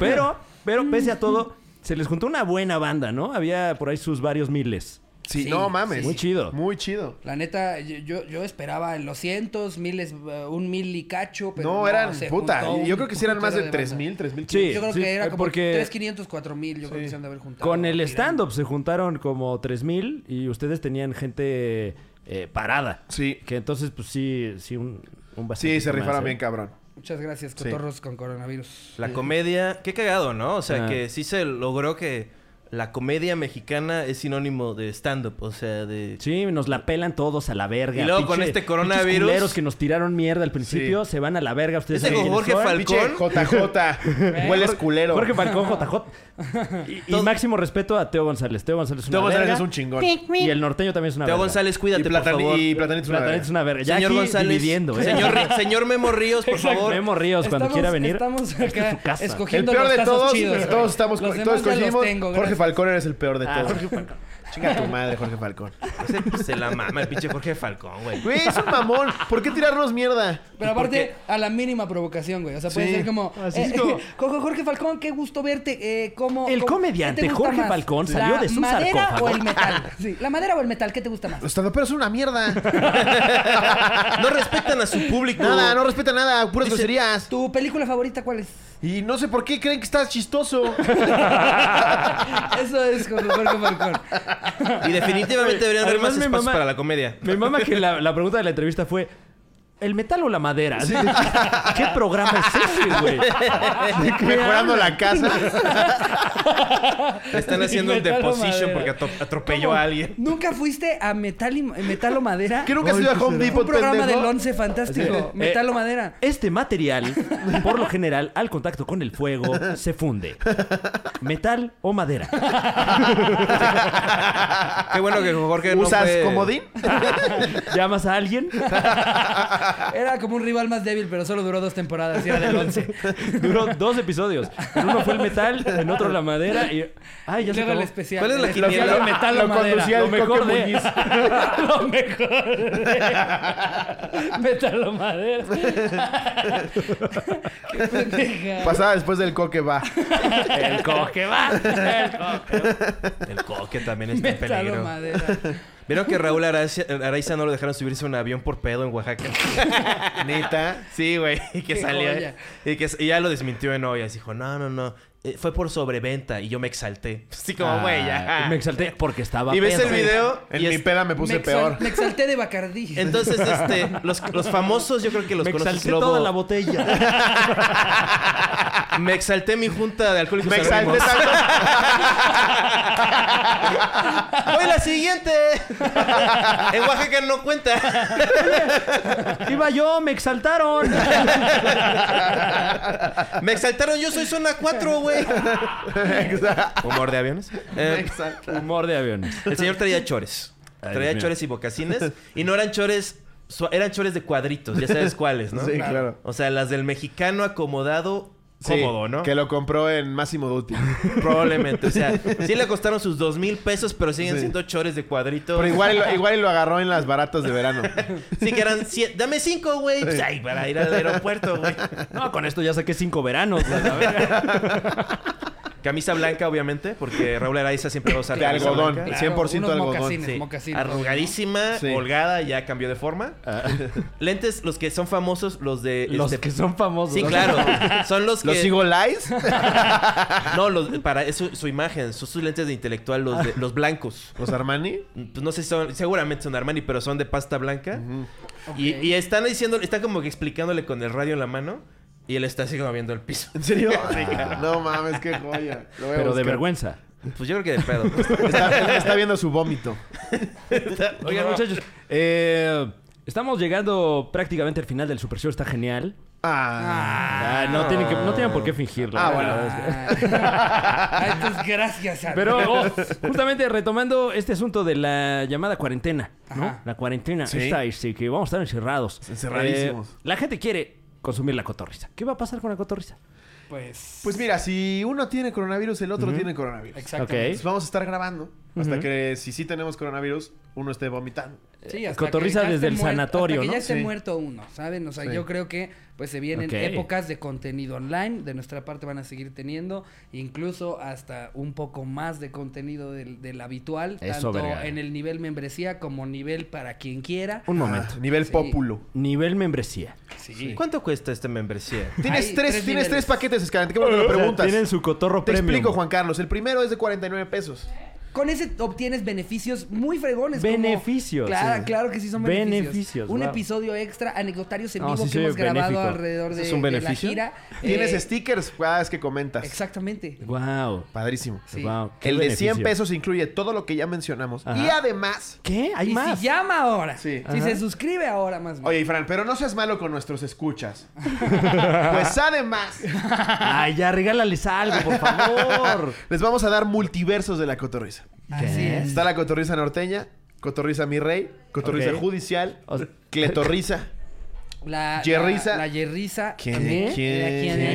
[SPEAKER 4] Pero, pero pese a todo, se les juntó una buena banda, ¿no? Había por ahí sus varios miles.
[SPEAKER 3] Sí, no mames.
[SPEAKER 4] Muy chido.
[SPEAKER 3] Muy chido.
[SPEAKER 2] La neta, yo, yo, yo esperaba en los cientos, miles, eh, un mil y cacho, pero.
[SPEAKER 3] No, eran,
[SPEAKER 2] se
[SPEAKER 3] puta,
[SPEAKER 2] juntó un
[SPEAKER 3] yo creo que sí eran más
[SPEAKER 2] putero
[SPEAKER 3] de 3,000,
[SPEAKER 2] banda.
[SPEAKER 3] 3,500.
[SPEAKER 2] Yo creo
[SPEAKER 4] Sí, sí,
[SPEAKER 2] que era
[SPEAKER 4] eh,
[SPEAKER 2] como
[SPEAKER 4] porque-
[SPEAKER 2] 3,500, 4,000. Yo creo que se han de haber juntado.
[SPEAKER 4] Con el stand-up se juntaron como 3000 y ustedes tenían gente eh, parada.
[SPEAKER 3] Sí.
[SPEAKER 4] Que entonces, pues sí, sí, un, un
[SPEAKER 3] Sí, se
[SPEAKER 4] bastantito más,
[SPEAKER 3] rifaron
[SPEAKER 4] ¿eh?
[SPEAKER 3] bien cabrón.
[SPEAKER 2] Muchas gracias,
[SPEAKER 3] Sí.
[SPEAKER 2] cotorros con coronavirus.
[SPEAKER 5] la comedia. Qué cagado, ¿no? O sea,
[SPEAKER 4] Ah.
[SPEAKER 5] que sí se logró que la comedia mexicana es sinónimo de stand-up. O sea, de.
[SPEAKER 4] Sí, nos la pelan todos a la verga.
[SPEAKER 5] Y luego con este coronavirus-
[SPEAKER 4] pinches culeros que nos tiraron mierda al principio se van a la verga. Ustedes
[SPEAKER 5] Este
[SPEAKER 4] saben
[SPEAKER 5] con
[SPEAKER 4] quiénes son.
[SPEAKER 5] Jorge Falcón.
[SPEAKER 3] [laughs] Pinche JJ, hueles culero.
[SPEAKER 4] Jorge Falcón,
[SPEAKER 5] [laughs]
[SPEAKER 4] JJ. Y- Y, máximo respeto a Teo González. Teo González es una
[SPEAKER 3] Teo González
[SPEAKER 4] verga.
[SPEAKER 3] es un chingón.
[SPEAKER 4] Y el norteño también es una
[SPEAKER 5] Teo
[SPEAKER 4] verga.
[SPEAKER 5] González, cuídate,
[SPEAKER 3] Y Platan-
[SPEAKER 5] por favor.
[SPEAKER 3] y Platanito es una
[SPEAKER 4] Platanito
[SPEAKER 3] verga.
[SPEAKER 4] es una verga. Ya
[SPEAKER 5] señor
[SPEAKER 4] aquí
[SPEAKER 5] González.
[SPEAKER 4] dividiendo, ¿eh? [laughs]
[SPEAKER 5] Señor, Ri- señor Memo Ríos, por
[SPEAKER 4] Exacto.
[SPEAKER 5] favor.
[SPEAKER 4] Memo Ríos, cuando
[SPEAKER 2] Estamos-
[SPEAKER 4] quiera venir.
[SPEAKER 2] Estamos acá
[SPEAKER 4] tu casa.
[SPEAKER 2] escogiendo
[SPEAKER 3] el peor
[SPEAKER 2] los
[SPEAKER 3] de
[SPEAKER 2] casos
[SPEAKER 3] todos,
[SPEAKER 2] chidos. güey.
[SPEAKER 3] todos
[SPEAKER 2] Los
[SPEAKER 3] estamos todos
[SPEAKER 2] demás ya los
[SPEAKER 3] escogimos.
[SPEAKER 2] tengo,
[SPEAKER 3] Jorge
[SPEAKER 2] gracias.
[SPEAKER 3] Falcón eres el peor de
[SPEAKER 2] Ah,
[SPEAKER 3] todos.
[SPEAKER 2] Jorge Falcón.
[SPEAKER 3] Chinga tu madre, Jorge Falcón.
[SPEAKER 5] pues, Se la mama el pinche Jorge Falcón, güey.
[SPEAKER 3] Güey, es un mamón. ¿Por qué tirarnos mierda?
[SPEAKER 2] Pero aparte, a la mínima provocación, güey. O sea, puede
[SPEAKER 3] Sí.
[SPEAKER 2] ser como...
[SPEAKER 3] Así es
[SPEAKER 2] eh,
[SPEAKER 3] como-
[SPEAKER 2] [laughs] Jorge- Jorge Falcón, qué gusto verte. eh, ¿cómo,
[SPEAKER 4] El
[SPEAKER 2] cómo-
[SPEAKER 4] comediante
[SPEAKER 2] qué te gusta
[SPEAKER 4] Jorge
[SPEAKER 2] más?
[SPEAKER 4] Falcón salió de
[SPEAKER 2] ¿La
[SPEAKER 4] su
[SPEAKER 2] madera
[SPEAKER 4] sarcófago.
[SPEAKER 2] o el metal? Sí, ¿La madera o el metal? ¿Qué te gusta más?
[SPEAKER 3] Los estandoperos son una mierda.
[SPEAKER 5] No respetan a su público.
[SPEAKER 3] Nada, no respetan nada, puras
[SPEAKER 2] Dice,
[SPEAKER 3] groserías.
[SPEAKER 2] ¿Tu película favorita cuál es?
[SPEAKER 3] Y no sé por qué creen que estás chistoso.
[SPEAKER 2] Eso es Jorge Jorge Falcón.
[SPEAKER 5] Y definitivamente deberían haber
[SPEAKER 4] Además,
[SPEAKER 5] más
[SPEAKER 4] mi
[SPEAKER 5] espacios
[SPEAKER 4] mamá-
[SPEAKER 5] para la comedia.
[SPEAKER 4] Mi mamá que la, la pregunta de la entrevista fue... ¿El metal o la madera? ¿Qué programa es ese,
[SPEAKER 5] [laughs]
[SPEAKER 4] güey? ¿De qué
[SPEAKER 3] Mejorando
[SPEAKER 4] hablan?
[SPEAKER 3] la casa.
[SPEAKER 5] Le
[SPEAKER 4] [laughs]
[SPEAKER 5] están haciendo un
[SPEAKER 2] Metal o
[SPEAKER 5] deposition
[SPEAKER 2] madera.
[SPEAKER 5] porque ato- atropelló a alguien.
[SPEAKER 2] ¿Nunca fuiste a Metal, y, Metal o Madera?
[SPEAKER 5] Creo que has
[SPEAKER 2] Ay,
[SPEAKER 5] ido a
[SPEAKER 2] ¿qué
[SPEAKER 5] Home
[SPEAKER 2] será?
[SPEAKER 5] Depot,
[SPEAKER 2] Un programa
[SPEAKER 5] pendejo.
[SPEAKER 2] del Once fantástico.
[SPEAKER 4] Eh,
[SPEAKER 2] Metal o Madera.
[SPEAKER 4] Este material, por lo general, al contacto con el fuego, se funde. ¿Metal o madera?
[SPEAKER 5] Qué bueno que Jorge no
[SPEAKER 4] ¿Usas
[SPEAKER 5] fue-
[SPEAKER 2] [laughs]
[SPEAKER 4] comodín? ¿Llamas a alguien?
[SPEAKER 2] Era como un rival más débil, pero solo duró dos temporadas y era del Once.
[SPEAKER 4] [laughs] Duró dos episodios. En uno fue el metal, en otro la madera y... Ay, ya se
[SPEAKER 2] Luego el
[SPEAKER 4] acabó.
[SPEAKER 2] especial. El especial de metal o madera.
[SPEAKER 4] Lo mejor de... [laughs]
[SPEAKER 2] Lo mejor de... Metal o madera. Qué [laughs] pendeja.
[SPEAKER 3] Pasada después del coque va.
[SPEAKER 4] El coque va.
[SPEAKER 5] El coque
[SPEAKER 4] [laughs]
[SPEAKER 5] también está
[SPEAKER 4] Este
[SPEAKER 5] en
[SPEAKER 2] Metal o
[SPEAKER 5] peligro.
[SPEAKER 2] madera.
[SPEAKER 5] Vieron que Raúl Araiza, Araiza no lo dejaron subirse a un avión por pedo
[SPEAKER 4] [laughs]
[SPEAKER 5] en Oaxaca. Neta. Sí, güey. Y que
[SPEAKER 2] Qué
[SPEAKER 5] salió.
[SPEAKER 2] joya.
[SPEAKER 5] Y que s- y ya lo desmintió en hoy. Así dijo, no, no, no. Eh, Fue por sobreventa y yo me exalté. Así como, güey, ya.
[SPEAKER 4] Ah, Me exalté porque estaba
[SPEAKER 5] Y ves
[SPEAKER 4] pedo.
[SPEAKER 5] el video.
[SPEAKER 3] En
[SPEAKER 5] y
[SPEAKER 3] mi
[SPEAKER 5] es-
[SPEAKER 3] peda me puse
[SPEAKER 2] me,
[SPEAKER 3] peor.
[SPEAKER 5] [laughs]
[SPEAKER 2] exal- me exalté de Bacardí.
[SPEAKER 5] Entonces, este, los, los famosos, yo creo que los
[SPEAKER 4] Me
[SPEAKER 5] conoces
[SPEAKER 4] exalté
[SPEAKER 5] Lobo.
[SPEAKER 4] toda la botella.
[SPEAKER 5] Me exalté mi junta de alcohólicos
[SPEAKER 3] Me exalté
[SPEAKER 5] Anónimos. Voy la siguiente.
[SPEAKER 4] [laughs]
[SPEAKER 5] En Oaxaca no cuenta.
[SPEAKER 4] Iba yo, me exaltaron.
[SPEAKER 5] Me exaltaron, yo soy zona 4, güey. Humor de aviones. Eh, [laughs]
[SPEAKER 4] Humor de aviones.
[SPEAKER 5] el señor traía chores.
[SPEAKER 4] Ay,
[SPEAKER 5] traía
[SPEAKER 4] Dios mío.
[SPEAKER 5] chores y bocacines. Y no eran chores. su- Eran chores de cuadritos, ya sabes cuáles, ¿no?
[SPEAKER 3] Sí, claro.
[SPEAKER 5] O sea, las del mexicano acomodado,
[SPEAKER 3] Sí,
[SPEAKER 5] cómodo, ¿no?
[SPEAKER 3] Que lo compró en Máximo Duty.
[SPEAKER 5] Probablemente.
[SPEAKER 3] [laughs]
[SPEAKER 5] O sea, sí le costaron sus dos mil pesos, pero siguen
[SPEAKER 3] Sí.
[SPEAKER 5] siendo chores de cuadrito.
[SPEAKER 3] Pero igual, y lo- igual y lo agarró en las baratas de
[SPEAKER 5] [laughs]
[SPEAKER 3] verano.
[SPEAKER 5] Sí, que eran cien- Dame cinco, güey. Pues, ay, para ir al aeropuerto, güey.
[SPEAKER 4] No, con esto ya saqué cinco veranos. güey, la verga.
[SPEAKER 5] Camisa blanca, obviamente, porque Raúl Araiza siempre va a usar
[SPEAKER 3] De
[SPEAKER 5] camisa
[SPEAKER 3] algodón,
[SPEAKER 5] blanca.
[SPEAKER 3] 100%
[SPEAKER 2] unos
[SPEAKER 3] algodón.
[SPEAKER 2] mocasines,
[SPEAKER 5] Sí.
[SPEAKER 2] mocasines.
[SPEAKER 5] Arrugadísima,
[SPEAKER 3] Sí.
[SPEAKER 5] holgada, ya cambió de forma.
[SPEAKER 3] Ah.
[SPEAKER 5] Lentes, los que son famosos, los de...
[SPEAKER 4] Los
[SPEAKER 5] este-
[SPEAKER 4] que son famosos.
[SPEAKER 5] Sí,
[SPEAKER 4] ¿no? [laughs]
[SPEAKER 5] claro. Son los que...
[SPEAKER 3] ¿Los Eagle Eyes?
[SPEAKER 5] [laughs] No, los, para eso su imagen. Son sus lentes de intelectual, los, de- los blancos.
[SPEAKER 3] ¿Los Armani?
[SPEAKER 5] Pues no sé si son... Seguramente son Armani, pero son de pasta blanca. Y-
[SPEAKER 2] Ok.
[SPEAKER 5] Y, están diciendo... Están como que explicándole con el radio en la mano. Y él está así como viendo el piso.
[SPEAKER 3] ¿En serio? no mames, qué joya. Lo voy a
[SPEAKER 4] Pero de
[SPEAKER 3] buscar.
[SPEAKER 4] vergüenza.
[SPEAKER 5] [laughs] Pues yo creo que de pedo.
[SPEAKER 3] [laughs] Está, está viendo su vómito.
[SPEAKER 4] Oigan, muchachos. eh, estamos llegando prácticamente al final del Super Show. Está genial.
[SPEAKER 3] Ah,
[SPEAKER 4] Ah, no, tienen que- no tienen por qué fingirlo.
[SPEAKER 3] Ah,
[SPEAKER 4] la
[SPEAKER 3] bueno.
[SPEAKER 4] verdad es que- [laughs]
[SPEAKER 2] Ay, pues gracias. Ana.
[SPEAKER 4] Pero oh, justamente retomando este asunto de la llamada cuarentena, ¿no?
[SPEAKER 2] Ajá.
[SPEAKER 4] La cuarentena
[SPEAKER 3] Sí.
[SPEAKER 4] esta, este, que vamos a estar encerrados.
[SPEAKER 3] Encerradísimos.
[SPEAKER 4] Eh, la gente quiere consumir la cotorriza. ¿Qué va a pasar con la cotorriza?
[SPEAKER 2] Pues...
[SPEAKER 3] Pues mira, si uno tiene coronavirus, el otro tiene coronavirus.
[SPEAKER 2] Exacto.
[SPEAKER 4] Ok.
[SPEAKER 3] Entonces vamos a estar grabando hasta que si sí tenemos coronavirus, uno esté vomitando.
[SPEAKER 2] Sí, hasta
[SPEAKER 4] Cotorriza
[SPEAKER 2] que ya
[SPEAKER 4] desde
[SPEAKER 2] esté
[SPEAKER 4] el
[SPEAKER 2] muerto-
[SPEAKER 4] sanatorio,
[SPEAKER 2] hasta que
[SPEAKER 4] ¿no?
[SPEAKER 2] ya esté
[SPEAKER 3] Sí.
[SPEAKER 2] muerto uno, ¿saben? O sea,
[SPEAKER 3] Sí.
[SPEAKER 2] yo creo que pues se vienen
[SPEAKER 4] Ok.
[SPEAKER 2] épocas de contenido online, de nuestra parte van a seguir teniendo, incluso hasta un poco más de contenido del, del habitual,
[SPEAKER 4] Eso,
[SPEAKER 2] tanto
[SPEAKER 4] verga.
[SPEAKER 2] en el nivel membresía como nivel para quien quiera.
[SPEAKER 4] Un momento.
[SPEAKER 3] Ah, nivel
[SPEAKER 2] Sí.
[SPEAKER 3] populo.
[SPEAKER 4] Nivel membresía.
[SPEAKER 2] Sí.
[SPEAKER 5] ¿Cuánto cuesta esta membresía?
[SPEAKER 3] Tienes
[SPEAKER 2] Hay
[SPEAKER 3] tres,
[SPEAKER 2] tres
[SPEAKER 3] tienes tres
[SPEAKER 2] niveles.
[SPEAKER 3] paquetes, Escalante. Qué bueno que
[SPEAKER 4] O
[SPEAKER 3] lo
[SPEAKER 4] sea,
[SPEAKER 3] preguntas.
[SPEAKER 4] tienen su cotorro
[SPEAKER 3] Te
[SPEAKER 4] premium.
[SPEAKER 3] explico, Juan Carlos. El primero es de 49 pesos.
[SPEAKER 2] Con ese obtienes beneficios muy fregones. como-
[SPEAKER 4] Beneficios,
[SPEAKER 2] Claro,
[SPEAKER 4] sí.
[SPEAKER 2] claro que sí son beneficios.
[SPEAKER 4] Beneficios,
[SPEAKER 2] Un
[SPEAKER 4] wow.
[SPEAKER 2] episodio extra, anecdotarios en
[SPEAKER 4] No,
[SPEAKER 2] vivo
[SPEAKER 4] sí
[SPEAKER 2] que
[SPEAKER 4] soy
[SPEAKER 2] hemos grabado
[SPEAKER 4] benéfico.
[SPEAKER 2] alrededor de,
[SPEAKER 5] ¿Es un
[SPEAKER 2] de la
[SPEAKER 5] beneficio?
[SPEAKER 2] gira.
[SPEAKER 3] Tienes
[SPEAKER 2] Eh,
[SPEAKER 3] stickers cada vez que comentas.
[SPEAKER 2] Exactamente.
[SPEAKER 4] Pues, Wow.
[SPEAKER 3] Padrísimo.
[SPEAKER 2] Sí.
[SPEAKER 3] El de 100 pesos incluye todo lo que ya mencionamos.
[SPEAKER 4] Ajá.
[SPEAKER 3] Y además...
[SPEAKER 4] ¿Qué? Hay
[SPEAKER 2] y
[SPEAKER 4] más.
[SPEAKER 2] si llama ahora.
[SPEAKER 3] Sí.
[SPEAKER 2] Si
[SPEAKER 3] Ajá.
[SPEAKER 2] se suscribe ahora más bien.
[SPEAKER 3] Oye, y Fran, pero no seas malo con nuestros
[SPEAKER 4] [laughs]
[SPEAKER 3] escuchas. pues además...
[SPEAKER 4] Ay, ya regálales algo, por
[SPEAKER 3] [laughs]
[SPEAKER 4] favor.
[SPEAKER 3] Les vamos a dar multiversos de la cotorriza.
[SPEAKER 2] Así es.
[SPEAKER 3] Está la cotorriza norteña, cotorriza mi rey, cotorriza
[SPEAKER 4] Ok.
[SPEAKER 3] judicial,
[SPEAKER 4] O sea-
[SPEAKER 3] cletorriza.
[SPEAKER 2] La
[SPEAKER 3] Yerriza.
[SPEAKER 2] La, la yerriza.
[SPEAKER 3] ¿Quién?
[SPEAKER 2] también.
[SPEAKER 3] ¿Quién?
[SPEAKER 2] La quien, la
[SPEAKER 3] ¿Quién?
[SPEAKER 2] quien,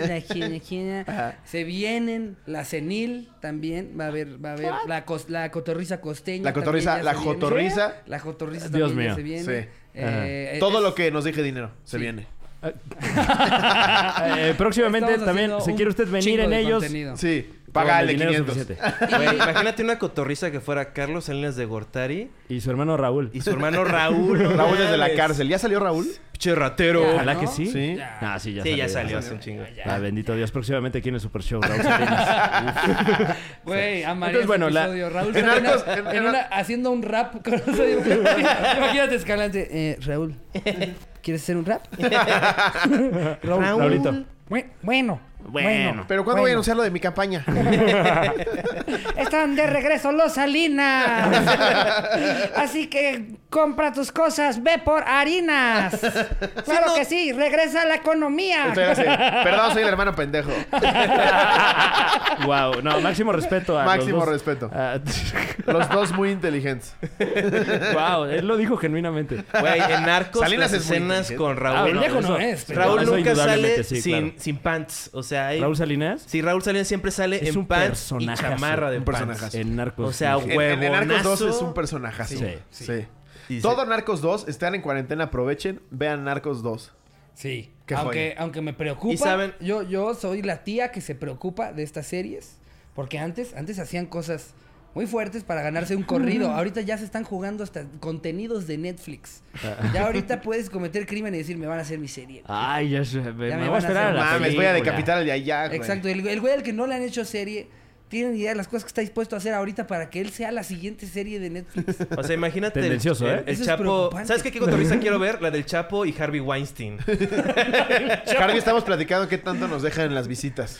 [SPEAKER 2] la quien, la quien.
[SPEAKER 3] [laughs]
[SPEAKER 2] Se vienen. La senil también. Va a haber, va a haber. La, cos- la cotorriza costeña.
[SPEAKER 3] La cotorriza,
[SPEAKER 2] también ya
[SPEAKER 3] la
[SPEAKER 2] se viene.
[SPEAKER 3] jotorriza.
[SPEAKER 2] La jotorriza
[SPEAKER 4] Dios
[SPEAKER 2] también ya se
[SPEAKER 4] mío.
[SPEAKER 2] viene.
[SPEAKER 3] Sí.
[SPEAKER 2] Eh, eh,
[SPEAKER 3] Todo
[SPEAKER 2] es-
[SPEAKER 3] lo que nos deje dinero se viene.
[SPEAKER 4] Eh, próximamente
[SPEAKER 2] estamos
[SPEAKER 4] también,
[SPEAKER 2] haciendo
[SPEAKER 4] Eh, si
[SPEAKER 2] un
[SPEAKER 4] quiere usted venir
[SPEAKER 2] chingo
[SPEAKER 4] en
[SPEAKER 2] de
[SPEAKER 4] ellos,
[SPEAKER 2] contenido.
[SPEAKER 3] Sí. Págale
[SPEAKER 5] el dinero
[SPEAKER 3] 500.
[SPEAKER 5] suficiente. Güey, imagínate una cotorriza que fuera Carlos Salinas de Gortari.
[SPEAKER 4] Y su hermano Raúl.
[SPEAKER 5] Y su hermano Raúl. no
[SPEAKER 3] Raúl desde la
[SPEAKER 5] mames.
[SPEAKER 3] cárcel. ¿Ya salió Raúl?
[SPEAKER 5] Che ratero.
[SPEAKER 4] Ojalá que sí.
[SPEAKER 5] Sí.
[SPEAKER 4] Ah, sí, ya
[SPEAKER 5] Sí, ya
[SPEAKER 4] salió.
[SPEAKER 5] salió hace un chingo.
[SPEAKER 4] Ah, bendito Dios. Próximamente aquí en el Super Show. Raúl Salinas.
[SPEAKER 2] Güey, amarillo.
[SPEAKER 4] Entonces, bueno, la-
[SPEAKER 2] Raúl
[SPEAKER 4] en
[SPEAKER 2] Salinas
[SPEAKER 4] Arcos- en-
[SPEAKER 2] en
[SPEAKER 4] en
[SPEAKER 2] una- haciendo un rap con Rosario Robles. Imagínate Escalante. Eh, Raúl, ¿quieres hacer un rap? Raúl.
[SPEAKER 4] Raulito.
[SPEAKER 2] Bue- Bueno. Bueno.
[SPEAKER 3] Pero ¿cuándo voy a anunciar lo de mi campaña?
[SPEAKER 9] Están de regreso los Salinas. Así que compra tus cosas, ve por harinas. Claro que sí, regresa a la economía.
[SPEAKER 3] Entonces, sí. Perdón, soy el hermano pendejo.
[SPEAKER 4] wow. No, máximo respeto a
[SPEAKER 3] Máximo
[SPEAKER 4] los dos.
[SPEAKER 3] respeto.
[SPEAKER 4] Ah, [laughs]
[SPEAKER 3] Los dos muy inteligentes.
[SPEAKER 4] wow, él lo dijo genuinamente.
[SPEAKER 5] Güey, en Narcos
[SPEAKER 3] Salinas
[SPEAKER 5] las
[SPEAKER 3] es muy
[SPEAKER 5] escenas
[SPEAKER 3] inteligente.
[SPEAKER 5] con Raúl.
[SPEAKER 4] Ah, pendejo no
[SPEAKER 5] eso-
[SPEAKER 4] es, pero-
[SPEAKER 5] Raúl
[SPEAKER 4] Eso
[SPEAKER 5] nunca
[SPEAKER 4] indudablemente
[SPEAKER 5] sale
[SPEAKER 4] sí,
[SPEAKER 5] sin,
[SPEAKER 4] claro.
[SPEAKER 5] sin pants. O sea, hay-
[SPEAKER 4] ¿Raúl Salinas?
[SPEAKER 5] Sí, Raúl Salinas siempre sale
[SPEAKER 4] Es
[SPEAKER 5] en
[SPEAKER 4] un
[SPEAKER 5] pants y
[SPEAKER 4] personajazo,
[SPEAKER 5] chamarra de
[SPEAKER 4] un
[SPEAKER 5] pants.
[SPEAKER 4] personajazo. En Narcos,
[SPEAKER 5] O sea,
[SPEAKER 4] sí.
[SPEAKER 5] huevo.
[SPEAKER 3] En, en Narcos 2 es un personajazo.
[SPEAKER 4] Sí,
[SPEAKER 3] Sí.
[SPEAKER 2] sí.
[SPEAKER 5] Y
[SPEAKER 3] Todo Narcos 2, están en cuarentena, aprovechen, vean Narcos 2.
[SPEAKER 2] Sí.
[SPEAKER 3] Qué
[SPEAKER 2] Aunque,
[SPEAKER 3] joya.
[SPEAKER 2] aunque me preocupa.
[SPEAKER 3] ¿Y saben?
[SPEAKER 2] Yo, yo soy la tía que se preocupa de estas series. Porque antes, antes hacían cosas muy fuertes para ganarse un
[SPEAKER 3] [laughs]
[SPEAKER 2] corrido. Ahorita ya se están jugando hasta contenidos de Netflix.
[SPEAKER 3] Ah.
[SPEAKER 2] Ya ahorita puedes cometer crimen y decir, me van a hacer mi serie.
[SPEAKER 4] Ay, ya se- me,
[SPEAKER 2] Ya
[SPEAKER 4] me
[SPEAKER 2] me
[SPEAKER 4] voy a
[SPEAKER 2] van a
[SPEAKER 4] esperar a
[SPEAKER 2] hacer
[SPEAKER 4] la
[SPEAKER 2] mames,
[SPEAKER 3] voy a
[SPEAKER 4] película.
[SPEAKER 3] decapitar al de allá, güey.
[SPEAKER 2] Exacto. El, el güey al que no le han hecho serie. Tienen idea de las cosas que está dispuesto a hacer ahorita para que él sea la siguiente serie de
[SPEAKER 3] [laughs]
[SPEAKER 2] Netflix.
[SPEAKER 5] O sea, imagínate el-
[SPEAKER 4] Tendencioso,
[SPEAKER 5] el,
[SPEAKER 4] ¿eh?
[SPEAKER 5] el
[SPEAKER 4] Eso
[SPEAKER 2] es
[SPEAKER 5] Chapo.
[SPEAKER 2] preocupante.
[SPEAKER 5] ¿Sabes qué, qué
[SPEAKER 4] [laughs]
[SPEAKER 5] cotorriza quiero ver? La del Chapo y Harvey
[SPEAKER 3] [laughs]
[SPEAKER 5] Weinstein.
[SPEAKER 3] Harvey, estamos platicando qué tanto nos dejan en las visitas.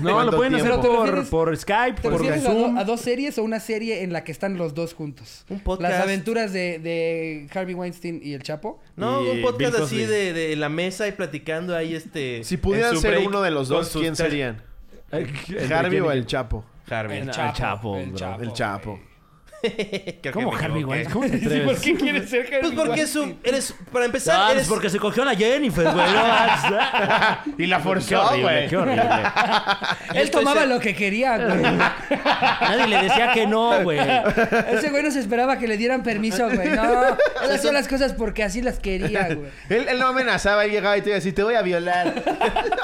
[SPEAKER 4] No, lo
[SPEAKER 3] ¿Cuánto
[SPEAKER 4] pueden hacer
[SPEAKER 3] tiempo?
[SPEAKER 4] por, por Skype,
[SPEAKER 2] ¿Te
[SPEAKER 4] por
[SPEAKER 2] refieres a,
[SPEAKER 4] Zoom.
[SPEAKER 2] do- a dos series o una serie en la que están los dos juntos?
[SPEAKER 5] podcast.
[SPEAKER 2] Las aventuras de, de Harvey Weinstein y el Chapo.
[SPEAKER 5] No,
[SPEAKER 4] Y
[SPEAKER 5] un podcast
[SPEAKER 4] Bill
[SPEAKER 5] así
[SPEAKER 4] Cosby.
[SPEAKER 5] de, de la mesa y platicando ahí este...
[SPEAKER 3] Si
[SPEAKER 5] en
[SPEAKER 3] pudieran
[SPEAKER 5] su
[SPEAKER 3] ser
[SPEAKER 5] break
[SPEAKER 3] uno de los
[SPEAKER 5] con
[SPEAKER 3] dos,
[SPEAKER 5] sus
[SPEAKER 3] ¿quién
[SPEAKER 5] tres-
[SPEAKER 3] serían?
[SPEAKER 4] [laughs] ¿Entre
[SPEAKER 3] ¿Harvey
[SPEAKER 4] quién y
[SPEAKER 3] o el
[SPEAKER 4] quién?
[SPEAKER 3] Chapo?
[SPEAKER 5] Harvey.
[SPEAKER 4] El Chapo.
[SPEAKER 2] El
[SPEAKER 4] bro.
[SPEAKER 2] Chapo.
[SPEAKER 3] El Chapo.
[SPEAKER 5] Creo que
[SPEAKER 4] ¿Cómo
[SPEAKER 5] me
[SPEAKER 4] Harvey
[SPEAKER 5] equivoqué.
[SPEAKER 2] [laughs]
[SPEAKER 4] Weinstein? ¿Cómo te atreves?
[SPEAKER 2] ¿Por qué quieres ser Harvey
[SPEAKER 5] Pues porque es un... Eres... Para empezar,
[SPEAKER 4] Ah, pues
[SPEAKER 5] eres...
[SPEAKER 4] porque se cogió a la Jennifer, güey. no manches.
[SPEAKER 3] Y la
[SPEAKER 4] Qué
[SPEAKER 3] forzó,
[SPEAKER 4] horrible,
[SPEAKER 3] güey.
[SPEAKER 4] qué horrible.
[SPEAKER 2] Él tomaba lo que quería, güey.
[SPEAKER 4] Nadie le decía que no, güey.
[SPEAKER 2] Ese güey no se esperaba que le dieran permiso, güey.
[SPEAKER 5] [laughs]
[SPEAKER 2] No, él hacía las cosas porque así las [laughs] quería, güey.
[SPEAKER 3] Él, él no amenazaba, él llegaba y te iba a decir, te voy a violar.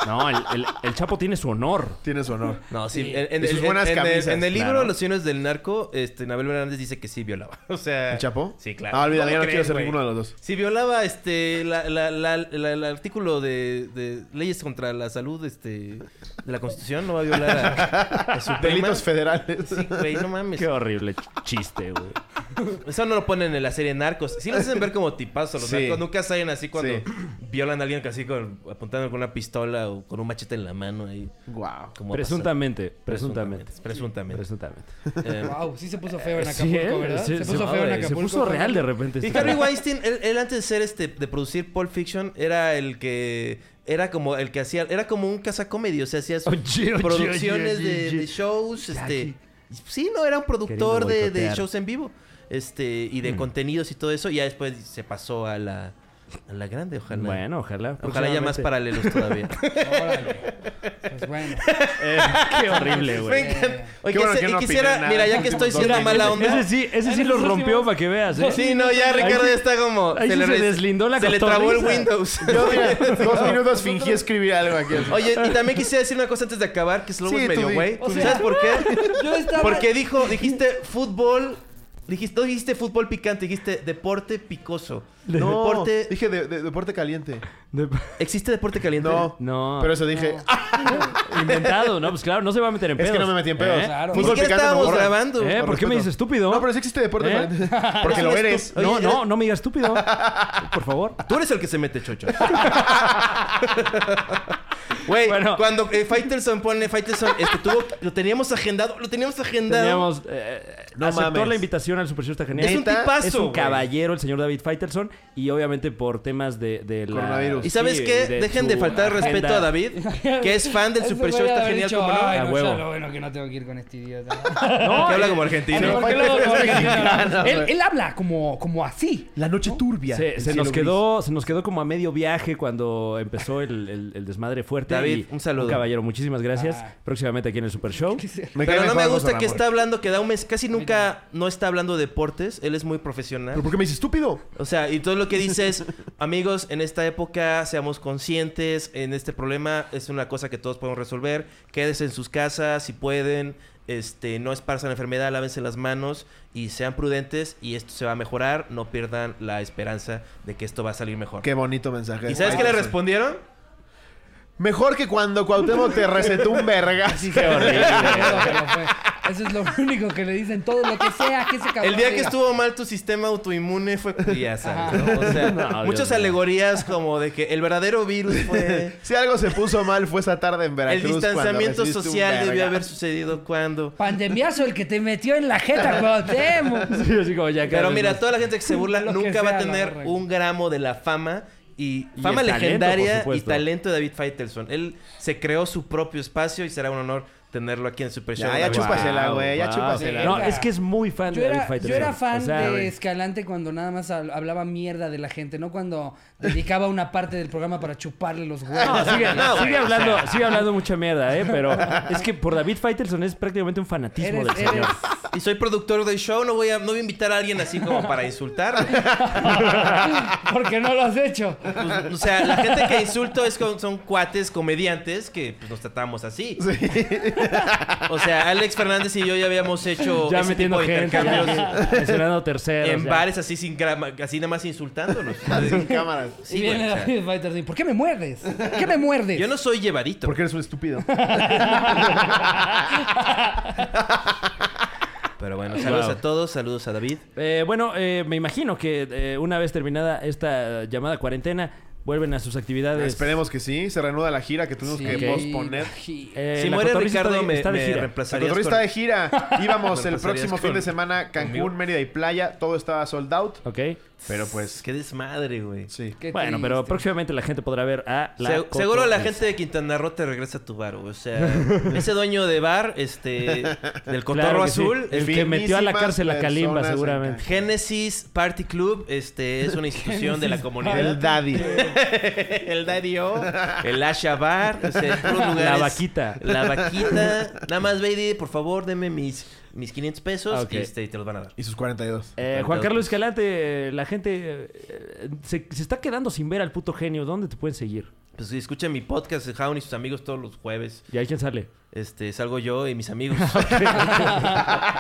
[SPEAKER 4] No, el, el- el Chapo tiene su honor.
[SPEAKER 3] Tiene su honor.
[SPEAKER 5] No, sí. En, en-
[SPEAKER 3] Y sus
[SPEAKER 5] en-
[SPEAKER 3] buenas
[SPEAKER 5] en el-
[SPEAKER 3] camisas,
[SPEAKER 5] en el libro
[SPEAKER 4] claro.
[SPEAKER 5] Los Cienes del Narco, este, Nabel Hernández dice que sí violaba. [laughs] O sea...
[SPEAKER 3] ¿El Chapo?
[SPEAKER 5] Sí, claro.
[SPEAKER 3] Ah, olvídalo,
[SPEAKER 5] ¿Cómo
[SPEAKER 3] ya no
[SPEAKER 5] crees,
[SPEAKER 3] quiero ser
[SPEAKER 5] güey?
[SPEAKER 3] ninguno de los dos.
[SPEAKER 5] Si violaba este la, la- la- la- el artículo de, de leyes contra la salud este, de la Constitución, no va a violar a, a su prima.
[SPEAKER 3] [laughs] Delitos
[SPEAKER 5] [laughs]
[SPEAKER 3] federales. [laughs]
[SPEAKER 5] Sí, güey, no mames.
[SPEAKER 4] Qué horrible chiste, güey.
[SPEAKER 5] Eso no lo ponen en la serie Narcos. Sí los hacen ver como tipazos los
[SPEAKER 3] Sí.
[SPEAKER 5] narcos. Nunca salen así cuando
[SPEAKER 3] Sí.
[SPEAKER 5] [clears throat] violan a alguien casi con, apuntando con una pistola o con un machete en la mano ahí.
[SPEAKER 3] Wow.
[SPEAKER 5] como ha
[SPEAKER 4] Presuntamente,
[SPEAKER 5] pasado.
[SPEAKER 4] presuntamente.
[SPEAKER 5] Presuntamente.
[SPEAKER 4] Presuntamente.
[SPEAKER 5] Eh,
[SPEAKER 2] Wow, sí se puso feo en
[SPEAKER 4] Sí,
[SPEAKER 2] Acapulco,
[SPEAKER 4] ¿eh?
[SPEAKER 2] ¿verdad?
[SPEAKER 4] Sí,
[SPEAKER 2] se puso
[SPEAKER 4] sí,
[SPEAKER 2] feo en
[SPEAKER 4] madre, se
[SPEAKER 2] Acapulco.
[SPEAKER 4] puso real de repente.
[SPEAKER 5] Y
[SPEAKER 4] este [laughs]
[SPEAKER 5] Harry
[SPEAKER 4] pedo.
[SPEAKER 5] Weinstein, él, él antes de ser este, de producir Pulp Fiction, era el que era como el que hacía, era como un cazacomedio, o sea, hacía sus
[SPEAKER 4] Oye, oye,
[SPEAKER 5] producciones
[SPEAKER 4] oye,
[SPEAKER 5] de,
[SPEAKER 4] oye.
[SPEAKER 5] de shows, este,
[SPEAKER 4] Jackie.
[SPEAKER 5] sí, no, era un productor
[SPEAKER 4] Queriendo
[SPEAKER 5] de, de
[SPEAKER 4] boicotear. Mm.
[SPEAKER 5] shows en vivo, este, y de contenidos y todo eso, y ya después se pasó a la, a la grande, ojalá.
[SPEAKER 4] Bueno, ojalá.
[SPEAKER 5] Ojalá ya más
[SPEAKER 4] próximamente.
[SPEAKER 5] paralelos todavía.
[SPEAKER 2] Órale. Pues
[SPEAKER 5] [laughs]
[SPEAKER 2] bueno.
[SPEAKER 4] Eh, [laughs] qué horrible, güey.
[SPEAKER 5] Me encanta. Oye,
[SPEAKER 3] Qué bueno
[SPEAKER 5] quise-
[SPEAKER 3] que
[SPEAKER 5] y
[SPEAKER 3] no
[SPEAKER 5] quisiera,
[SPEAKER 3] opinan nada.
[SPEAKER 5] mira, ya que estoy siendo
[SPEAKER 4] Mira,
[SPEAKER 5] mala
[SPEAKER 4] ese-
[SPEAKER 5] onda.
[SPEAKER 4] Ese sí, ese sí lo rompió para que veas, ¿eh?
[SPEAKER 5] Sí, no, ya Ricardo ya está como.
[SPEAKER 4] ahí sí
[SPEAKER 5] le
[SPEAKER 4] se
[SPEAKER 5] re-
[SPEAKER 4] deslindó la
[SPEAKER 5] Se le trabó el
[SPEAKER 4] cotorriza.
[SPEAKER 5] Windows.
[SPEAKER 3] Yo, mira, dos minutos fingí escribir algo aquí.
[SPEAKER 5] Oye, y también quisiera decir una cosa antes de acabar, que es luego
[SPEAKER 3] Sí,
[SPEAKER 5] es
[SPEAKER 3] tú
[SPEAKER 5] medio
[SPEAKER 3] di,
[SPEAKER 5] güey.
[SPEAKER 3] tú di.
[SPEAKER 5] ¿Sabes por qué?
[SPEAKER 2] [laughs] Yo estaba...
[SPEAKER 5] Porque dijo, dijiste fútbol, dijiste, no dijiste fútbol picante, dijiste deporte picoso.
[SPEAKER 3] No,
[SPEAKER 5] Deporte.
[SPEAKER 3] dije de- de- deporte caliente.
[SPEAKER 4] De-
[SPEAKER 5] ¿Existe deporte caliente?
[SPEAKER 3] No,
[SPEAKER 4] No.
[SPEAKER 3] Pero eso dije, ah,
[SPEAKER 4] Inventado, ¿no? Pues claro, no se va a meter en pedos.
[SPEAKER 3] es que no me metí en pedos.
[SPEAKER 4] ¿Eh?
[SPEAKER 2] Claro.
[SPEAKER 5] Ni siquiera
[SPEAKER 3] me
[SPEAKER 5] estábamos
[SPEAKER 3] borra.
[SPEAKER 5] grabando.
[SPEAKER 4] ¿Eh?
[SPEAKER 3] Con
[SPEAKER 4] ¿Por qué
[SPEAKER 3] respeto.
[SPEAKER 4] me dices estúpido?
[SPEAKER 3] No, pero sí existe deporte
[SPEAKER 4] ¿Eh? [laughs]
[SPEAKER 3] caliente. Porque lo
[SPEAKER 5] Eres-
[SPEAKER 3] eres.
[SPEAKER 5] Oye,
[SPEAKER 4] no,
[SPEAKER 5] eres-
[SPEAKER 4] no, no me digas
[SPEAKER 5] [laughs]
[SPEAKER 4] estúpido. Por favor.
[SPEAKER 5] Tú eres el que se
[SPEAKER 4] [laughs]
[SPEAKER 5] mete, chocho. Güey,
[SPEAKER 4] Bueno.
[SPEAKER 5] cuando eh, Faitelson pone Faitelson, este tuvo, lo teníamos agendado, lo teníamos agendado.
[SPEAKER 4] Teníamos. eh,
[SPEAKER 3] No
[SPEAKER 4] aceptó
[SPEAKER 3] mames.
[SPEAKER 4] la invitación al Super Show está genial.
[SPEAKER 5] Es un
[SPEAKER 4] Neta,
[SPEAKER 5] tipazo,
[SPEAKER 4] Es un
[SPEAKER 5] güey.
[SPEAKER 4] caballero, el señor David Faitelson. Y obviamente por temas de. de la-
[SPEAKER 3] Coronavirus.
[SPEAKER 5] ¿Y sabes
[SPEAKER 4] Sí,
[SPEAKER 5] qué?
[SPEAKER 4] de
[SPEAKER 5] Dejen de
[SPEAKER 4] su
[SPEAKER 5] faltar respeto
[SPEAKER 4] agenda.
[SPEAKER 5] a David, que es fan del
[SPEAKER 2] [laughs] Ese
[SPEAKER 5] Super
[SPEAKER 2] güey
[SPEAKER 5] Show,
[SPEAKER 2] ha de
[SPEAKER 5] está
[SPEAKER 2] haber
[SPEAKER 5] genial
[SPEAKER 2] dicho,
[SPEAKER 5] como no.
[SPEAKER 2] Ay,
[SPEAKER 4] A
[SPEAKER 2] no,
[SPEAKER 4] huevo.
[SPEAKER 2] chalo, bueno que no tengo que ir con este idiota.
[SPEAKER 5] [laughs] que habla
[SPEAKER 4] eh,
[SPEAKER 5] como argentino.
[SPEAKER 2] ¿Por qué lo-
[SPEAKER 3] Faitelson
[SPEAKER 2] por
[SPEAKER 3] es
[SPEAKER 2] qué no?
[SPEAKER 3] mexicano,
[SPEAKER 2] Él,
[SPEAKER 3] güey.
[SPEAKER 2] él habla como, como así.
[SPEAKER 3] La noche turbia. El
[SPEAKER 4] Se, se
[SPEAKER 3] cielo
[SPEAKER 4] nos
[SPEAKER 3] gris.
[SPEAKER 4] quedó, se nos quedó como a medio viaje cuando empezó el, el- el desmadre fuerte.
[SPEAKER 5] David,
[SPEAKER 4] y-
[SPEAKER 5] un saludo.
[SPEAKER 4] caballero, muchísimas gracias.
[SPEAKER 2] Ah.
[SPEAKER 4] Próximamente aquí en el Super
[SPEAKER 5] [laughs]
[SPEAKER 4] Show.
[SPEAKER 3] Me
[SPEAKER 5] Pero
[SPEAKER 3] cae
[SPEAKER 5] no
[SPEAKER 3] mejor
[SPEAKER 5] me
[SPEAKER 3] José
[SPEAKER 5] gusta que
[SPEAKER 3] Ramón.
[SPEAKER 5] está hablando, que Daumes casi nunca no está hablando de deportes. Él es muy profesional.
[SPEAKER 3] ¿Pero por qué me dices estúpido?
[SPEAKER 5] O sea, y todo lo que
[SPEAKER 3] [laughs]
[SPEAKER 5] dice es, amigos, en esta época seamos conscientes, en este problema es una cosa que todos podemos resolver. resolver. Quédense en sus casas si pueden. Este, no esparzan la enfermedad, lávense las manos y sean prudentes y esto se va a mejorar. No pierdan la esperanza de que esto va a salir mejor.
[SPEAKER 3] Qué bonito mensaje.
[SPEAKER 5] ¿Y sabes qué le
[SPEAKER 3] Ay,
[SPEAKER 5] respondieron?
[SPEAKER 3] Mejor que cuando Cuauhtémoc te recetó un vergas.
[SPEAKER 5] Sí,
[SPEAKER 4] [laughs]
[SPEAKER 5] qué horrible.
[SPEAKER 2] Eso es lo único que le dicen. Todo lo que sea que se
[SPEAKER 5] El día que estuvo mal tu sistema autoinmune fue... Y ya sabes,
[SPEAKER 3] Ajá.
[SPEAKER 5] ¿no? O sea,
[SPEAKER 3] [laughs] No, Dios
[SPEAKER 5] muchas
[SPEAKER 3] mío.
[SPEAKER 5] alegorías como de que el verdadero virus fue...
[SPEAKER 3] Si algo se puso mal fue esa tarde en
[SPEAKER 5] El
[SPEAKER 3] Veracruz. cuando
[SPEAKER 5] distanciamiento
[SPEAKER 3] recibiste un
[SPEAKER 5] social debió
[SPEAKER 3] verga.
[SPEAKER 5] haber sucedido cuando...
[SPEAKER 9] Pandemiazo el que te metió en
[SPEAKER 5] [laughs]
[SPEAKER 9] la jeta, Cuauhtémoc.
[SPEAKER 5] Pero mira, toda la gente que se burla
[SPEAKER 9] [laughs] Lo que
[SPEAKER 5] nunca va
[SPEAKER 9] sea,
[SPEAKER 5] a
[SPEAKER 9] la
[SPEAKER 5] tener
[SPEAKER 9] verga.
[SPEAKER 5] un gramo de la fama y
[SPEAKER 4] Y
[SPEAKER 5] fama
[SPEAKER 4] el talento,
[SPEAKER 5] legendaria
[SPEAKER 4] por
[SPEAKER 5] y
[SPEAKER 4] supuesto.
[SPEAKER 5] talento de David Faitelson. Él se creó su propio espacio y será un honor tenerlo aquí en Super Show.
[SPEAKER 3] Ya, ya chúpasela, güey, ya
[SPEAKER 5] Wow.
[SPEAKER 3] chúpasela.
[SPEAKER 4] No, es que es muy fan
[SPEAKER 2] Yo
[SPEAKER 4] de David
[SPEAKER 2] era,
[SPEAKER 4] Faitelson.
[SPEAKER 2] yo era fan
[SPEAKER 4] O sea,
[SPEAKER 2] de Escalante cuando nada más hab- hablaba mierda de la gente, no cuando dedicaba una parte del programa para chuparle los huevos.
[SPEAKER 4] No, sigue,
[SPEAKER 2] No, güey,
[SPEAKER 4] sigue
[SPEAKER 2] o
[SPEAKER 4] hablando,
[SPEAKER 2] sea,
[SPEAKER 4] sigue hablando mucha mierda, ¿eh? Pero es que por David Faitelson es prácticamente un fanatismo del señor.
[SPEAKER 5] Y soy productor del show, no voy a, no voy a invitar a alguien así como
[SPEAKER 3] [laughs]
[SPEAKER 5] para insultar.
[SPEAKER 2] [laughs] Porque no lo has hecho.
[SPEAKER 5] Pues, O sea, la gente que insulto es con- son cuates, comediantes, que pues, nos tratamos así. O sea, Alex Fernández y yo ya habíamos hecho
[SPEAKER 4] Ya
[SPEAKER 5] ese
[SPEAKER 4] metiendo
[SPEAKER 5] tipo de
[SPEAKER 4] gente, ya [laughs]
[SPEAKER 5] intercambios
[SPEAKER 4] mencionando terceros.
[SPEAKER 5] en
[SPEAKER 4] ya.
[SPEAKER 5] bares así sin grama- así nada
[SPEAKER 4] [laughs]
[SPEAKER 5] más insultándonos.
[SPEAKER 3] Sin cámaras.
[SPEAKER 2] y
[SPEAKER 5] Sí, güey,
[SPEAKER 2] viene
[SPEAKER 5] o sea,
[SPEAKER 2] David Faitelson, ¿Por qué me muerdes? ¿Por qué me muerdes? [laughs]
[SPEAKER 5] yo no soy llevadito.
[SPEAKER 3] Porque eres un
[SPEAKER 5] [laughs]
[SPEAKER 3] estúpido.
[SPEAKER 5] Pero bueno, saludos
[SPEAKER 4] Wow.
[SPEAKER 5] a todos, saludos a David.
[SPEAKER 4] Eh, bueno, eh, me imagino que eh, una vez terminada esta llamada cuarentena, vuelven a sus actividades.
[SPEAKER 3] Esperemos que sí. Se reanuda la gira que tuvimos que posponer.
[SPEAKER 4] Eh, la cotorrisa está de- está de gira.
[SPEAKER 3] La cotorrisa está de gira. Íbamos
[SPEAKER 5] [laughs]
[SPEAKER 3] el
[SPEAKER 5] Me reemplazarías
[SPEAKER 3] próximo fin
[SPEAKER 5] con-
[SPEAKER 3] de semana Cancún,
[SPEAKER 5] conmigo.
[SPEAKER 3] Mérida y Playa. Todo estaba sold out.
[SPEAKER 4] Ok.
[SPEAKER 3] Pero pues...
[SPEAKER 5] Qué desmadre, güey.
[SPEAKER 3] Sí.
[SPEAKER 4] Bueno, pero próximamente la gente podrá ver a la
[SPEAKER 5] Se- seguro la
[SPEAKER 4] cotorrisa.
[SPEAKER 5] gente de Quintana Roo te regresa a tu bar, güey. O sea,
[SPEAKER 4] [laughs]
[SPEAKER 5] ese dueño de bar, este, del cotorro
[SPEAKER 4] Claro que sí.
[SPEAKER 5] azul.
[SPEAKER 4] El que metió a la cárcel a Kalimba, seguramente.
[SPEAKER 5] Génesis Party Club, este, es una institución de la
[SPEAKER 3] Génesis
[SPEAKER 5] comunidad.
[SPEAKER 3] Party El Daddy.
[SPEAKER 5] el Daddy
[SPEAKER 4] Eh,
[SPEAKER 5] O. El Asha Bar. o sea, puros
[SPEAKER 4] La
[SPEAKER 5] lugares-
[SPEAKER 4] Vaquita.
[SPEAKER 5] La vaquita. Nada más, baby, por favor, deme mis, mis 500 pesos.
[SPEAKER 4] Ok.
[SPEAKER 5] Este, y te los van a dar.
[SPEAKER 3] Y sus 42.
[SPEAKER 4] Eh, Juan Carlos Escalante, eh, la gente eh, eh, se, se está quedando sin ver al puto genio. ¿Dónde te pueden seguir?
[SPEAKER 5] Pues escuchen mi podcast, de Jaun y sus amigos todos los jueves.
[SPEAKER 4] ¿Y ahí quién sale? [laughs]
[SPEAKER 5] Este, salgo yo y mis amigos. [laughs]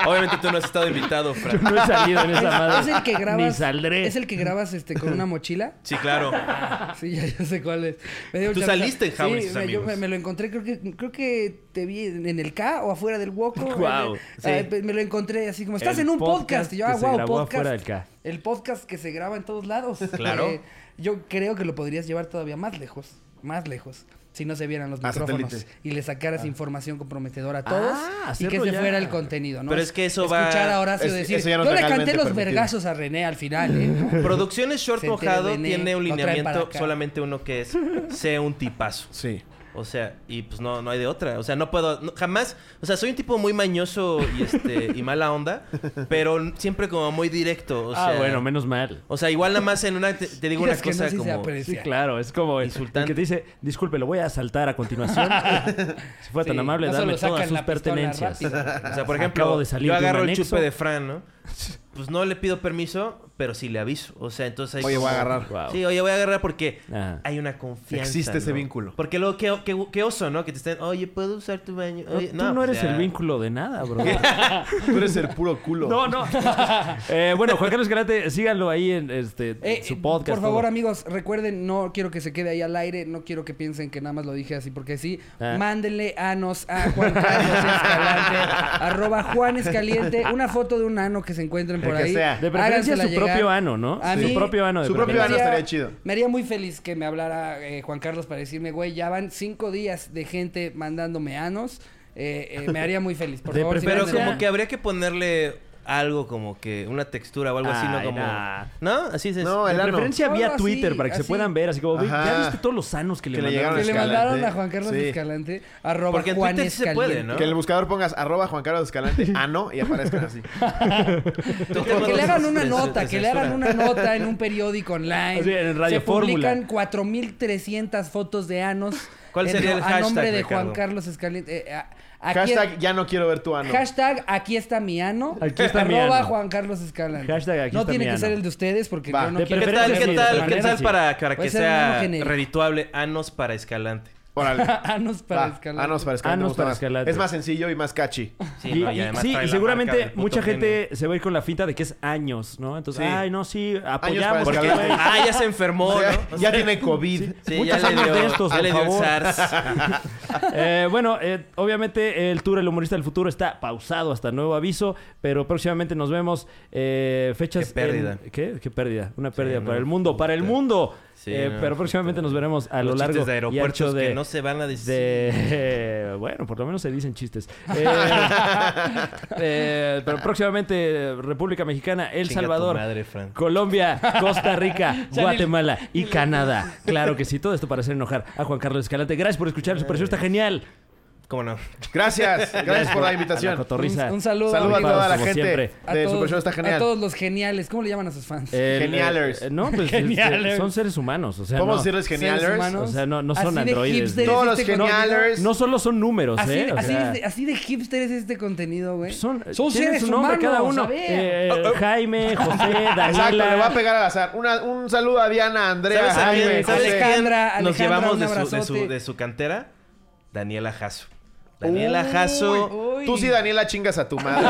[SPEAKER 5] Obviamente tú no has estado invitado, Fran.
[SPEAKER 4] Yo no he salido en
[SPEAKER 2] Es,
[SPEAKER 4] esa madre.
[SPEAKER 2] es el que grabas.
[SPEAKER 4] [laughs] Ni saldré.
[SPEAKER 2] Es el que grabas este con una mochila.
[SPEAKER 5] Sí, claro.
[SPEAKER 2] [laughs] Sí, ya, ya sé cuál es. Me dio
[SPEAKER 5] Tú
[SPEAKER 2] mucha risa.
[SPEAKER 5] saliste en Howard y
[SPEAKER 2] Sí,
[SPEAKER 5] sus
[SPEAKER 2] me, yo
[SPEAKER 5] amigos.
[SPEAKER 2] me, me lo encontré, creo que, creo que te vi en en el K o afuera del Woco.
[SPEAKER 5] [laughs]
[SPEAKER 4] Guau,
[SPEAKER 2] Eh,
[SPEAKER 4] sí.
[SPEAKER 2] eh, me lo encontré así como, estás
[SPEAKER 4] El
[SPEAKER 2] en un podcast. Y yo, ah,
[SPEAKER 4] que se
[SPEAKER 2] wow,
[SPEAKER 4] grabó
[SPEAKER 2] podcast.
[SPEAKER 4] afuera del K.
[SPEAKER 2] El podcast que se graba en todos
[SPEAKER 5] [laughs]
[SPEAKER 2] lados.
[SPEAKER 4] Claro.
[SPEAKER 2] Eh, yo creo que lo podrías llevar todavía más lejos, más lejos. Si no se vieran los
[SPEAKER 5] A
[SPEAKER 2] micrófonos
[SPEAKER 5] satélite.
[SPEAKER 2] y le sacaras información comprometedora a
[SPEAKER 5] Ah,
[SPEAKER 2] todos y
[SPEAKER 5] hacerlo
[SPEAKER 2] que se
[SPEAKER 5] ya.
[SPEAKER 2] fuera el contenido, ¿no?
[SPEAKER 5] Pero es que eso va-
[SPEAKER 2] Escuchar a Horacio
[SPEAKER 5] Es-
[SPEAKER 2] decir,
[SPEAKER 5] eso ya no es
[SPEAKER 2] yo le canté
[SPEAKER 5] legalmente
[SPEAKER 2] los
[SPEAKER 5] permitido".
[SPEAKER 2] vergazos a René al final,
[SPEAKER 5] [laughs]
[SPEAKER 2] ¿eh?
[SPEAKER 5] Producciones Short
[SPEAKER 2] Se entera
[SPEAKER 5] Mojado
[SPEAKER 2] René,
[SPEAKER 5] tiene un
[SPEAKER 2] lo traen para
[SPEAKER 5] lineamiento
[SPEAKER 2] acá.
[SPEAKER 5] solamente uno que es sé un tipazo.
[SPEAKER 3] Sí.
[SPEAKER 5] O sea, y pues no, no hay de otra. O sea, no puedo, no- jamás. O sea, soy un tipo muy mañoso y este y mala
[SPEAKER 3] [laughs]
[SPEAKER 5] onda, pero siempre como muy directo. O
[SPEAKER 4] ah,
[SPEAKER 5] sea,
[SPEAKER 4] bueno, menos mal.
[SPEAKER 5] O sea, igual nada más en una te, te digo una
[SPEAKER 4] Digas que
[SPEAKER 5] cosa
[SPEAKER 4] no, sí se
[SPEAKER 5] como
[SPEAKER 4] aprecia. Sí, claro, es como el, el que te dice, disculpe, lo voy a asaltar a
[SPEAKER 5] [laughs]
[SPEAKER 4] continuación. si fuera tan
[SPEAKER 5] Sí,
[SPEAKER 4] amable,
[SPEAKER 5] no
[SPEAKER 4] dame
[SPEAKER 5] solo sacan
[SPEAKER 4] todas sus
[SPEAKER 5] la pistola
[SPEAKER 4] pertenencias.
[SPEAKER 5] rápido. O sea, por ejemplo,
[SPEAKER 4] Acabo de salir
[SPEAKER 5] yo
[SPEAKER 4] de un
[SPEAKER 5] agarro el
[SPEAKER 4] anexo.
[SPEAKER 5] chupe de
[SPEAKER 4] [laughs]
[SPEAKER 5] Fran, ¿no? Pues no le pido permiso, pero sí le aviso. O sea, entonces hay
[SPEAKER 3] Oye,
[SPEAKER 5] como-
[SPEAKER 3] voy a agarrar. Wow.
[SPEAKER 5] Sí, oye, voy a agarrar porque
[SPEAKER 3] Ajá.
[SPEAKER 5] hay una confianza.
[SPEAKER 3] Existe ese
[SPEAKER 5] ¿no?
[SPEAKER 3] vínculo.
[SPEAKER 5] Porque luego, ¿qué, qué, qué oso, ¿no? Que te estén, oye, ¿puedo usar tu baño?
[SPEAKER 4] No,
[SPEAKER 5] Oye,
[SPEAKER 4] tú no
[SPEAKER 5] pues
[SPEAKER 4] eres
[SPEAKER 5] ya.
[SPEAKER 4] el vínculo de nada,
[SPEAKER 5] [laughs]
[SPEAKER 4] bro.
[SPEAKER 3] Tú eres el puro culo.
[SPEAKER 4] No, no. [laughs] Eh, bueno, Juan Carlos Escalante, síganlo ahí en este,
[SPEAKER 2] Eh,
[SPEAKER 4] su podcast.
[SPEAKER 2] Por favor,
[SPEAKER 4] todo.
[SPEAKER 2] amigos, recuerden, no quiero que se quede ahí al aire, no quiero que piensen que nada más lo dije así porque sí.
[SPEAKER 4] Ah.
[SPEAKER 2] Mándenle anos a Juan Carlos Escalante,
[SPEAKER 4] [laughs]
[SPEAKER 2] arroba Juan Escaliente, una foto de un ano que se encuentren por
[SPEAKER 4] El que
[SPEAKER 2] ahí.
[SPEAKER 4] sea. De preferencia
[SPEAKER 2] Hágansela
[SPEAKER 4] su propio
[SPEAKER 2] llegar.
[SPEAKER 4] ano, ¿no?
[SPEAKER 2] A
[SPEAKER 4] Su
[SPEAKER 2] mí-
[SPEAKER 4] propio ano de Su propio
[SPEAKER 2] me
[SPEAKER 4] ano
[SPEAKER 2] haría-
[SPEAKER 4] estaría chido.
[SPEAKER 2] Me haría muy feliz que me hablara eh, Juan Carlos para decirme, güey, ya van cinco días de gente mandándome anos. Eh, eh, me haría muy feliz, por favor. sí,
[SPEAKER 5] pero
[SPEAKER 2] mándenlo.
[SPEAKER 5] como que habría que ponerle algo como que una textura o algo así, ¿no?
[SPEAKER 4] Ay,
[SPEAKER 5] Como...
[SPEAKER 4] nah.
[SPEAKER 5] ¿No? Así es.
[SPEAKER 4] de preferencia vía
[SPEAKER 2] Algo así,
[SPEAKER 4] Twitter para que se
[SPEAKER 2] así.
[SPEAKER 4] puedan ver, así como, "Ve, ya
[SPEAKER 5] Ajá.
[SPEAKER 4] viste todos los sanos que le
[SPEAKER 3] Que le
[SPEAKER 4] mandaron.
[SPEAKER 3] llegaron
[SPEAKER 2] Que le
[SPEAKER 3] Escalante.
[SPEAKER 2] mandaron a Juan Carlos
[SPEAKER 3] Sí.
[SPEAKER 2] Escalante, arroba
[SPEAKER 3] Porque
[SPEAKER 2] Juan Escaliente.
[SPEAKER 3] Que en el buscador pongas arroba Juan Carlos Escalante, ano, y aparezcan así.
[SPEAKER 2] Pero que le hagan una
[SPEAKER 3] De- de-
[SPEAKER 2] nota,
[SPEAKER 3] de
[SPEAKER 2] que le hagan
[SPEAKER 3] censura.
[SPEAKER 2] una nota en un periódico online.
[SPEAKER 4] Así, en Radio
[SPEAKER 2] Se publican 4.300 fotos de anos.
[SPEAKER 3] [laughs] ¿Cuál
[SPEAKER 2] en-
[SPEAKER 3] sería el
[SPEAKER 2] a
[SPEAKER 3] hashtag,
[SPEAKER 2] nombre de
[SPEAKER 3] Ricardo?
[SPEAKER 2] Juan Carlos Escaliente. Eh, a- aquí-
[SPEAKER 3] Hashtag ya no quiero ver tu ano.
[SPEAKER 2] hashtag aquí está mi ano.
[SPEAKER 3] Aquí está mi
[SPEAKER 2] arroba
[SPEAKER 3] ano.
[SPEAKER 2] Juan Carlos Escalante.
[SPEAKER 3] Hashtag aquí
[SPEAKER 2] no
[SPEAKER 3] está
[SPEAKER 2] tiene
[SPEAKER 3] mi
[SPEAKER 2] que
[SPEAKER 3] ano.
[SPEAKER 2] ser el de ustedes porque yo no
[SPEAKER 5] ¿Qué
[SPEAKER 2] quiero...
[SPEAKER 5] tal, qué
[SPEAKER 2] que
[SPEAKER 5] tal, qué
[SPEAKER 2] manera
[SPEAKER 5] tal
[SPEAKER 2] sí.
[SPEAKER 5] para, para
[SPEAKER 2] Puede
[SPEAKER 5] que
[SPEAKER 2] ser un ano
[SPEAKER 5] sea
[SPEAKER 2] genérico.
[SPEAKER 5] redituable? Anos para Escalante.
[SPEAKER 3] Órale.
[SPEAKER 2] Anos [laughs] para
[SPEAKER 3] Va,
[SPEAKER 2] escalar.
[SPEAKER 3] Anos para escalar. te
[SPEAKER 4] Anos
[SPEAKER 3] gusta
[SPEAKER 4] para
[SPEAKER 3] más.
[SPEAKER 4] escalar.
[SPEAKER 3] Es más sencillo y más catchy.
[SPEAKER 4] y, y- sí, y seguramente mucha gente se va a ir con la finta de que es años, ¿no? Entonces,
[SPEAKER 3] Sí.
[SPEAKER 4] ay, no, sí,
[SPEAKER 3] para
[SPEAKER 4] apoyamos.
[SPEAKER 3] escalar.
[SPEAKER 4] güey.
[SPEAKER 5] Ah, ya se enfermó,
[SPEAKER 4] O sea, [laughs]
[SPEAKER 5] ¿no?
[SPEAKER 4] ya tiene COVID.
[SPEAKER 5] Sí,
[SPEAKER 4] Muchos
[SPEAKER 5] ya le
[SPEAKER 4] años
[SPEAKER 5] dio,
[SPEAKER 4] de estos,
[SPEAKER 5] ya
[SPEAKER 4] por
[SPEAKER 5] le dio el
[SPEAKER 4] favor. [laughs]
[SPEAKER 5] SARS.
[SPEAKER 4] Eh, bueno, eh, obviamente el tour El Humorista del Futuro está pausado hasta nuevo aviso, pero próximamente nos vemos eh, fechas...
[SPEAKER 5] Qué pérdida.
[SPEAKER 4] en- ¿Qué? ¿Qué pérdida? Una pérdida
[SPEAKER 5] no,
[SPEAKER 4] para el mundo, para el mundo.
[SPEAKER 5] Sí,
[SPEAKER 4] Eh,
[SPEAKER 5] no,
[SPEAKER 4] pero próximamente nos veremos a lo
[SPEAKER 5] Los chistes
[SPEAKER 4] largo
[SPEAKER 5] de
[SPEAKER 4] y
[SPEAKER 5] aeropuertos
[SPEAKER 4] ancho de...
[SPEAKER 5] que no se van a decir.
[SPEAKER 4] de- Eh, bueno, por lo menos se dicen
[SPEAKER 5] [laughs]
[SPEAKER 4] chistes. Eh, eh, pero próximamente República Mexicana, El
[SPEAKER 5] Chinga tu
[SPEAKER 4] Salvador,
[SPEAKER 5] madre, Fran.
[SPEAKER 4] Colombia, Costa Rica,
[SPEAKER 5] [laughs] Ya ni-
[SPEAKER 4] Guatemala y Canadá. Claro que sí, todo esto para hacer enojar a Juan Carlos Escalante. Gracias por escuchar, el Super Show está genial.
[SPEAKER 5] ¿Cómo no?
[SPEAKER 3] Gracias, gracias por
[SPEAKER 4] a-
[SPEAKER 3] la invitación.
[SPEAKER 4] a la cotorriza.
[SPEAKER 2] Un, un saludo.
[SPEAKER 3] Saludo a
[SPEAKER 2] amigos.
[SPEAKER 3] toda la
[SPEAKER 4] Como
[SPEAKER 3] gente
[SPEAKER 4] siempre.
[SPEAKER 2] A
[SPEAKER 3] de
[SPEAKER 2] todos-
[SPEAKER 3] Super Show está genial.
[SPEAKER 2] A todos los geniales. ¿Cómo le llaman a sus fans?
[SPEAKER 4] El-
[SPEAKER 3] Genialers.
[SPEAKER 4] eh,
[SPEAKER 2] [laughs]
[SPEAKER 4] no, pues
[SPEAKER 2] Genialers.
[SPEAKER 4] eh, son seres humanos. O sea,
[SPEAKER 3] ¿Podemos
[SPEAKER 4] no.
[SPEAKER 3] decirles genialers?
[SPEAKER 2] Seres humanos.
[SPEAKER 4] O sea, no, no
[SPEAKER 2] Así
[SPEAKER 4] son
[SPEAKER 2] de
[SPEAKER 4] androides.
[SPEAKER 2] hipsters
[SPEAKER 3] Todos
[SPEAKER 2] es
[SPEAKER 3] los
[SPEAKER 2] contenido.
[SPEAKER 3] genialers.
[SPEAKER 4] No solo son números,
[SPEAKER 2] Así,
[SPEAKER 4] ¿eh? O
[SPEAKER 2] así
[SPEAKER 4] sea, Pues
[SPEAKER 2] de, así de hipster es este contenido, güey.
[SPEAKER 4] son, eh,
[SPEAKER 2] son
[SPEAKER 4] tienen
[SPEAKER 2] seres
[SPEAKER 4] su nombre
[SPEAKER 2] humanos,
[SPEAKER 4] cada
[SPEAKER 2] a
[SPEAKER 4] uno.
[SPEAKER 2] ver. Oh,
[SPEAKER 4] Eh,
[SPEAKER 2] [laughs]
[SPEAKER 4] Jaime, José, Daniela.
[SPEAKER 3] Exacto, le voy a pegar al azar. Una- un saludo a Diana, Andrea,
[SPEAKER 5] ¿Sabes a quién-
[SPEAKER 3] Jaime,
[SPEAKER 5] sabes
[SPEAKER 3] José.
[SPEAKER 5] quién
[SPEAKER 2] Alejandra,
[SPEAKER 5] nos
[SPEAKER 2] Alejandra,
[SPEAKER 5] llevamos
[SPEAKER 2] un
[SPEAKER 5] de su, de,
[SPEAKER 2] abrazote.
[SPEAKER 5] su, de su cantera? Daniela Jasso. Daniela Jasso.
[SPEAKER 2] Uy, uy.
[SPEAKER 3] Tú sí, Daniela, chingas a tu madre.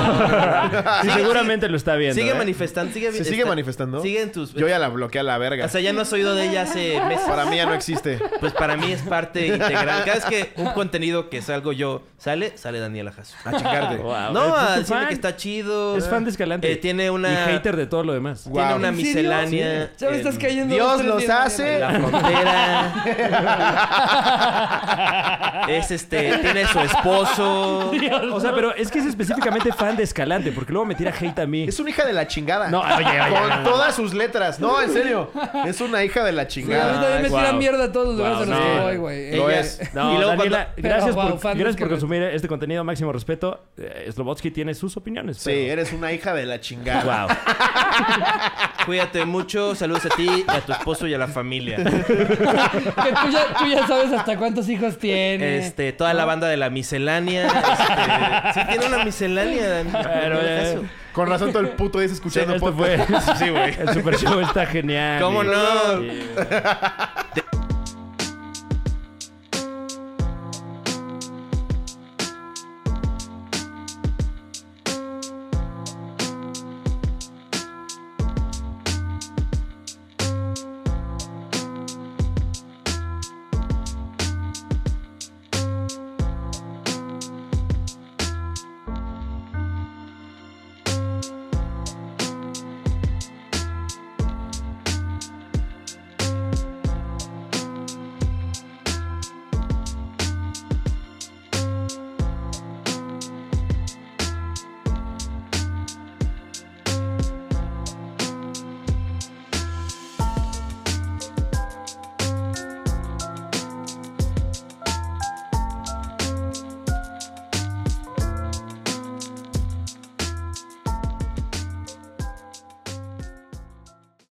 [SPEAKER 4] Y seguramente lo está viendo.
[SPEAKER 5] Sigue
[SPEAKER 4] ¿eh?
[SPEAKER 5] manifestando. Sigue,
[SPEAKER 3] ¿Se sigue
[SPEAKER 5] está-
[SPEAKER 3] manifestando?
[SPEAKER 5] Sigue en tus...
[SPEAKER 3] Yo ya la bloqueé a la verga.
[SPEAKER 5] O sea, ya no has oído de ella hace meses.
[SPEAKER 3] [laughs] Para mí ya no existe.
[SPEAKER 5] Pues para mí es
[SPEAKER 3] [laughs]
[SPEAKER 5] parte integral. Cada vez que un contenido que salgo yo sale, sale Daniela Jasso.
[SPEAKER 3] A [laughs] chingarte.
[SPEAKER 4] Wow,
[SPEAKER 5] No,
[SPEAKER 4] es
[SPEAKER 5] a
[SPEAKER 4] tu
[SPEAKER 5] decirme
[SPEAKER 4] fan.
[SPEAKER 5] que está chido.
[SPEAKER 4] Es fan de Escalante.
[SPEAKER 5] Eh, tiene una...
[SPEAKER 4] Y hater de todo lo demás. [laughs]
[SPEAKER 3] Wow.
[SPEAKER 5] Tiene una
[SPEAKER 2] ¿En serio?
[SPEAKER 5] miscelánea.
[SPEAKER 2] Ya me
[SPEAKER 4] eh,
[SPEAKER 2] estás
[SPEAKER 5] en-
[SPEAKER 2] cayendo.
[SPEAKER 3] Dios
[SPEAKER 2] dos, tres
[SPEAKER 3] los
[SPEAKER 2] días,
[SPEAKER 3] hace.
[SPEAKER 5] La frontera. es este, tiene su esposo.
[SPEAKER 4] O sea, pero es que es específicamente fan de Escalante, porque luego me tira hate a mí.
[SPEAKER 3] Es una hija de la chingada.
[SPEAKER 4] No, oye, oye,
[SPEAKER 3] Con
[SPEAKER 4] no, no.
[SPEAKER 3] todas sus letras. No, en serio. Es una hija de la
[SPEAKER 2] Sí, a mí
[SPEAKER 3] chingada.
[SPEAKER 2] también me
[SPEAKER 4] Ah, Guau.
[SPEAKER 2] tiran mierda a todos los lugares a
[SPEAKER 4] Guau,
[SPEAKER 2] los
[SPEAKER 4] no.
[SPEAKER 2] que voy, güey. Eh,
[SPEAKER 3] Lo
[SPEAKER 2] Ella-
[SPEAKER 3] es.
[SPEAKER 4] No,
[SPEAKER 5] Y luego
[SPEAKER 4] Daniela,
[SPEAKER 2] cuando-
[SPEAKER 4] gracias,
[SPEAKER 2] Pero, wow,
[SPEAKER 4] por,
[SPEAKER 2] fan de
[SPEAKER 4] gracias por
[SPEAKER 2] Escalante.
[SPEAKER 4] consumir este contenido. Máximo respeto. Eh, Slobotsky tiene sus opiniones.
[SPEAKER 3] Sí, eres una hija de la chingada.
[SPEAKER 4] Wow.
[SPEAKER 5] Cuídate mucho. Saludos a ti, a tu esposo y a la
[SPEAKER 3] [laughs]
[SPEAKER 5] familia.
[SPEAKER 2] Que tú ya, tú ya sabes hasta cuántos hijos tiene.
[SPEAKER 5] Este, toda la banda de la miscelánea. Este, sí, tiene una miscelánea, Dan.
[SPEAKER 4] Pero, eh,
[SPEAKER 3] Con razón todo el puto dice escuchando [laughs]
[SPEAKER 4] esto
[SPEAKER 3] podcast.
[SPEAKER 4] fue- El Super Show está genial.
[SPEAKER 5] ¿Cómo
[SPEAKER 4] Y-
[SPEAKER 5] no?
[SPEAKER 4] y-
[SPEAKER 5] Te